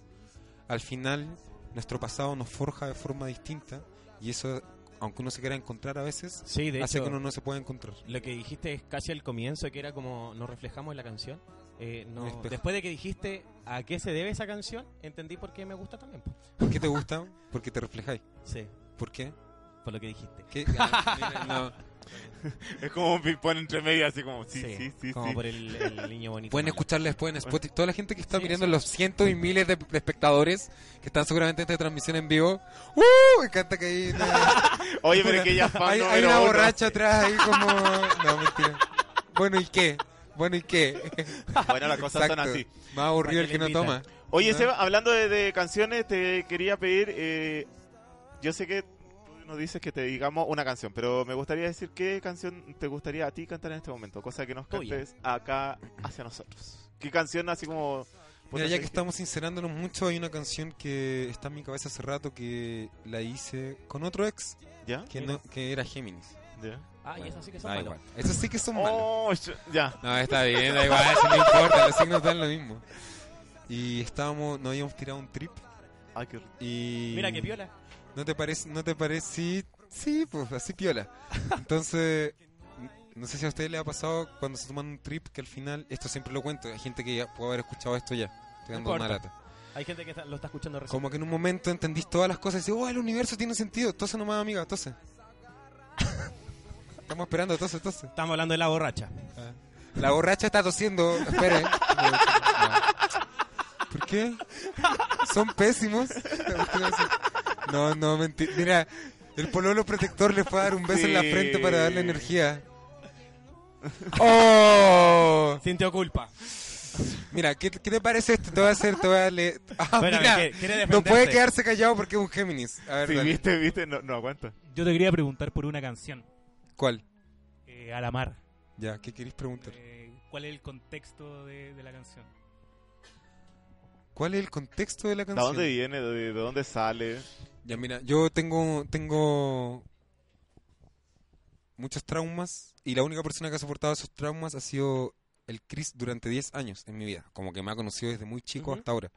Speaker 6: al final nuestro pasado nos forja de forma distinta y eso, aunque uno se quiera encontrar a veces,
Speaker 2: Sí, de
Speaker 6: hace
Speaker 2: hecho,
Speaker 6: que uno no se pueda encontrar.
Speaker 2: lo que dijiste es casi al comienzo, que era como nos reflejamos en la canción. Eh, no-
Speaker 6: Un espejo.
Speaker 2: después de que dijiste a qué se debe esa canción, entendí por qué me gusta también. po.
Speaker 6: ¿Por qué te gusta? Porque te reflejáis.
Speaker 2: Sí,
Speaker 6: ¿Por qué?
Speaker 2: por lo que dijiste.
Speaker 6: ¿Qué? Ah, mira, no.
Speaker 3: Es como un ping-pong entre medias, así como sí, sí, sí. sí,
Speaker 2: como por el, el niño bonito.
Speaker 6: Pueden
Speaker 2: ¿no?
Speaker 6: escucharla después en Spotify. Toda la gente que está
Speaker 2: Sí,
Speaker 6: mirando,
Speaker 2: sí.
Speaker 6: los cientos y miles de, de espectadores que están seguramente en esta transmisión en vivo. ¡Uh! Me encanta que hay una,
Speaker 3: Oye, pero es que ya fan
Speaker 6: hay, hay
Speaker 3: número
Speaker 6: una
Speaker 3: uno.
Speaker 6: borracha atrás ahí como... No, mentira. Bueno, ¿y qué? Bueno, ¿y qué?
Speaker 3: Bueno, las cosas son
Speaker 6: Exacto.
Speaker 3: así.
Speaker 6: Más
Speaker 2: ¿Para
Speaker 6: aburrido el
Speaker 2: qué
Speaker 6: que
Speaker 2: le
Speaker 6: no toma.
Speaker 2: invitan?
Speaker 3: Oye,
Speaker 6: ¿No?
Speaker 3: Seba, hablando de, de canciones, te quería pedir. eh, yo sé que tú nos dices que te digamos una canción, pero me gustaría decir qué canción te gustaría a ti cantar en este momento, cosa que nos
Speaker 6: Oh,
Speaker 2: Tuya.
Speaker 3: cantes acá hacia nosotros. ¿Qué canción así como.?
Speaker 6: Mira,
Speaker 3: puta,
Speaker 6: ya
Speaker 3: sé
Speaker 6: que estamos sincerándonos mucho, hay una canción que está en mi cabeza hace rato que la hice con otro ex,
Speaker 3: ¿Ya?
Speaker 6: que, no, que era Géminis.
Speaker 3: ¿Ya?
Speaker 2: Ah, y eso sí que son
Speaker 6: Da
Speaker 2: malos.
Speaker 6: igual. Eso sí que son malos.
Speaker 3: Oh, yo- ya.
Speaker 6: No, está bien, da igual, si no importa, los signos dan lo mismo. Y estábamos, nos habíamos tirado un trip
Speaker 3: Ay, qué
Speaker 6: y...
Speaker 2: Mira que viola.
Speaker 6: ¿No te parece? ¿No te parece? Sí, sí, pues así piola. Entonces, n- no sé si a ustedes les ha pasado cuando se toman un trip que al final, esto siempre lo cuento, hay gente que ya puede haber escuchado esto ya, estoy
Speaker 2: No
Speaker 6: dando una
Speaker 2: importa.
Speaker 6: lata.
Speaker 2: Hay gente que está- lo está escuchando recién.
Speaker 6: Como que en un momento entendís todas las cosas y dices, oh, el universo tiene un sentido, entonces nomás amiga, entonces. Estamos esperando, entonces, entonces.
Speaker 2: Estamos hablando de la borracha.
Speaker 6: La borracha está tosiendo, espere. ¿Por qué? Son pésimos. No, no, mentira. Mira, el pololo protector le fue a dar un beso en la
Speaker 3: Sí.
Speaker 6: frente para darle energía. ¡Oh!
Speaker 2: Sintió culpa.
Speaker 6: Mira, ¿qué, qué te parece esto? Te voy a hacer, te voy a darle... Ah,
Speaker 2: Espérame,
Speaker 6: mira,
Speaker 2: ¿quiere- quiere
Speaker 6: no puede
Speaker 2: defenderse?
Speaker 6: quedarse callado porque es un Géminis. A ver,
Speaker 3: Sí,
Speaker 6: dale.
Speaker 3: viste, viste, no, no aguanta.
Speaker 9: Yo te quería preguntar por una canción,
Speaker 6: ¿Cuál?
Speaker 9: eh, A la mar.
Speaker 6: Ya, ¿qué queréis preguntar?
Speaker 9: Eh, ¿Cuál es el contexto de, de la canción?
Speaker 6: ¿Cuál es el contexto de la
Speaker 3: ¿De
Speaker 6: canción?
Speaker 3: dónde viene? ¿De, de dónde sale?
Speaker 6: Ya mira, yo tengo tengo muchos traumas y la única persona que ha soportado esos traumas ha sido el Chris durante 10 años en mi vida, como que me ha conocido desde muy chico hasta ahora.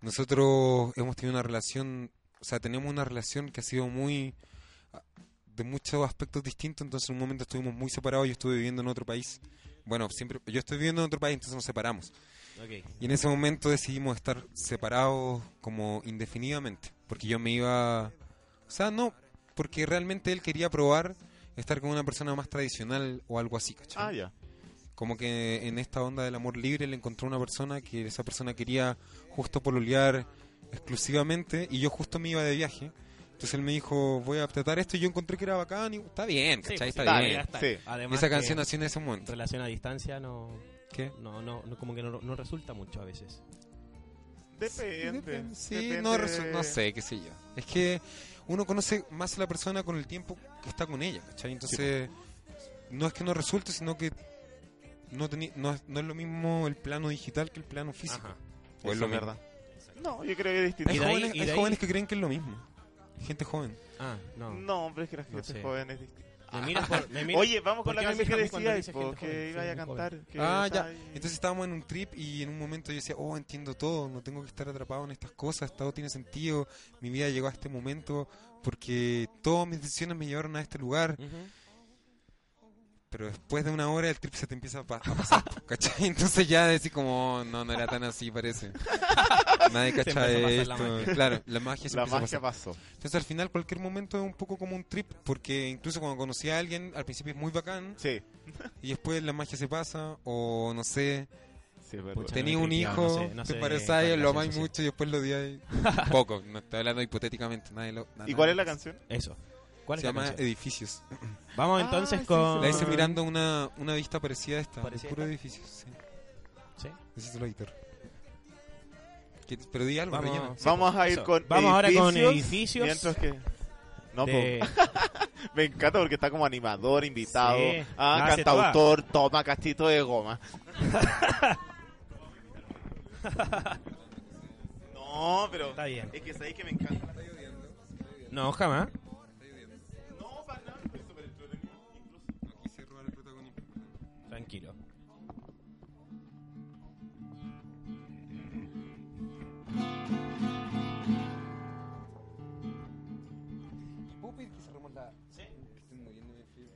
Speaker 6: Nosotros hemos tenido una relación, o sea, tenemos una relación que ha sido muy ah, de muchos aspectos distintos, entonces en un momento estuvimos muy separados, yo estuve viviendo en otro país. Bueno, siempre yo estoy viviendo en otro país, entonces nos separamos.
Speaker 2: Ok.
Speaker 6: Y en ese momento decidimos estar separados como indefinidamente, porque yo me iba... O sea, no, porque realmente él quería probar estar con una persona más tradicional o algo así,
Speaker 3: Ah,
Speaker 6: ¿cachai?
Speaker 3: ya.
Speaker 6: Como que en esta onda del amor libre le encontró una persona que esa persona quería justo pololear exclusivamente y yo justo me iba de viaje. Entonces él me dijo, voy a tratar esto y yo encontré que era bacán y está bien,
Speaker 2: Sí,
Speaker 6: ¿cachai?
Speaker 2: pues,
Speaker 6: está,
Speaker 2: sí,
Speaker 6: bien.
Speaker 2: ya está.
Speaker 3: sí.
Speaker 6: Y
Speaker 2: Además
Speaker 6: esa
Speaker 2: que
Speaker 6: canción nació en ese momento.
Speaker 2: relación a distancia no,
Speaker 6: ¿Qué?
Speaker 2: no, no, no- como que no, no resulta mucho a veces.
Speaker 3: Depende.
Speaker 6: Sí,
Speaker 3: depende
Speaker 6: no, resu-
Speaker 3: de-
Speaker 6: no sé, qué sé yo. Es que uno conoce más a la persona con el tiempo que está con ella, ¿cachai? Entonces, no es que no resulte, sino que no, teni- no, es- no es lo mismo el plano digital que el plano físico.
Speaker 2: Ajá.
Speaker 6: O es
Speaker 3: Eso
Speaker 6: lo
Speaker 3: es
Speaker 6: mismo.
Speaker 3: verdad. No, yo creo que es distinto.
Speaker 6: Hay,
Speaker 2: Y de ahí-
Speaker 6: jóvenes,
Speaker 2: y
Speaker 6: hay
Speaker 2: de ahí-
Speaker 6: jóvenes que creen que es lo mismo. Gente joven.
Speaker 2: Ah, no.
Speaker 3: No, hombre, es que la gente
Speaker 2: sé.
Speaker 3: joven es distinta.
Speaker 2: Me miras por- me miras-
Speaker 3: Oye, vamos
Speaker 2: ¿por
Speaker 3: con la
Speaker 2: qué me
Speaker 3: misma que
Speaker 2: fijas a mí cuando
Speaker 3: decías,
Speaker 2: dices
Speaker 3: po,
Speaker 2: gente
Speaker 3: que
Speaker 2: joven?
Speaker 3: iba
Speaker 2: Soy
Speaker 3: a
Speaker 2: muy joven.
Speaker 3: cantar. que
Speaker 6: ah,
Speaker 3: está
Speaker 6: ya.
Speaker 3: ahí.
Speaker 6: Entonces estábamos en un trip y en un momento yo decía, oh, entiendo todo, no tengo que estar atrapado en estas cosas, todo tiene sentido, mi vida llegó a este momento porque todas mis decisiones me llevaron a este lugar.
Speaker 2: Ujú.
Speaker 6: Pero después de una hora el trip se te empieza a, pa- a pasar, ¿cachai? Entonces ya decís como, "Oh, no, no era tan así, parece. Nadie
Speaker 2: Te
Speaker 6: cacha
Speaker 2: empieza a pasar la
Speaker 6: esto. claro, la magia se
Speaker 3: La
Speaker 6: empieza a
Speaker 3: magia
Speaker 6: pasar.
Speaker 3: pasó.
Speaker 6: Entonces al final cualquier momento es un poco como un trip, porque incluso cuando conocí a alguien, al principio es muy bacán,
Speaker 3: Sí,
Speaker 6: y después la magia se pasa, o no sé,
Speaker 3: sí, es verdad.
Speaker 2: Pucha,
Speaker 6: tenía
Speaker 2: no,
Speaker 6: un
Speaker 2: ya,
Speaker 6: hijo,
Speaker 2: no sé, no
Speaker 6: te
Speaker 2: sé,
Speaker 6: pareces,
Speaker 2: cuál
Speaker 6: lo
Speaker 2: es la
Speaker 6: amáis
Speaker 2: sensación.
Speaker 6: mucho y después lo odiáis. poco, no estoy hablando hipotéticamente, nadie lo...
Speaker 3: ¿Y cuál
Speaker 6: nadie
Speaker 3: es la
Speaker 6: lo-
Speaker 3: canción?
Speaker 2: Eso. ¿Cuál
Speaker 6: Se
Speaker 2: es la
Speaker 6: llama
Speaker 2: canción?
Speaker 6: Edificios.
Speaker 2: Vamos
Speaker 3: Ah,
Speaker 2: entonces
Speaker 3: sí, sí,
Speaker 2: con.
Speaker 6: La hice mirando una, una vista parecida a esta, de
Speaker 2: Ah. ¿Parecida
Speaker 6: puro
Speaker 2: a
Speaker 6: edificios, sí.
Speaker 2: Sí.
Speaker 6: Necesito la guitarra. ¿Qué- Pero di algo,
Speaker 2: Vamos.
Speaker 6: rellena.
Speaker 3: Vamos a ir
Speaker 2: Eso.
Speaker 3: con
Speaker 2: Vamos ahora con
Speaker 3: edificios,
Speaker 2: Edificios.
Speaker 3: Mientras que... No,
Speaker 2: de-
Speaker 3: po, me encanta porque está como animador, invitado,
Speaker 2: Sí.
Speaker 3: ah,
Speaker 2: La hace
Speaker 3: cantautor, toma castito de goma. no, pero
Speaker 2: Está bien.
Speaker 3: es que sabéis que me encanta.
Speaker 2: No, jamás.
Speaker 3: No, para nada, es súper entretenido, incluso.
Speaker 2: Tranquilo.
Speaker 6: ¿Puedo pedir que cerremos la...? Sí. Estoy muriendo de frío.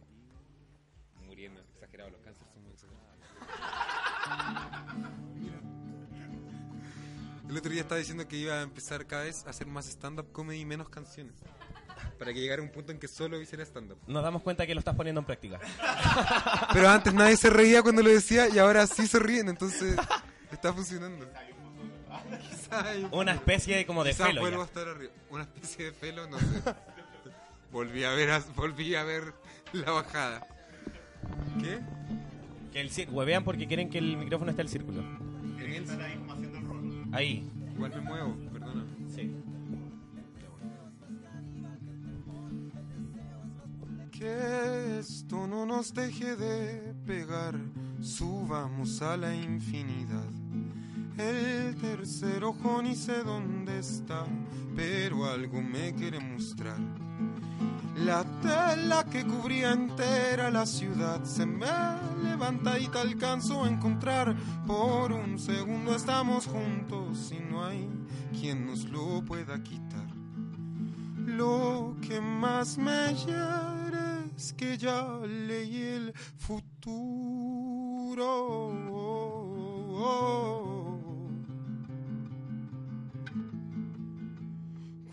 Speaker 6: Muriendo, exagerado, los cánceres son muy exagerados. El otro día estaba diciendo que iba a empezar cada vez a hacer más stand-up comedy y menos canciones. Para que llegara un punto en que solo hiciera stand-up.
Speaker 2: Nos damos cuenta que lo estás poniendo en práctica.
Speaker 6: Pero antes nadie se reía cuando lo decía y ahora sí se ríen, entonces está funcionando. Quizá hay un-
Speaker 2: Una especie de como de
Speaker 6: Quizás
Speaker 2: pelo.
Speaker 6: vuelvo a estar arriba. Una especie de pelo, no sé. volví, a ver a- volví a ver la bajada. ¿Qué?
Speaker 2: Que el cir- huevean porque quieren que el micrófono esté al círculo. Ahí.
Speaker 6: Igual me muevo, perdona.
Speaker 2: Sí.
Speaker 6: Que esto no nos deje de pegar, subamos a la infinidad. El tercer ojo ni sé dónde está, pero algo me quiere mostrar. La tela que cubría entera la ciudad se me levanta y te alcanzo a encontrar. Por un segundo estamos juntos y no hay quien nos lo pueda quitar. Lo que más me hiere es que ya leí el futuro.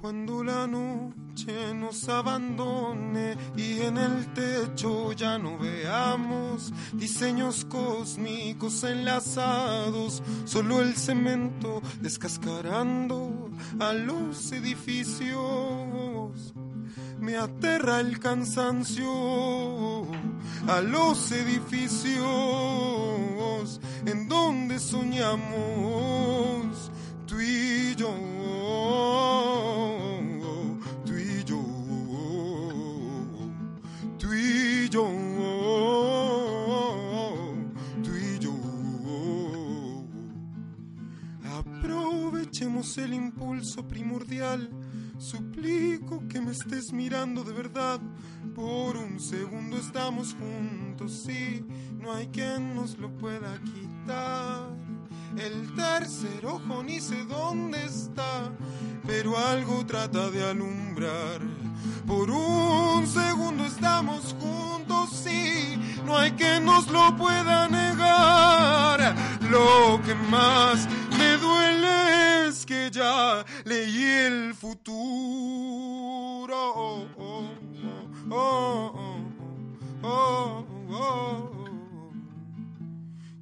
Speaker 6: Cuando la noche nos abandone y en el techo ya no veamos diseños cósmicos enlazados, solo el cemento descascarando a los edificios. Me aterra el cansancio a los edificios en donde soñamos tú y yo, tú y yo, tú y yo, tú y yo. Aprovechemos el impulso primordial. Suplico que me estés mirando de verdad. Por un segundo estamos juntos y no hay quien nos lo pueda quitar. El tercer ojo ni sé dónde está, pero algo trata de alumbrar. Por un segundo estamos juntos y no hay que nos lo pueda negar. Lo que más me duele es que ya leí el futuro. Oh, oh, oh, oh, oh, oh, oh, oh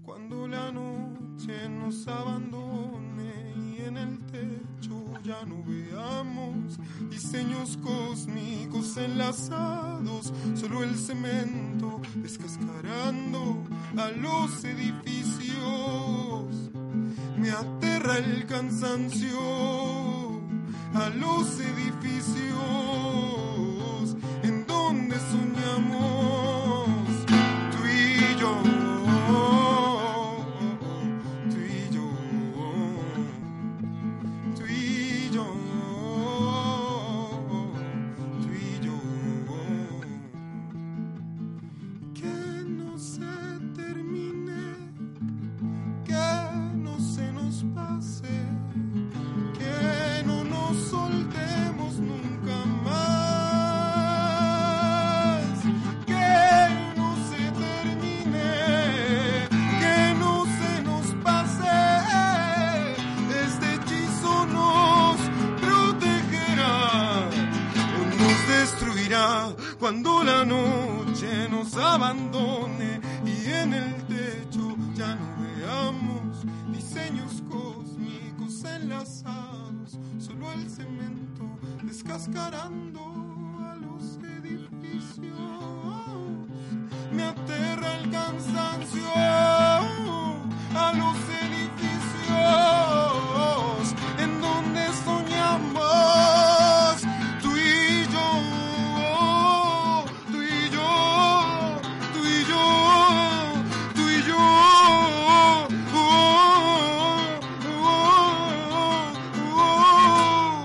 Speaker 6: cuando la noche nos abandone y en el techo ya no veamos diseños cósmicos enlazados, solo el cemento descascarando a los edificios. Me aterra el cansancio a los edificios en donde soñamos tú y yo, tú y yo, tú y yo, tú y yo, que no se termine, que no se nos pase, que no nos soltemos nunca más que no se termine, que no se nos pase. Este hechizo nos protegerá o nos destruirá cuando la noche nos abandone y en el techo ya no veamos diseños cósmicos enlazados, solo el cemento descascarando a los edificios. Me aterra el cansancio a los edificios en donde soñamos tú y yo, tú y yo, tú y yo, tú y yo. Oh, oh, oh, oh, oh.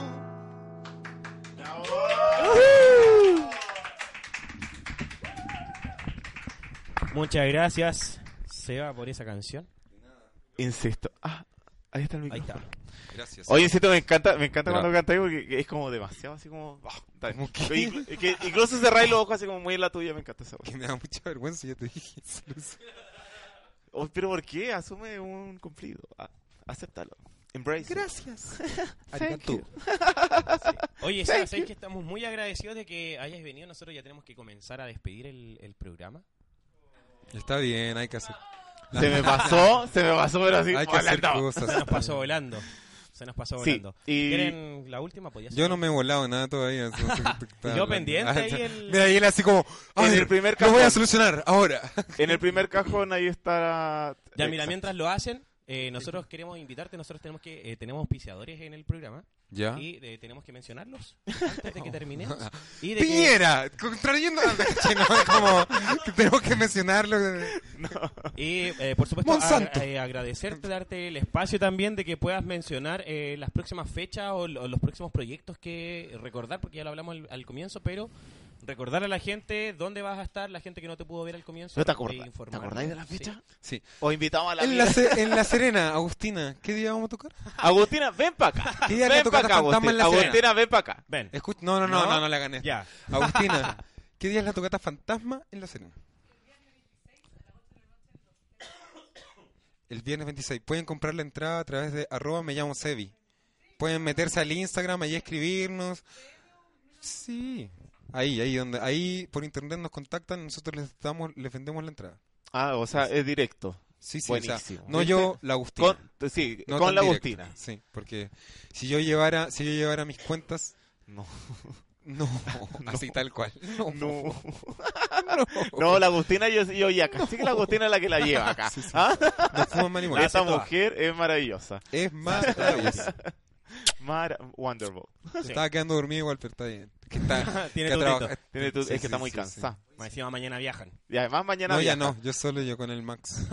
Speaker 2: Muchas gracias, Seba, por esa canción.
Speaker 3: Insisto. Ah, ahí está el
Speaker 2: Ahí está.
Speaker 3: micrófono.
Speaker 10: Gracias.
Speaker 3: Oye, insisto, me encanta, me encanta
Speaker 10: Pero-
Speaker 3: cuando cantáis porque es como demasiado así como. ah, está bien.
Speaker 10: ¿Cómo qué?
Speaker 3: Y- y que incluso cerráis los ojos así como muy en la tuya, me encanta esa
Speaker 10: Que
Speaker 3: wea.
Speaker 10: me da mucha vergüenza, ya te dije.
Speaker 3: Oh, Pero ¿por qué? Asume un cumplido. Ah, acéptalo. Embrace. Gracias.
Speaker 10: Arigato.
Speaker 2: Oye, Seba, ¿sabes que estamos muy agradecidos de que hayas venido? Nosotros ya tenemos que comenzar a despedir el, el programa.
Speaker 10: Está bien, hay que hacer.
Speaker 3: Se me pasó, se me pasó, pero así.
Speaker 10: Hay que hacer
Speaker 3: volando.
Speaker 2: Se nos
Speaker 10: cosas.
Speaker 2: pasó volando. Se nos pasó
Speaker 3: Sí,
Speaker 2: volando.
Speaker 3: y-
Speaker 2: ¿Quieren la última? Podía ser
Speaker 10: Yo
Speaker 2: la
Speaker 10: no me he volado nada todavía. no sé qué está hablando.
Speaker 2: pendiente ahí el-
Speaker 10: Mira, y él así como.
Speaker 3: En
Speaker 10: "Ay,
Speaker 3: el primer
Speaker 10: Lo voy a
Speaker 3: cajón".
Speaker 10: solucionar ahora.
Speaker 3: En el primer cajón ahí está. eh,
Speaker 2: Ya, mira, mientras lo hacen, eh, nosotros queremos invitarte, nosotros tenemos que eh, tenemos auspiciadores en el programa
Speaker 10: ¿Ya?
Speaker 3: Ah.
Speaker 2: y eh, tenemos que mencionarlos antes de que terminemos. Y de que-
Speaker 10: Piñera, contrayendo a como que tenemos que mencionarlo.
Speaker 2: y, eh, por supuesto,
Speaker 10: Monsanto.
Speaker 2: a- eh, agradecerte, darte el espacio también de que puedas mencionar eh, las próximas fechas o, lo- los próximos proyectos que recordar, porque ya lo hablamos al, al comienzo, pero Recordar a la gente dónde vas a estar, la gente que no te pudo ver al comienzo.
Speaker 3: ¿No te,
Speaker 2: e
Speaker 3: acordáis ¿Te
Speaker 2: informar.
Speaker 3: acordáis de la fecha?
Speaker 6: Sí.
Speaker 3: Os invitamos a la,
Speaker 6: En la,
Speaker 3: amiga-
Speaker 6: Se- en la Serena, Agustina, ¿qué día vamos a tocar?
Speaker 3: Agustina, ven para acá.
Speaker 6: ¿Qué día que
Speaker 3: ven
Speaker 6: tocar
Speaker 3: para acá,
Speaker 6: Fantasma
Speaker 3: Agustina.
Speaker 6: en la Serena?
Speaker 3: Agustina, ven para acá.
Speaker 2: Ven,
Speaker 6: Escu- no, no, no,
Speaker 2: No.
Speaker 6: no, no, la gané.
Speaker 2: ya.
Speaker 6: Agustina, ¿qué día es la tocata fantasma en la Serena? El viernes 26. Pueden comprar la entrada a través de arroba me llamo Sebi. Pueden meterse al Instagram, ahí escribirnos. Sí. Ahí, ahí donde, ahí por internet nos contactan, nosotros les damos, les vendemos la entrada.
Speaker 3: Ah, o sea, es directo.
Speaker 6: Sí, sí, o sea,
Speaker 3: Buenísimo.
Speaker 6: no
Speaker 3: ¿Viste?
Speaker 6: yo, la Agustina.
Speaker 3: Con, sí,
Speaker 6: No
Speaker 3: con
Speaker 6: tan
Speaker 3: la
Speaker 6: directo.
Speaker 3: Agustina.
Speaker 6: Sí, porque si yo llevara, si yo llevara mis cuentas,
Speaker 3: No.
Speaker 6: no, así tal cual. No,
Speaker 3: No. No, la Agustina yo, yo ya casi que la Agustina es la que la lleva acá.
Speaker 6: Sí, sí.
Speaker 3: ¿Ah?
Speaker 6: No fuman marihuana.
Speaker 3: Esa mujer es maravillosa.
Speaker 6: Es maravillosa.
Speaker 3: Mara Wonderful.
Speaker 6: Se Estaba quedando dormido igual, pero está bien. Que está,
Speaker 2: Tiene
Speaker 6: que ha
Speaker 2: tutito.
Speaker 6: trabajado-
Speaker 3: Tiene tu- es
Speaker 6: Sí,
Speaker 3: que
Speaker 6: sí,
Speaker 3: está muy
Speaker 6: sí,
Speaker 3: cansada.
Speaker 2: Más encima mañana viajan.
Speaker 3: Y además
Speaker 6: sí.
Speaker 3: mañana
Speaker 6: No, ya
Speaker 3: viaja.
Speaker 6: no, yo solo yo con el Max.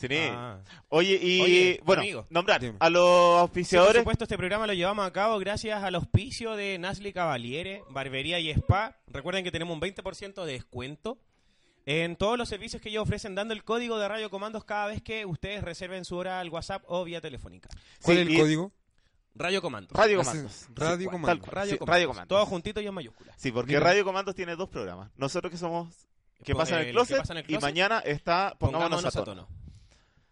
Speaker 3: Sí.
Speaker 2: Ah.
Speaker 3: Oye, y
Speaker 2: Oye,
Speaker 3: bueno,
Speaker 2: amigo.
Speaker 3: nombrar
Speaker 6: Dime.
Speaker 3: a los
Speaker 2: Sí, por
Speaker 3: auspiciadores.
Speaker 2: supuesto, este programa lo llevamos a cabo gracias al auspicio de Nasli Cavaliere, Barbería y Spa. Recuerden que tenemos un 20% de descuento en todos los servicios que ellos ofrecen, dando el código de Radio Comandos cada vez que ustedes reserven su hora al WhatsApp o vía telefónica.
Speaker 6: ¿Cuál
Speaker 3: Sí,
Speaker 6: es el
Speaker 3: y-
Speaker 6: código?
Speaker 2: Radio Comandos.
Speaker 3: Radio
Speaker 6: Así-
Speaker 3: Comandos.
Speaker 6: Radio
Speaker 3: Sí, cual-
Speaker 6: Comandos.
Speaker 3: tal cual.
Speaker 2: Radio
Speaker 3: Sí,
Speaker 2: Comandos.
Speaker 3: Radio Comandos.
Speaker 2: Todo juntito y en mayúsculas.
Speaker 3: Sí, porque
Speaker 6: Mira.
Speaker 3: Radio Comandos tiene dos programas. Nosotros que somos que
Speaker 2: Pon-
Speaker 3: pasa en
Speaker 2: eh,
Speaker 3: el
Speaker 2: lo
Speaker 3: closet,
Speaker 2: que pasa en el
Speaker 3: y
Speaker 2: closet,
Speaker 3: mañana está pongámonos, a tono.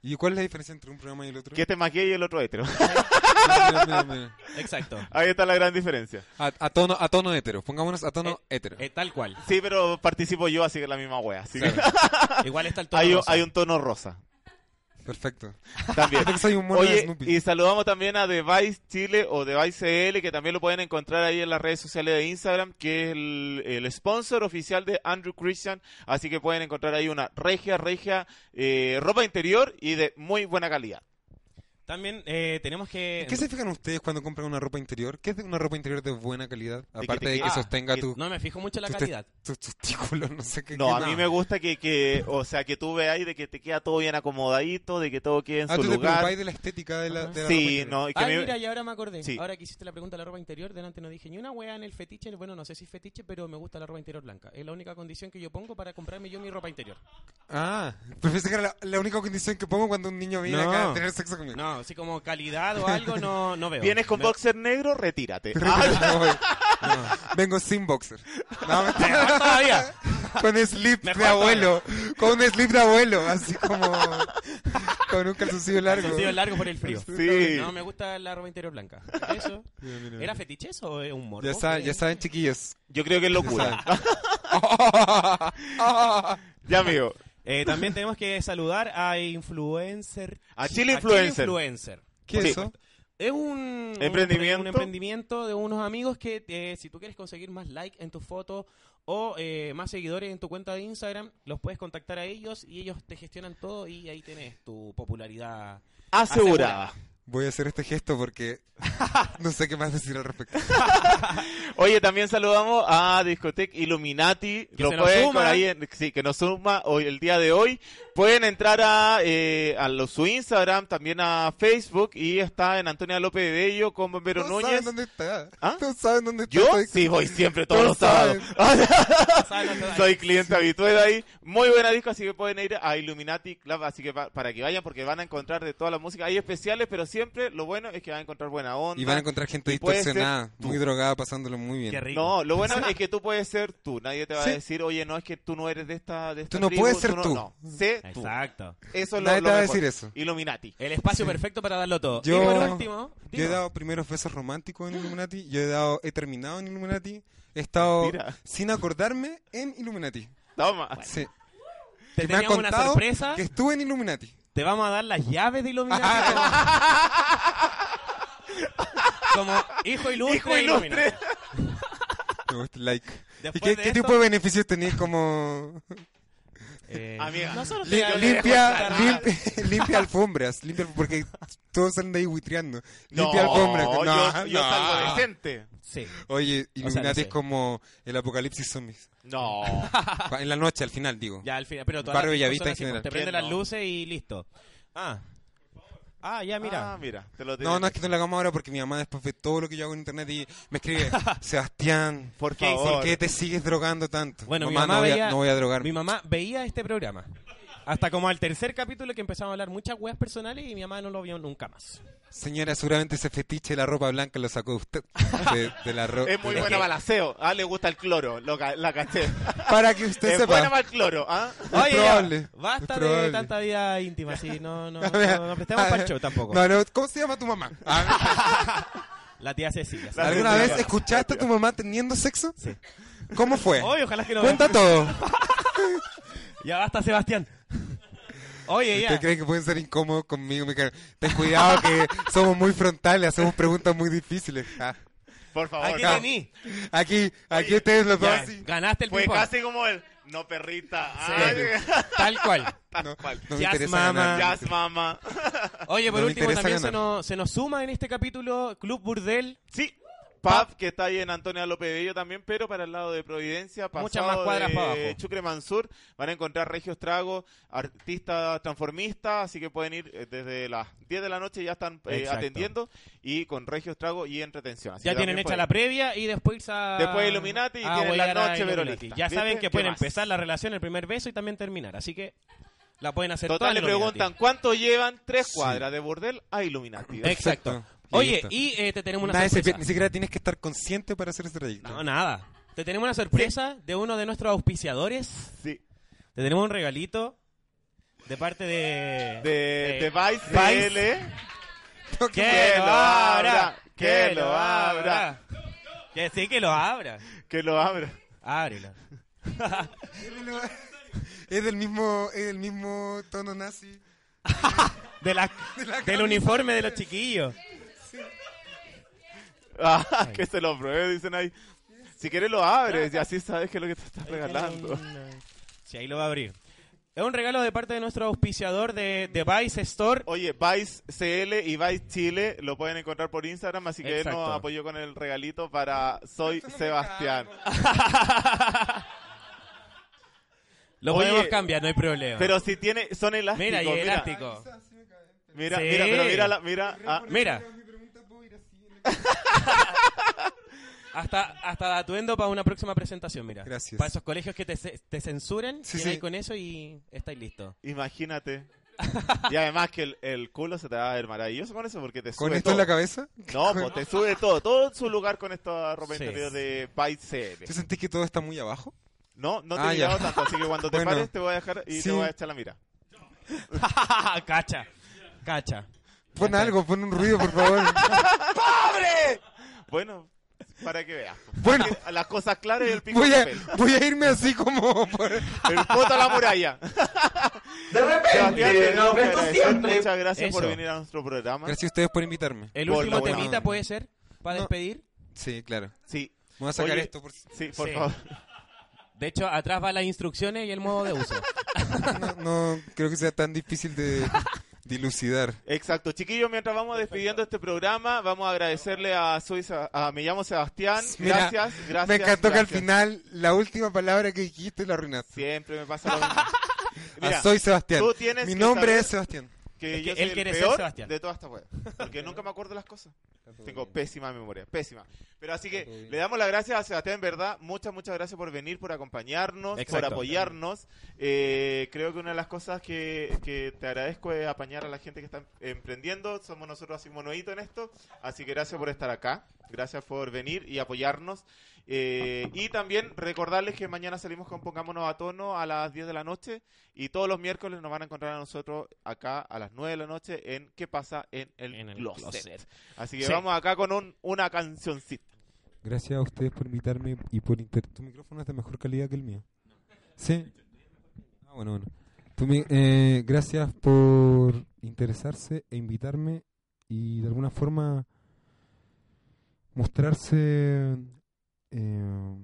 Speaker 6: ¿Y cuál es la diferencia entre un programa y el otro?
Speaker 3: Que este es más gay y el otro hetero.
Speaker 6: Mira, mira, mira.
Speaker 2: Exacto.
Speaker 3: Ahí está la gran diferencia.
Speaker 6: A, a tono, a tono hétero. Pongámonos a tono hétero.
Speaker 2: Eh, tal cual.
Speaker 3: Sí, pero participo yo, así que es la misma wea. así que-
Speaker 2: Igual está el tono.
Speaker 3: hay, un-
Speaker 2: rosa.
Speaker 3: hay un tono rosa.
Speaker 6: Perfecto.
Speaker 3: También.
Speaker 6: Pensé que soy un mono de
Speaker 3: Oye,
Speaker 6: Snoopy.
Speaker 3: y saludamos también a Device Chile o Device CL, que también lo pueden encontrar ahí en las redes sociales de Instagram, que es el, el sponsor oficial de Andrew Christian. Así que pueden encontrar ahí una regia, regia eh, ropa interior y de muy buena calidad.
Speaker 2: También eh, tenemos que...
Speaker 6: ¿En ¿Qué se fijan ustedes cuando compran una ropa interior? ¿Qué es una ropa interior de buena calidad?
Speaker 3: que
Speaker 6: Aparte
Speaker 3: te
Speaker 6: de que
Speaker 3: quede-
Speaker 6: sostenga
Speaker 3: que-
Speaker 6: tu,
Speaker 2: No me fijo mucho en la
Speaker 6: Tú te-
Speaker 2: calidad.
Speaker 6: tus testículos, no sé qué.
Speaker 3: No,
Speaker 6: qué-
Speaker 3: a mí me gusta que, que, o sea, que tú veas ahí de que te queda todo bien acomodadito, de que todo quede en
Speaker 6: Ah,
Speaker 3: su
Speaker 6: tú te
Speaker 3: lugar.
Speaker 6: preocupáis de la estética de la, de la ropa
Speaker 3: Sí,
Speaker 6: interior.
Speaker 3: no, y que
Speaker 2: Ah,
Speaker 3: me-
Speaker 2: mira, y ahora me acordé.
Speaker 3: Sí.
Speaker 2: Ahora que hiciste la pregunta de la ropa interior, delante no dije ni una wea en el fetiche. Bueno, no sé si es fetiche, pero me gusta la ropa interior blanca. Es la única condición que yo pongo para comprarme yo mi ropa interior.
Speaker 6: Ah, pero pensé que era la, la única condición que pongo cuando un niño viene
Speaker 2: No.
Speaker 6: acá a tener sexo conmigo.
Speaker 2: No, así como calidad o algo, no, no veo.
Speaker 3: Vienes con
Speaker 2: No.
Speaker 3: boxer negro, retírate. Ah,
Speaker 6: No, voy. No, Vengo sin boxer. No, mentira.
Speaker 2: Mejor Ah, todavía.
Speaker 6: con slip
Speaker 2: Mejor
Speaker 6: de abuelo. Con un slip de abuelo. Así como. con un calzoncillo largo.
Speaker 2: Sentido largo por el frío.
Speaker 3: Sí.
Speaker 2: No, me gusta la ropa interior blanca. Eso.
Speaker 6: Mira, mira, mira.
Speaker 2: ¿Era fetiche eso o es un morbo?
Speaker 6: Ya saben,
Speaker 2: ¿Qué?
Speaker 6: ya saben, chiquillos.
Speaker 3: Yo creo que es locura. ya, amigo.
Speaker 2: Eh, también tenemos que saludar a Influencer.
Speaker 3: A Chile Influencer.
Speaker 2: Influencer.
Speaker 6: ¿Qué es
Speaker 3: Sí.
Speaker 6: eso?
Speaker 2: Es un
Speaker 3: Emprendimiento.
Speaker 2: un emprendimiento de unos amigos que eh, si tú quieres conseguir más like en tus fotos o eh, más seguidores en tu cuenta de Instagram, los puedes contactar a ellos y ellos te gestionan todo y ahí tienes tu popularidad.
Speaker 3: Asegurada.
Speaker 6: Voy a hacer este gesto porque no sé qué más decir al respecto.
Speaker 3: Oye, también saludamos a Discotec Illuminati. Lo
Speaker 2: se nos
Speaker 3: pueden
Speaker 2: suma.
Speaker 3: por
Speaker 6: ¿eh?
Speaker 3: ahí en- sí, que nos suma hoy, el día de hoy. Pueden entrar a, eh, a lo- su Instagram, también a Facebook. Y está en Antonia López de Bello con Bombero
Speaker 6: No
Speaker 3: Núñez.
Speaker 6: saben dónde está.
Speaker 3: ¿Ah?
Speaker 6: No saben dónde está.
Speaker 3: Yo
Speaker 6: Estoy-
Speaker 3: sí voy siempre todos
Speaker 6: No
Speaker 3: los sábados.
Speaker 2: Sábado, sábado.
Speaker 3: Soy cliente habitual ahí. Muy buena disco, así que pueden ir a Illuminati Club, así que pa- para que vayan, porque van a encontrar de toda la música. Hay especiales, pero siempre lo bueno es que van a encontrar buena onda.
Speaker 6: Y van a encontrar gente
Speaker 3: Y puede ser
Speaker 6: distorsionada,
Speaker 3: tú.
Speaker 6: muy drogada, pasándolo muy bien.
Speaker 2: Qué rico.
Speaker 3: No, lo bueno es que tú puedes ser tú. Nadie te va
Speaker 6: Sí.
Speaker 3: a decir, oye, no, es que tú no eres de esta. De esta
Speaker 6: no
Speaker 3: tribu,
Speaker 6: puedes ser
Speaker 3: no-
Speaker 6: tú.
Speaker 3: No, sé tú.
Speaker 2: Exacto.
Speaker 3: Eso es lo,
Speaker 6: Nadie
Speaker 3: lo
Speaker 6: te va a
Speaker 3: mejor.
Speaker 6: decir eso.
Speaker 3: Illuminati.
Speaker 2: El espacio perfecto para darlo todo.
Speaker 6: Yo-
Speaker 2: y por último,
Speaker 6: Yo he
Speaker 2: dime.
Speaker 6: dado primeros besos románticos en Illuminati, yo he dado, he terminado en Illuminati, he estado
Speaker 3: Mentira.
Speaker 6: sin acordarme en Illuminati.
Speaker 3: Toma.
Speaker 6: Sí.
Speaker 2: te
Speaker 6: Y me han
Speaker 2: teníamos una
Speaker 6: contado
Speaker 2: sorpresa.
Speaker 6: que estuve en Illuminati. Ah,
Speaker 2: Te vamos a dar las llaves de Illuminati. como, como hijo ilustre.
Speaker 3: Hijo
Speaker 2: de Illuminati.
Speaker 3: ilustre.
Speaker 6: Me gusta el like. ¿Y
Speaker 2: Después
Speaker 6: qué,
Speaker 2: de
Speaker 6: qué
Speaker 2: esto-
Speaker 6: tipo de beneficios tenéis como
Speaker 2: Eh,
Speaker 3: Amiga.
Speaker 2: nosotros te
Speaker 6: Li-
Speaker 2: damos-
Speaker 6: limpia, limpia, limpia alfombras, limpia, porque todos salen de ahí buitreando. Limpia alfombras.
Speaker 3: yo,
Speaker 6: No,
Speaker 3: yo
Speaker 6: no.
Speaker 3: salgo este decente.
Speaker 2: Sí.
Speaker 6: Oye, Illuminati
Speaker 2: sé.
Speaker 6: es como el apocalipsis zombies.
Speaker 3: No. Ah.
Speaker 6: en la noche, al final, digo.
Speaker 2: Ya al final, pero todas
Speaker 6: Barrio
Speaker 2: las
Speaker 6: Bellavista
Speaker 2: personas
Speaker 6: en
Speaker 2: sí, pues,
Speaker 6: general.
Speaker 2: Te prende
Speaker 3: ¿Quién
Speaker 2: las
Speaker 3: no?
Speaker 2: luces y listo. Ah. Ah, ya, mira.
Speaker 3: Ah, mira, te lo tenía
Speaker 6: No, no es
Speaker 3: que-
Speaker 6: que no lo hagamos ahora porque mi mamá después ve todo lo que yo hago en internet y me escribe, Sebastián,
Speaker 3: Por
Speaker 2: ¿Qué?
Speaker 3: favor.
Speaker 6: ¿por qué te sigues drogando tanto?
Speaker 2: Bueno,
Speaker 6: mamá,
Speaker 2: mi mamá
Speaker 6: no, voy
Speaker 2: veía,
Speaker 6: a, no voy a drogarme.
Speaker 2: Mi mamá veía este programa. Hasta como al tercer capítulo que empezamos a hablar muchas weas personales y mi mamá no lo vio nunca más.
Speaker 6: Señora, seguramente ese fetiche de la ropa blanca lo sacó usted de, de la ropa.
Speaker 3: Es muy buena para aseo. Ah, le gusta el cloro. Lo ca- la caché.
Speaker 6: Para que usted
Speaker 3: es
Speaker 6: sepa.
Speaker 3: buena para el cloro. ¿ah?
Speaker 6: Es probable,
Speaker 2: ya, basta
Speaker 6: es probable.
Speaker 2: de tanta vida íntima, sí, no, no,
Speaker 6: A ver,
Speaker 2: no, no prestemos
Speaker 6: a ver.
Speaker 2: para el show tampoco.
Speaker 6: No, no, ¿Cómo se llama tu mamá? Ah,
Speaker 2: La tía Cecilia.
Speaker 3: La-
Speaker 6: ¿Alguna
Speaker 3: tía
Speaker 6: vez
Speaker 3: Cecilia.
Speaker 6: escuchaste a tu mamá teniendo sexo?
Speaker 2: Sí.
Speaker 6: ¿Cómo fue?
Speaker 2: Oye, ojalá que no.
Speaker 6: Cuenta todo.
Speaker 2: Ya basta, Sebastián. Oye, ya.
Speaker 6: ¿Ustedes creen que pueden ser incómodos conmigo? Mi cara? Ten cuidado que somos muy frontales, hacemos preguntas muy difíciles. Ah.
Speaker 3: Por favor.
Speaker 2: Aquí
Speaker 3: no.
Speaker 2: tení.
Speaker 6: Aquí, aquí ustedes los dos
Speaker 2: Ya,
Speaker 6: así.
Speaker 2: Ganaste el
Speaker 3: Fue
Speaker 2: ping-pong.
Speaker 3: casi como el. No, perrita. Ay,
Speaker 2: Tal cual.
Speaker 3: tal
Speaker 6: No,
Speaker 3: cual.
Speaker 6: no me
Speaker 2: Jazz
Speaker 6: interesa
Speaker 2: mama.
Speaker 6: ganar.
Speaker 3: Jazz, mamá.
Speaker 2: Oye, por
Speaker 6: No me
Speaker 2: último,
Speaker 6: interesa
Speaker 2: también se
Speaker 6: ganar.
Speaker 2: nos, se nos suma en este capítulo Club Burdel.
Speaker 3: Sí. Pap, que está ahí en Antonia López de Bello también, pero para el lado de Providencia, pasado
Speaker 2: Muchas más cuadras
Speaker 3: de
Speaker 2: para abajo.
Speaker 3: Chucre Mansur, van a encontrar Regios Trago, artistas transformistas, así que pueden ir eh, desde las 10 de la noche, ya están eh,
Speaker 2: Exacto.
Speaker 3: atendiendo, y con Regios Trago y entretención. Así
Speaker 2: Ya
Speaker 3: que
Speaker 2: tienen
Speaker 3: también
Speaker 2: hecha la
Speaker 3: pueden
Speaker 2: previa y después a... Ah,
Speaker 3: Después Illuminati y
Speaker 2: a
Speaker 3: tienen la
Speaker 2: huear a
Speaker 3: noche, pero
Speaker 2: Illuminati.
Speaker 3: lista.
Speaker 2: Ya saben
Speaker 3: ¿Viste?
Speaker 2: que
Speaker 3: ¿Qué
Speaker 2: pueden
Speaker 3: más?
Speaker 2: empezar la relación el primer beso y también terminar. Así que la pueden hacer
Speaker 3: Total,
Speaker 2: todas
Speaker 3: le
Speaker 2: Illuminati.
Speaker 3: preguntan cuánto llevan tres
Speaker 6: Sí.
Speaker 3: cuadras de burdel a Illuminati.
Speaker 2: Exacto.
Speaker 6: Exacto.
Speaker 2: Oye,
Speaker 6: Listo.
Speaker 2: y eh, te tenemos una
Speaker 6: Nadie se
Speaker 2: sorpresa.
Speaker 6: pierde, ni siquiera tienes que estar consciente para hacer ese trayecto.
Speaker 2: No, nada. Te tenemos una sorpresa de uno de nuestros auspiciadores.
Speaker 3: Sí.
Speaker 2: Te tenemos un regalito de parte de...
Speaker 3: De, de Vice,
Speaker 2: Vice.
Speaker 3: CL.
Speaker 2: ¡Que lo abra! ¡Que lo abra! Que sí, que lo abra.
Speaker 3: que lo abra.
Speaker 2: Ábrelo.
Speaker 6: Es del mismo, es del mismo tono nazi.
Speaker 2: De la- del uniforme de los chiquillos.
Speaker 3: Ah, que se lo pruebe, dicen ahí. Si quieres lo abres y así sabes que es lo que te estás regalando.
Speaker 2: Mm, Sí, ahí lo va a abrir. Es un regalo de parte de nuestro auspiciador de, de Vice Store.
Speaker 3: Oye, Vice CL y Vice Chile lo pueden encontrar por Instagram, así que él
Speaker 2: Exacto.
Speaker 3: nos apoyó con el regalito para Soy Sebastián.
Speaker 2: Lo
Speaker 3: Oye,
Speaker 2: podemos cambiar, no hay problema.
Speaker 3: Pero si tiene, son elásticos.
Speaker 2: mira, y
Speaker 3: mira.
Speaker 2: elástico.
Speaker 3: Mira,
Speaker 2: Sí.
Speaker 3: mira, pero mira, la- mira, ah,
Speaker 2: Mira. Hasta, hasta atuendo para una próxima presentación, mira.
Speaker 6: Gracias.
Speaker 2: Para esos colegios que te, ce- te censuren,
Speaker 6: Sí,
Speaker 2: sí,
Speaker 6: sí.
Speaker 2: con eso y estáis listo.
Speaker 3: imagínate. Y además que el, el culo se te va a ver maravilloso con eso porque te sube
Speaker 6: ¿Con esto
Speaker 3: todo.
Speaker 6: en la cabeza?
Speaker 3: No, pues te sube todo, todo en su lugar con esta ropa
Speaker 2: Sí.
Speaker 3: interior de Vice CL.
Speaker 6: ¿Tú sentís que todo está muy abajo?
Speaker 3: No, no te
Speaker 6: Ah,
Speaker 3: he
Speaker 6: ya.
Speaker 3: llegado tanto, así que cuando te
Speaker 6: Bueno.
Speaker 3: pares te voy a dejar y
Speaker 6: Sí.
Speaker 3: te voy a echar la mira.
Speaker 2: cacha, cacha.
Speaker 6: Pon algo, pon un ruido, por favor.
Speaker 3: Bueno, para que veas. pues.
Speaker 6: Bueno.
Speaker 3: Para que- las cosas claras y el pico
Speaker 6: Voy
Speaker 3: de
Speaker 6: a,
Speaker 3: papel.
Speaker 6: voy a irme así como... por-
Speaker 3: El foto a la muralla.
Speaker 7: De
Speaker 3: Sebastián,
Speaker 7: repente,
Speaker 3: tenemos
Speaker 7: no, pero
Speaker 3: que
Speaker 7: esto
Speaker 3: agradecer.
Speaker 7: siempre.
Speaker 3: Muchas gracias por
Speaker 2: Eso.
Speaker 3: venir a nuestro programa.
Speaker 6: Gracias a ustedes por invitarme.
Speaker 2: El
Speaker 3: Por
Speaker 2: último
Speaker 3: la buena
Speaker 2: temita
Speaker 6: onda.
Speaker 2: puede ser para
Speaker 6: No.
Speaker 2: despedir.
Speaker 6: Sí, claro.
Speaker 3: Sí,
Speaker 6: Me voy a sacar
Speaker 3: Oye.
Speaker 6: esto por...
Speaker 3: sí, por
Speaker 2: Sí.
Speaker 3: favor.
Speaker 2: De hecho, atrás va las instrucciones y el modo de uso.
Speaker 6: No, no creo que sea tan difícil de dilucidar.
Speaker 3: Exacto, chiquillos, mientras vamos despidiendo este programa, vamos a agradecerle a Soy Seba- a me llamo Sebastián.
Speaker 6: Mira,
Speaker 3: gracias, gracias.
Speaker 6: Me encantó que
Speaker 3: gracias.
Speaker 6: al final la última palabra que dijiste la arruinaste.
Speaker 3: siempre me pasa lo mismo. Mira,
Speaker 6: Ah, soy Sebastián.
Speaker 3: tú tienes
Speaker 6: Mi
Speaker 3: que
Speaker 6: nombre
Speaker 3: saber-
Speaker 6: es Sebastián.
Speaker 3: que
Speaker 2: Es
Speaker 3: yo
Speaker 2: que
Speaker 3: soy
Speaker 2: él
Speaker 3: el
Speaker 2: quiere ser
Speaker 3: peor
Speaker 2: Sebastián.
Speaker 3: de todas estas weas. Porque nunca me acuerdo las cosas. Tengo pésima memoria, pésima. Pero así que
Speaker 6: Está todo bien.
Speaker 3: le damos las gracias a Sebastián, en verdad. Muchas, muchas gracias por venir, por acompañarnos,
Speaker 2: Exacto.
Speaker 3: por apoyarnos. Eh, creo que una de las cosas que, que te agradezco es apañar a la gente que está emprendiendo. Somos nosotros así monoitos en esto. Así que gracias por estar acá. Gracias por venir y apoyarnos. Eh, y también recordarles que mañana salimos con Pongámonos a Tono a las 10 de la noche y todos los miércoles nos van a encontrar a nosotros acá a las 9 de la noche en ¿Qué pasa en el,
Speaker 2: En el
Speaker 3: closet?
Speaker 2: closet.
Speaker 3: Así que
Speaker 2: Sí.
Speaker 3: vamos acá con un- una cancioncita.
Speaker 6: Gracias a ustedes por invitarme y por inter... Tu micrófono es de mejor calidad que el mío. ¿Sí? Ah, bueno, bueno. Tu mi- eh, gracias por interesarse e invitarme y de alguna forma mostrarse eh,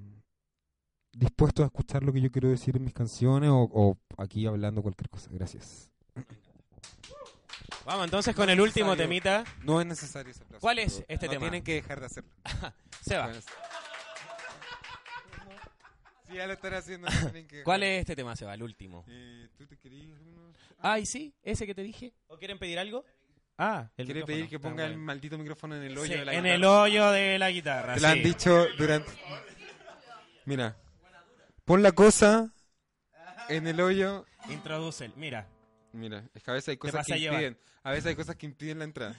Speaker 6: dispuesto a escuchar lo que yo quiero decir en mis canciones o, o aquí hablando cualquier cosa. Gracias.
Speaker 2: Vamos entonces con el último
Speaker 6: Necesario.
Speaker 2: temita.
Speaker 6: No es necesario ese aplauso.
Speaker 2: ¿Cuál es este
Speaker 6: No
Speaker 2: tema?
Speaker 6: Tienen que dejar de hacerlo.
Speaker 2: Seba,
Speaker 6: Si ya lo están haciendo, no tienen que
Speaker 2: ¿cuál
Speaker 6: dejar.
Speaker 2: es este tema, Seba? El último.
Speaker 6: Eh, ¿Tú te querías uno?
Speaker 2: Ay, sí, ese que te dije. ¿O quieren pedir algo? Ah, el
Speaker 6: Quiere
Speaker 2: micrófono.
Speaker 6: pedir que ponga
Speaker 2: Ah,
Speaker 6: el maldito micrófono en el hoyo
Speaker 2: Sí,
Speaker 6: de la
Speaker 2: en
Speaker 6: guitarra.
Speaker 2: el hoyo de la guitarra.
Speaker 6: Te lo han
Speaker 2: sí.
Speaker 6: dicho durante. Mira. Pon la cosa en el hoyo.
Speaker 2: Introduce, mira.
Speaker 6: Mira, es que a veces hay cosas
Speaker 9: vas a
Speaker 6: que
Speaker 9: llevar.
Speaker 6: impiden. A veces hay cosas que impiden la entrada.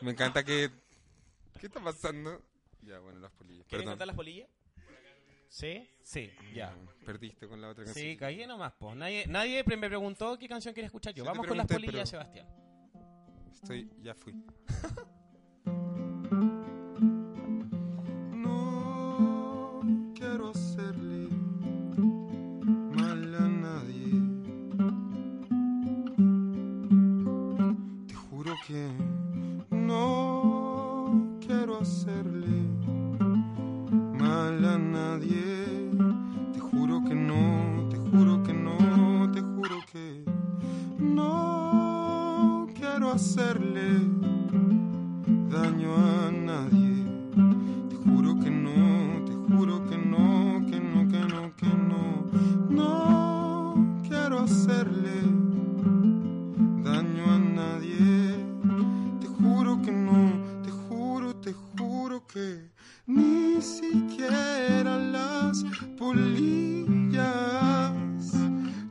Speaker 6: Me encanta que. ¿Qué está pasando? Ya, bueno, las polillas.
Speaker 2: ¿Quieres
Speaker 6: Perdón. Mm,
Speaker 2: intentar las polillas? Sí, sí, ya.
Speaker 6: Perdiste con la otra canción.
Speaker 2: Sí, caí nomás, po. Nadie, nadie pre- me preguntó qué canción quería escuchar yo.
Speaker 6: Yo te
Speaker 2: Vamos con las
Speaker 6: pregunté,
Speaker 2: polillas,
Speaker 6: pero-
Speaker 2: Sebastián.
Speaker 6: Estoy, ya fui.
Speaker 1: No quiero hacerle mal a nadie. Te juro que no quiero hacerle mal a nadie. Te juro que no, te juro que no, te juro que no quiero hacerle daño a nadie. Te juro que no, te juro que no, que no, que no, que no. No quiero hacerle daño a nadie. Te juro que no, te juro, te juro que ni siquiera las polillas.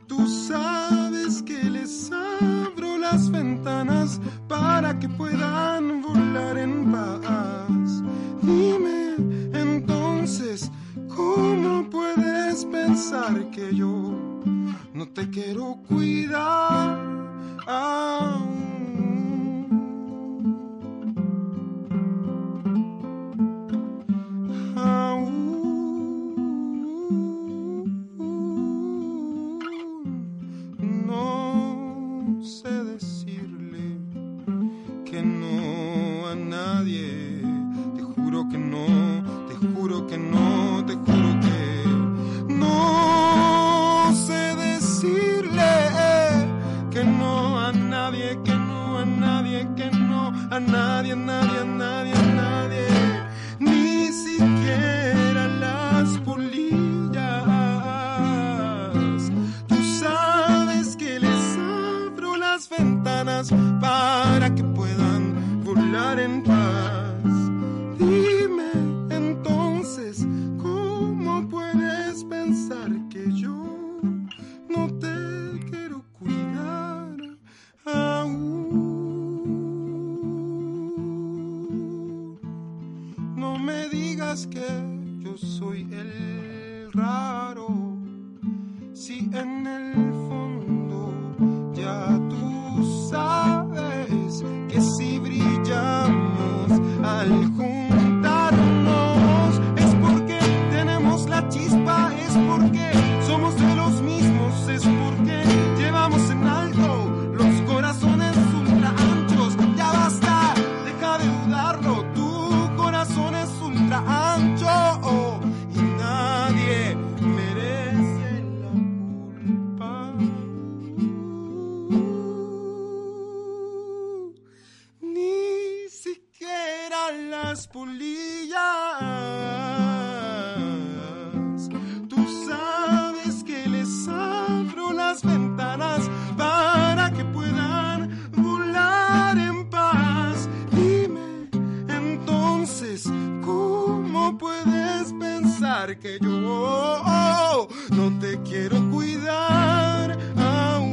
Speaker 1: Tú sabes que les abro las ventanas para que puedan volar en paz. Dime entonces, ¿cómo puedes pensar que yo no te quiero cuidar aún? Aún no sé decirle que no a nadie. Te juro que no, te juro que no, te juro que no sé decirle que no a nadie, que no a nadie, que no a nadie, a nadie, a nadie, a nadie. Ni siquiera las polillas. Tú sabes que les abro las ventanas para que puedan volar en paz. Dime entonces, ¿cómo puedes pensar que yo no te quiero cuidar aún? No me digas que yo soy el raro si en el fondo ya tú sabes que si brillamos al juntarnos es porque tenemos la chispa, es porque somos de los mismos, es porque llevamos en alto los corazones ultra anchos. Ya basta, deja de dudarlo, tu corazón es ultra ancho y nadie merece la culpa. Ni siquiera las polillas. Tú sabes que les abro las ventanas para que puedan volar en paz. Dime entonces, ¿cómo puedes pensar que yo no te quiero cuidar aún?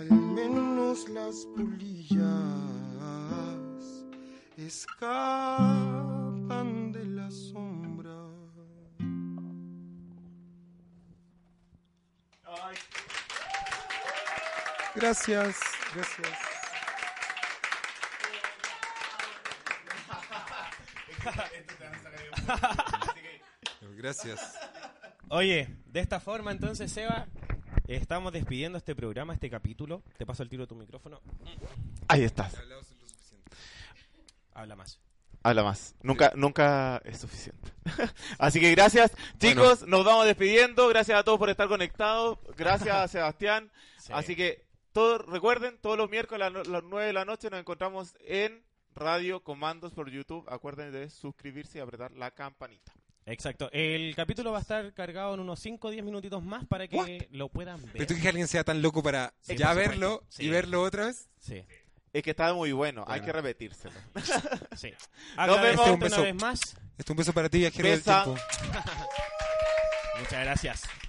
Speaker 1: Al menos las polillas escapan de la sombra.
Speaker 6: Gracias, gracias. Gracias.
Speaker 2: Oye, de esta forma entonces, Seba, estamos despidiendo este programa, este capítulo. Te paso el tiro de tu micrófono.
Speaker 3: Ahí estás.
Speaker 2: Habla más.
Speaker 3: Habla más. Nunca, nunca es suficiente. Así que gracias, chicos. Nos vamos despidiendo. Gracias a todos por estar conectados. Gracias a Sebastián.
Speaker 2: Sí.
Speaker 3: Así que todos recuerden, todos los miércoles a no- las 9 de la noche nos encontramos en Radio Comandos por YouTube. Acuérdense de suscribirse y apretar la campanita.
Speaker 2: Exacto. El capítulo va a estar cargado en unos 5 o 10 minutitos más para que lo puedan
Speaker 6: ¿Pero
Speaker 2: ver.
Speaker 6: tú crees que alguien sea tan loco para
Speaker 2: Sí,
Speaker 6: ya
Speaker 2: por
Speaker 6: verlo
Speaker 2: supuesto. Sí.
Speaker 6: y verlo otra vez?
Speaker 2: Sí,
Speaker 3: Es que estaba muy bueno, hay
Speaker 6: Bueno.
Speaker 3: que repetírselo.
Speaker 2: sí.
Speaker 3: Nos vemos.
Speaker 2: Agradecerte
Speaker 6: Un beso.
Speaker 2: una vez más.
Speaker 6: Esto es un beso para ti, viajero
Speaker 3: Besa.
Speaker 6: del tiempo.
Speaker 2: Muchas gracias.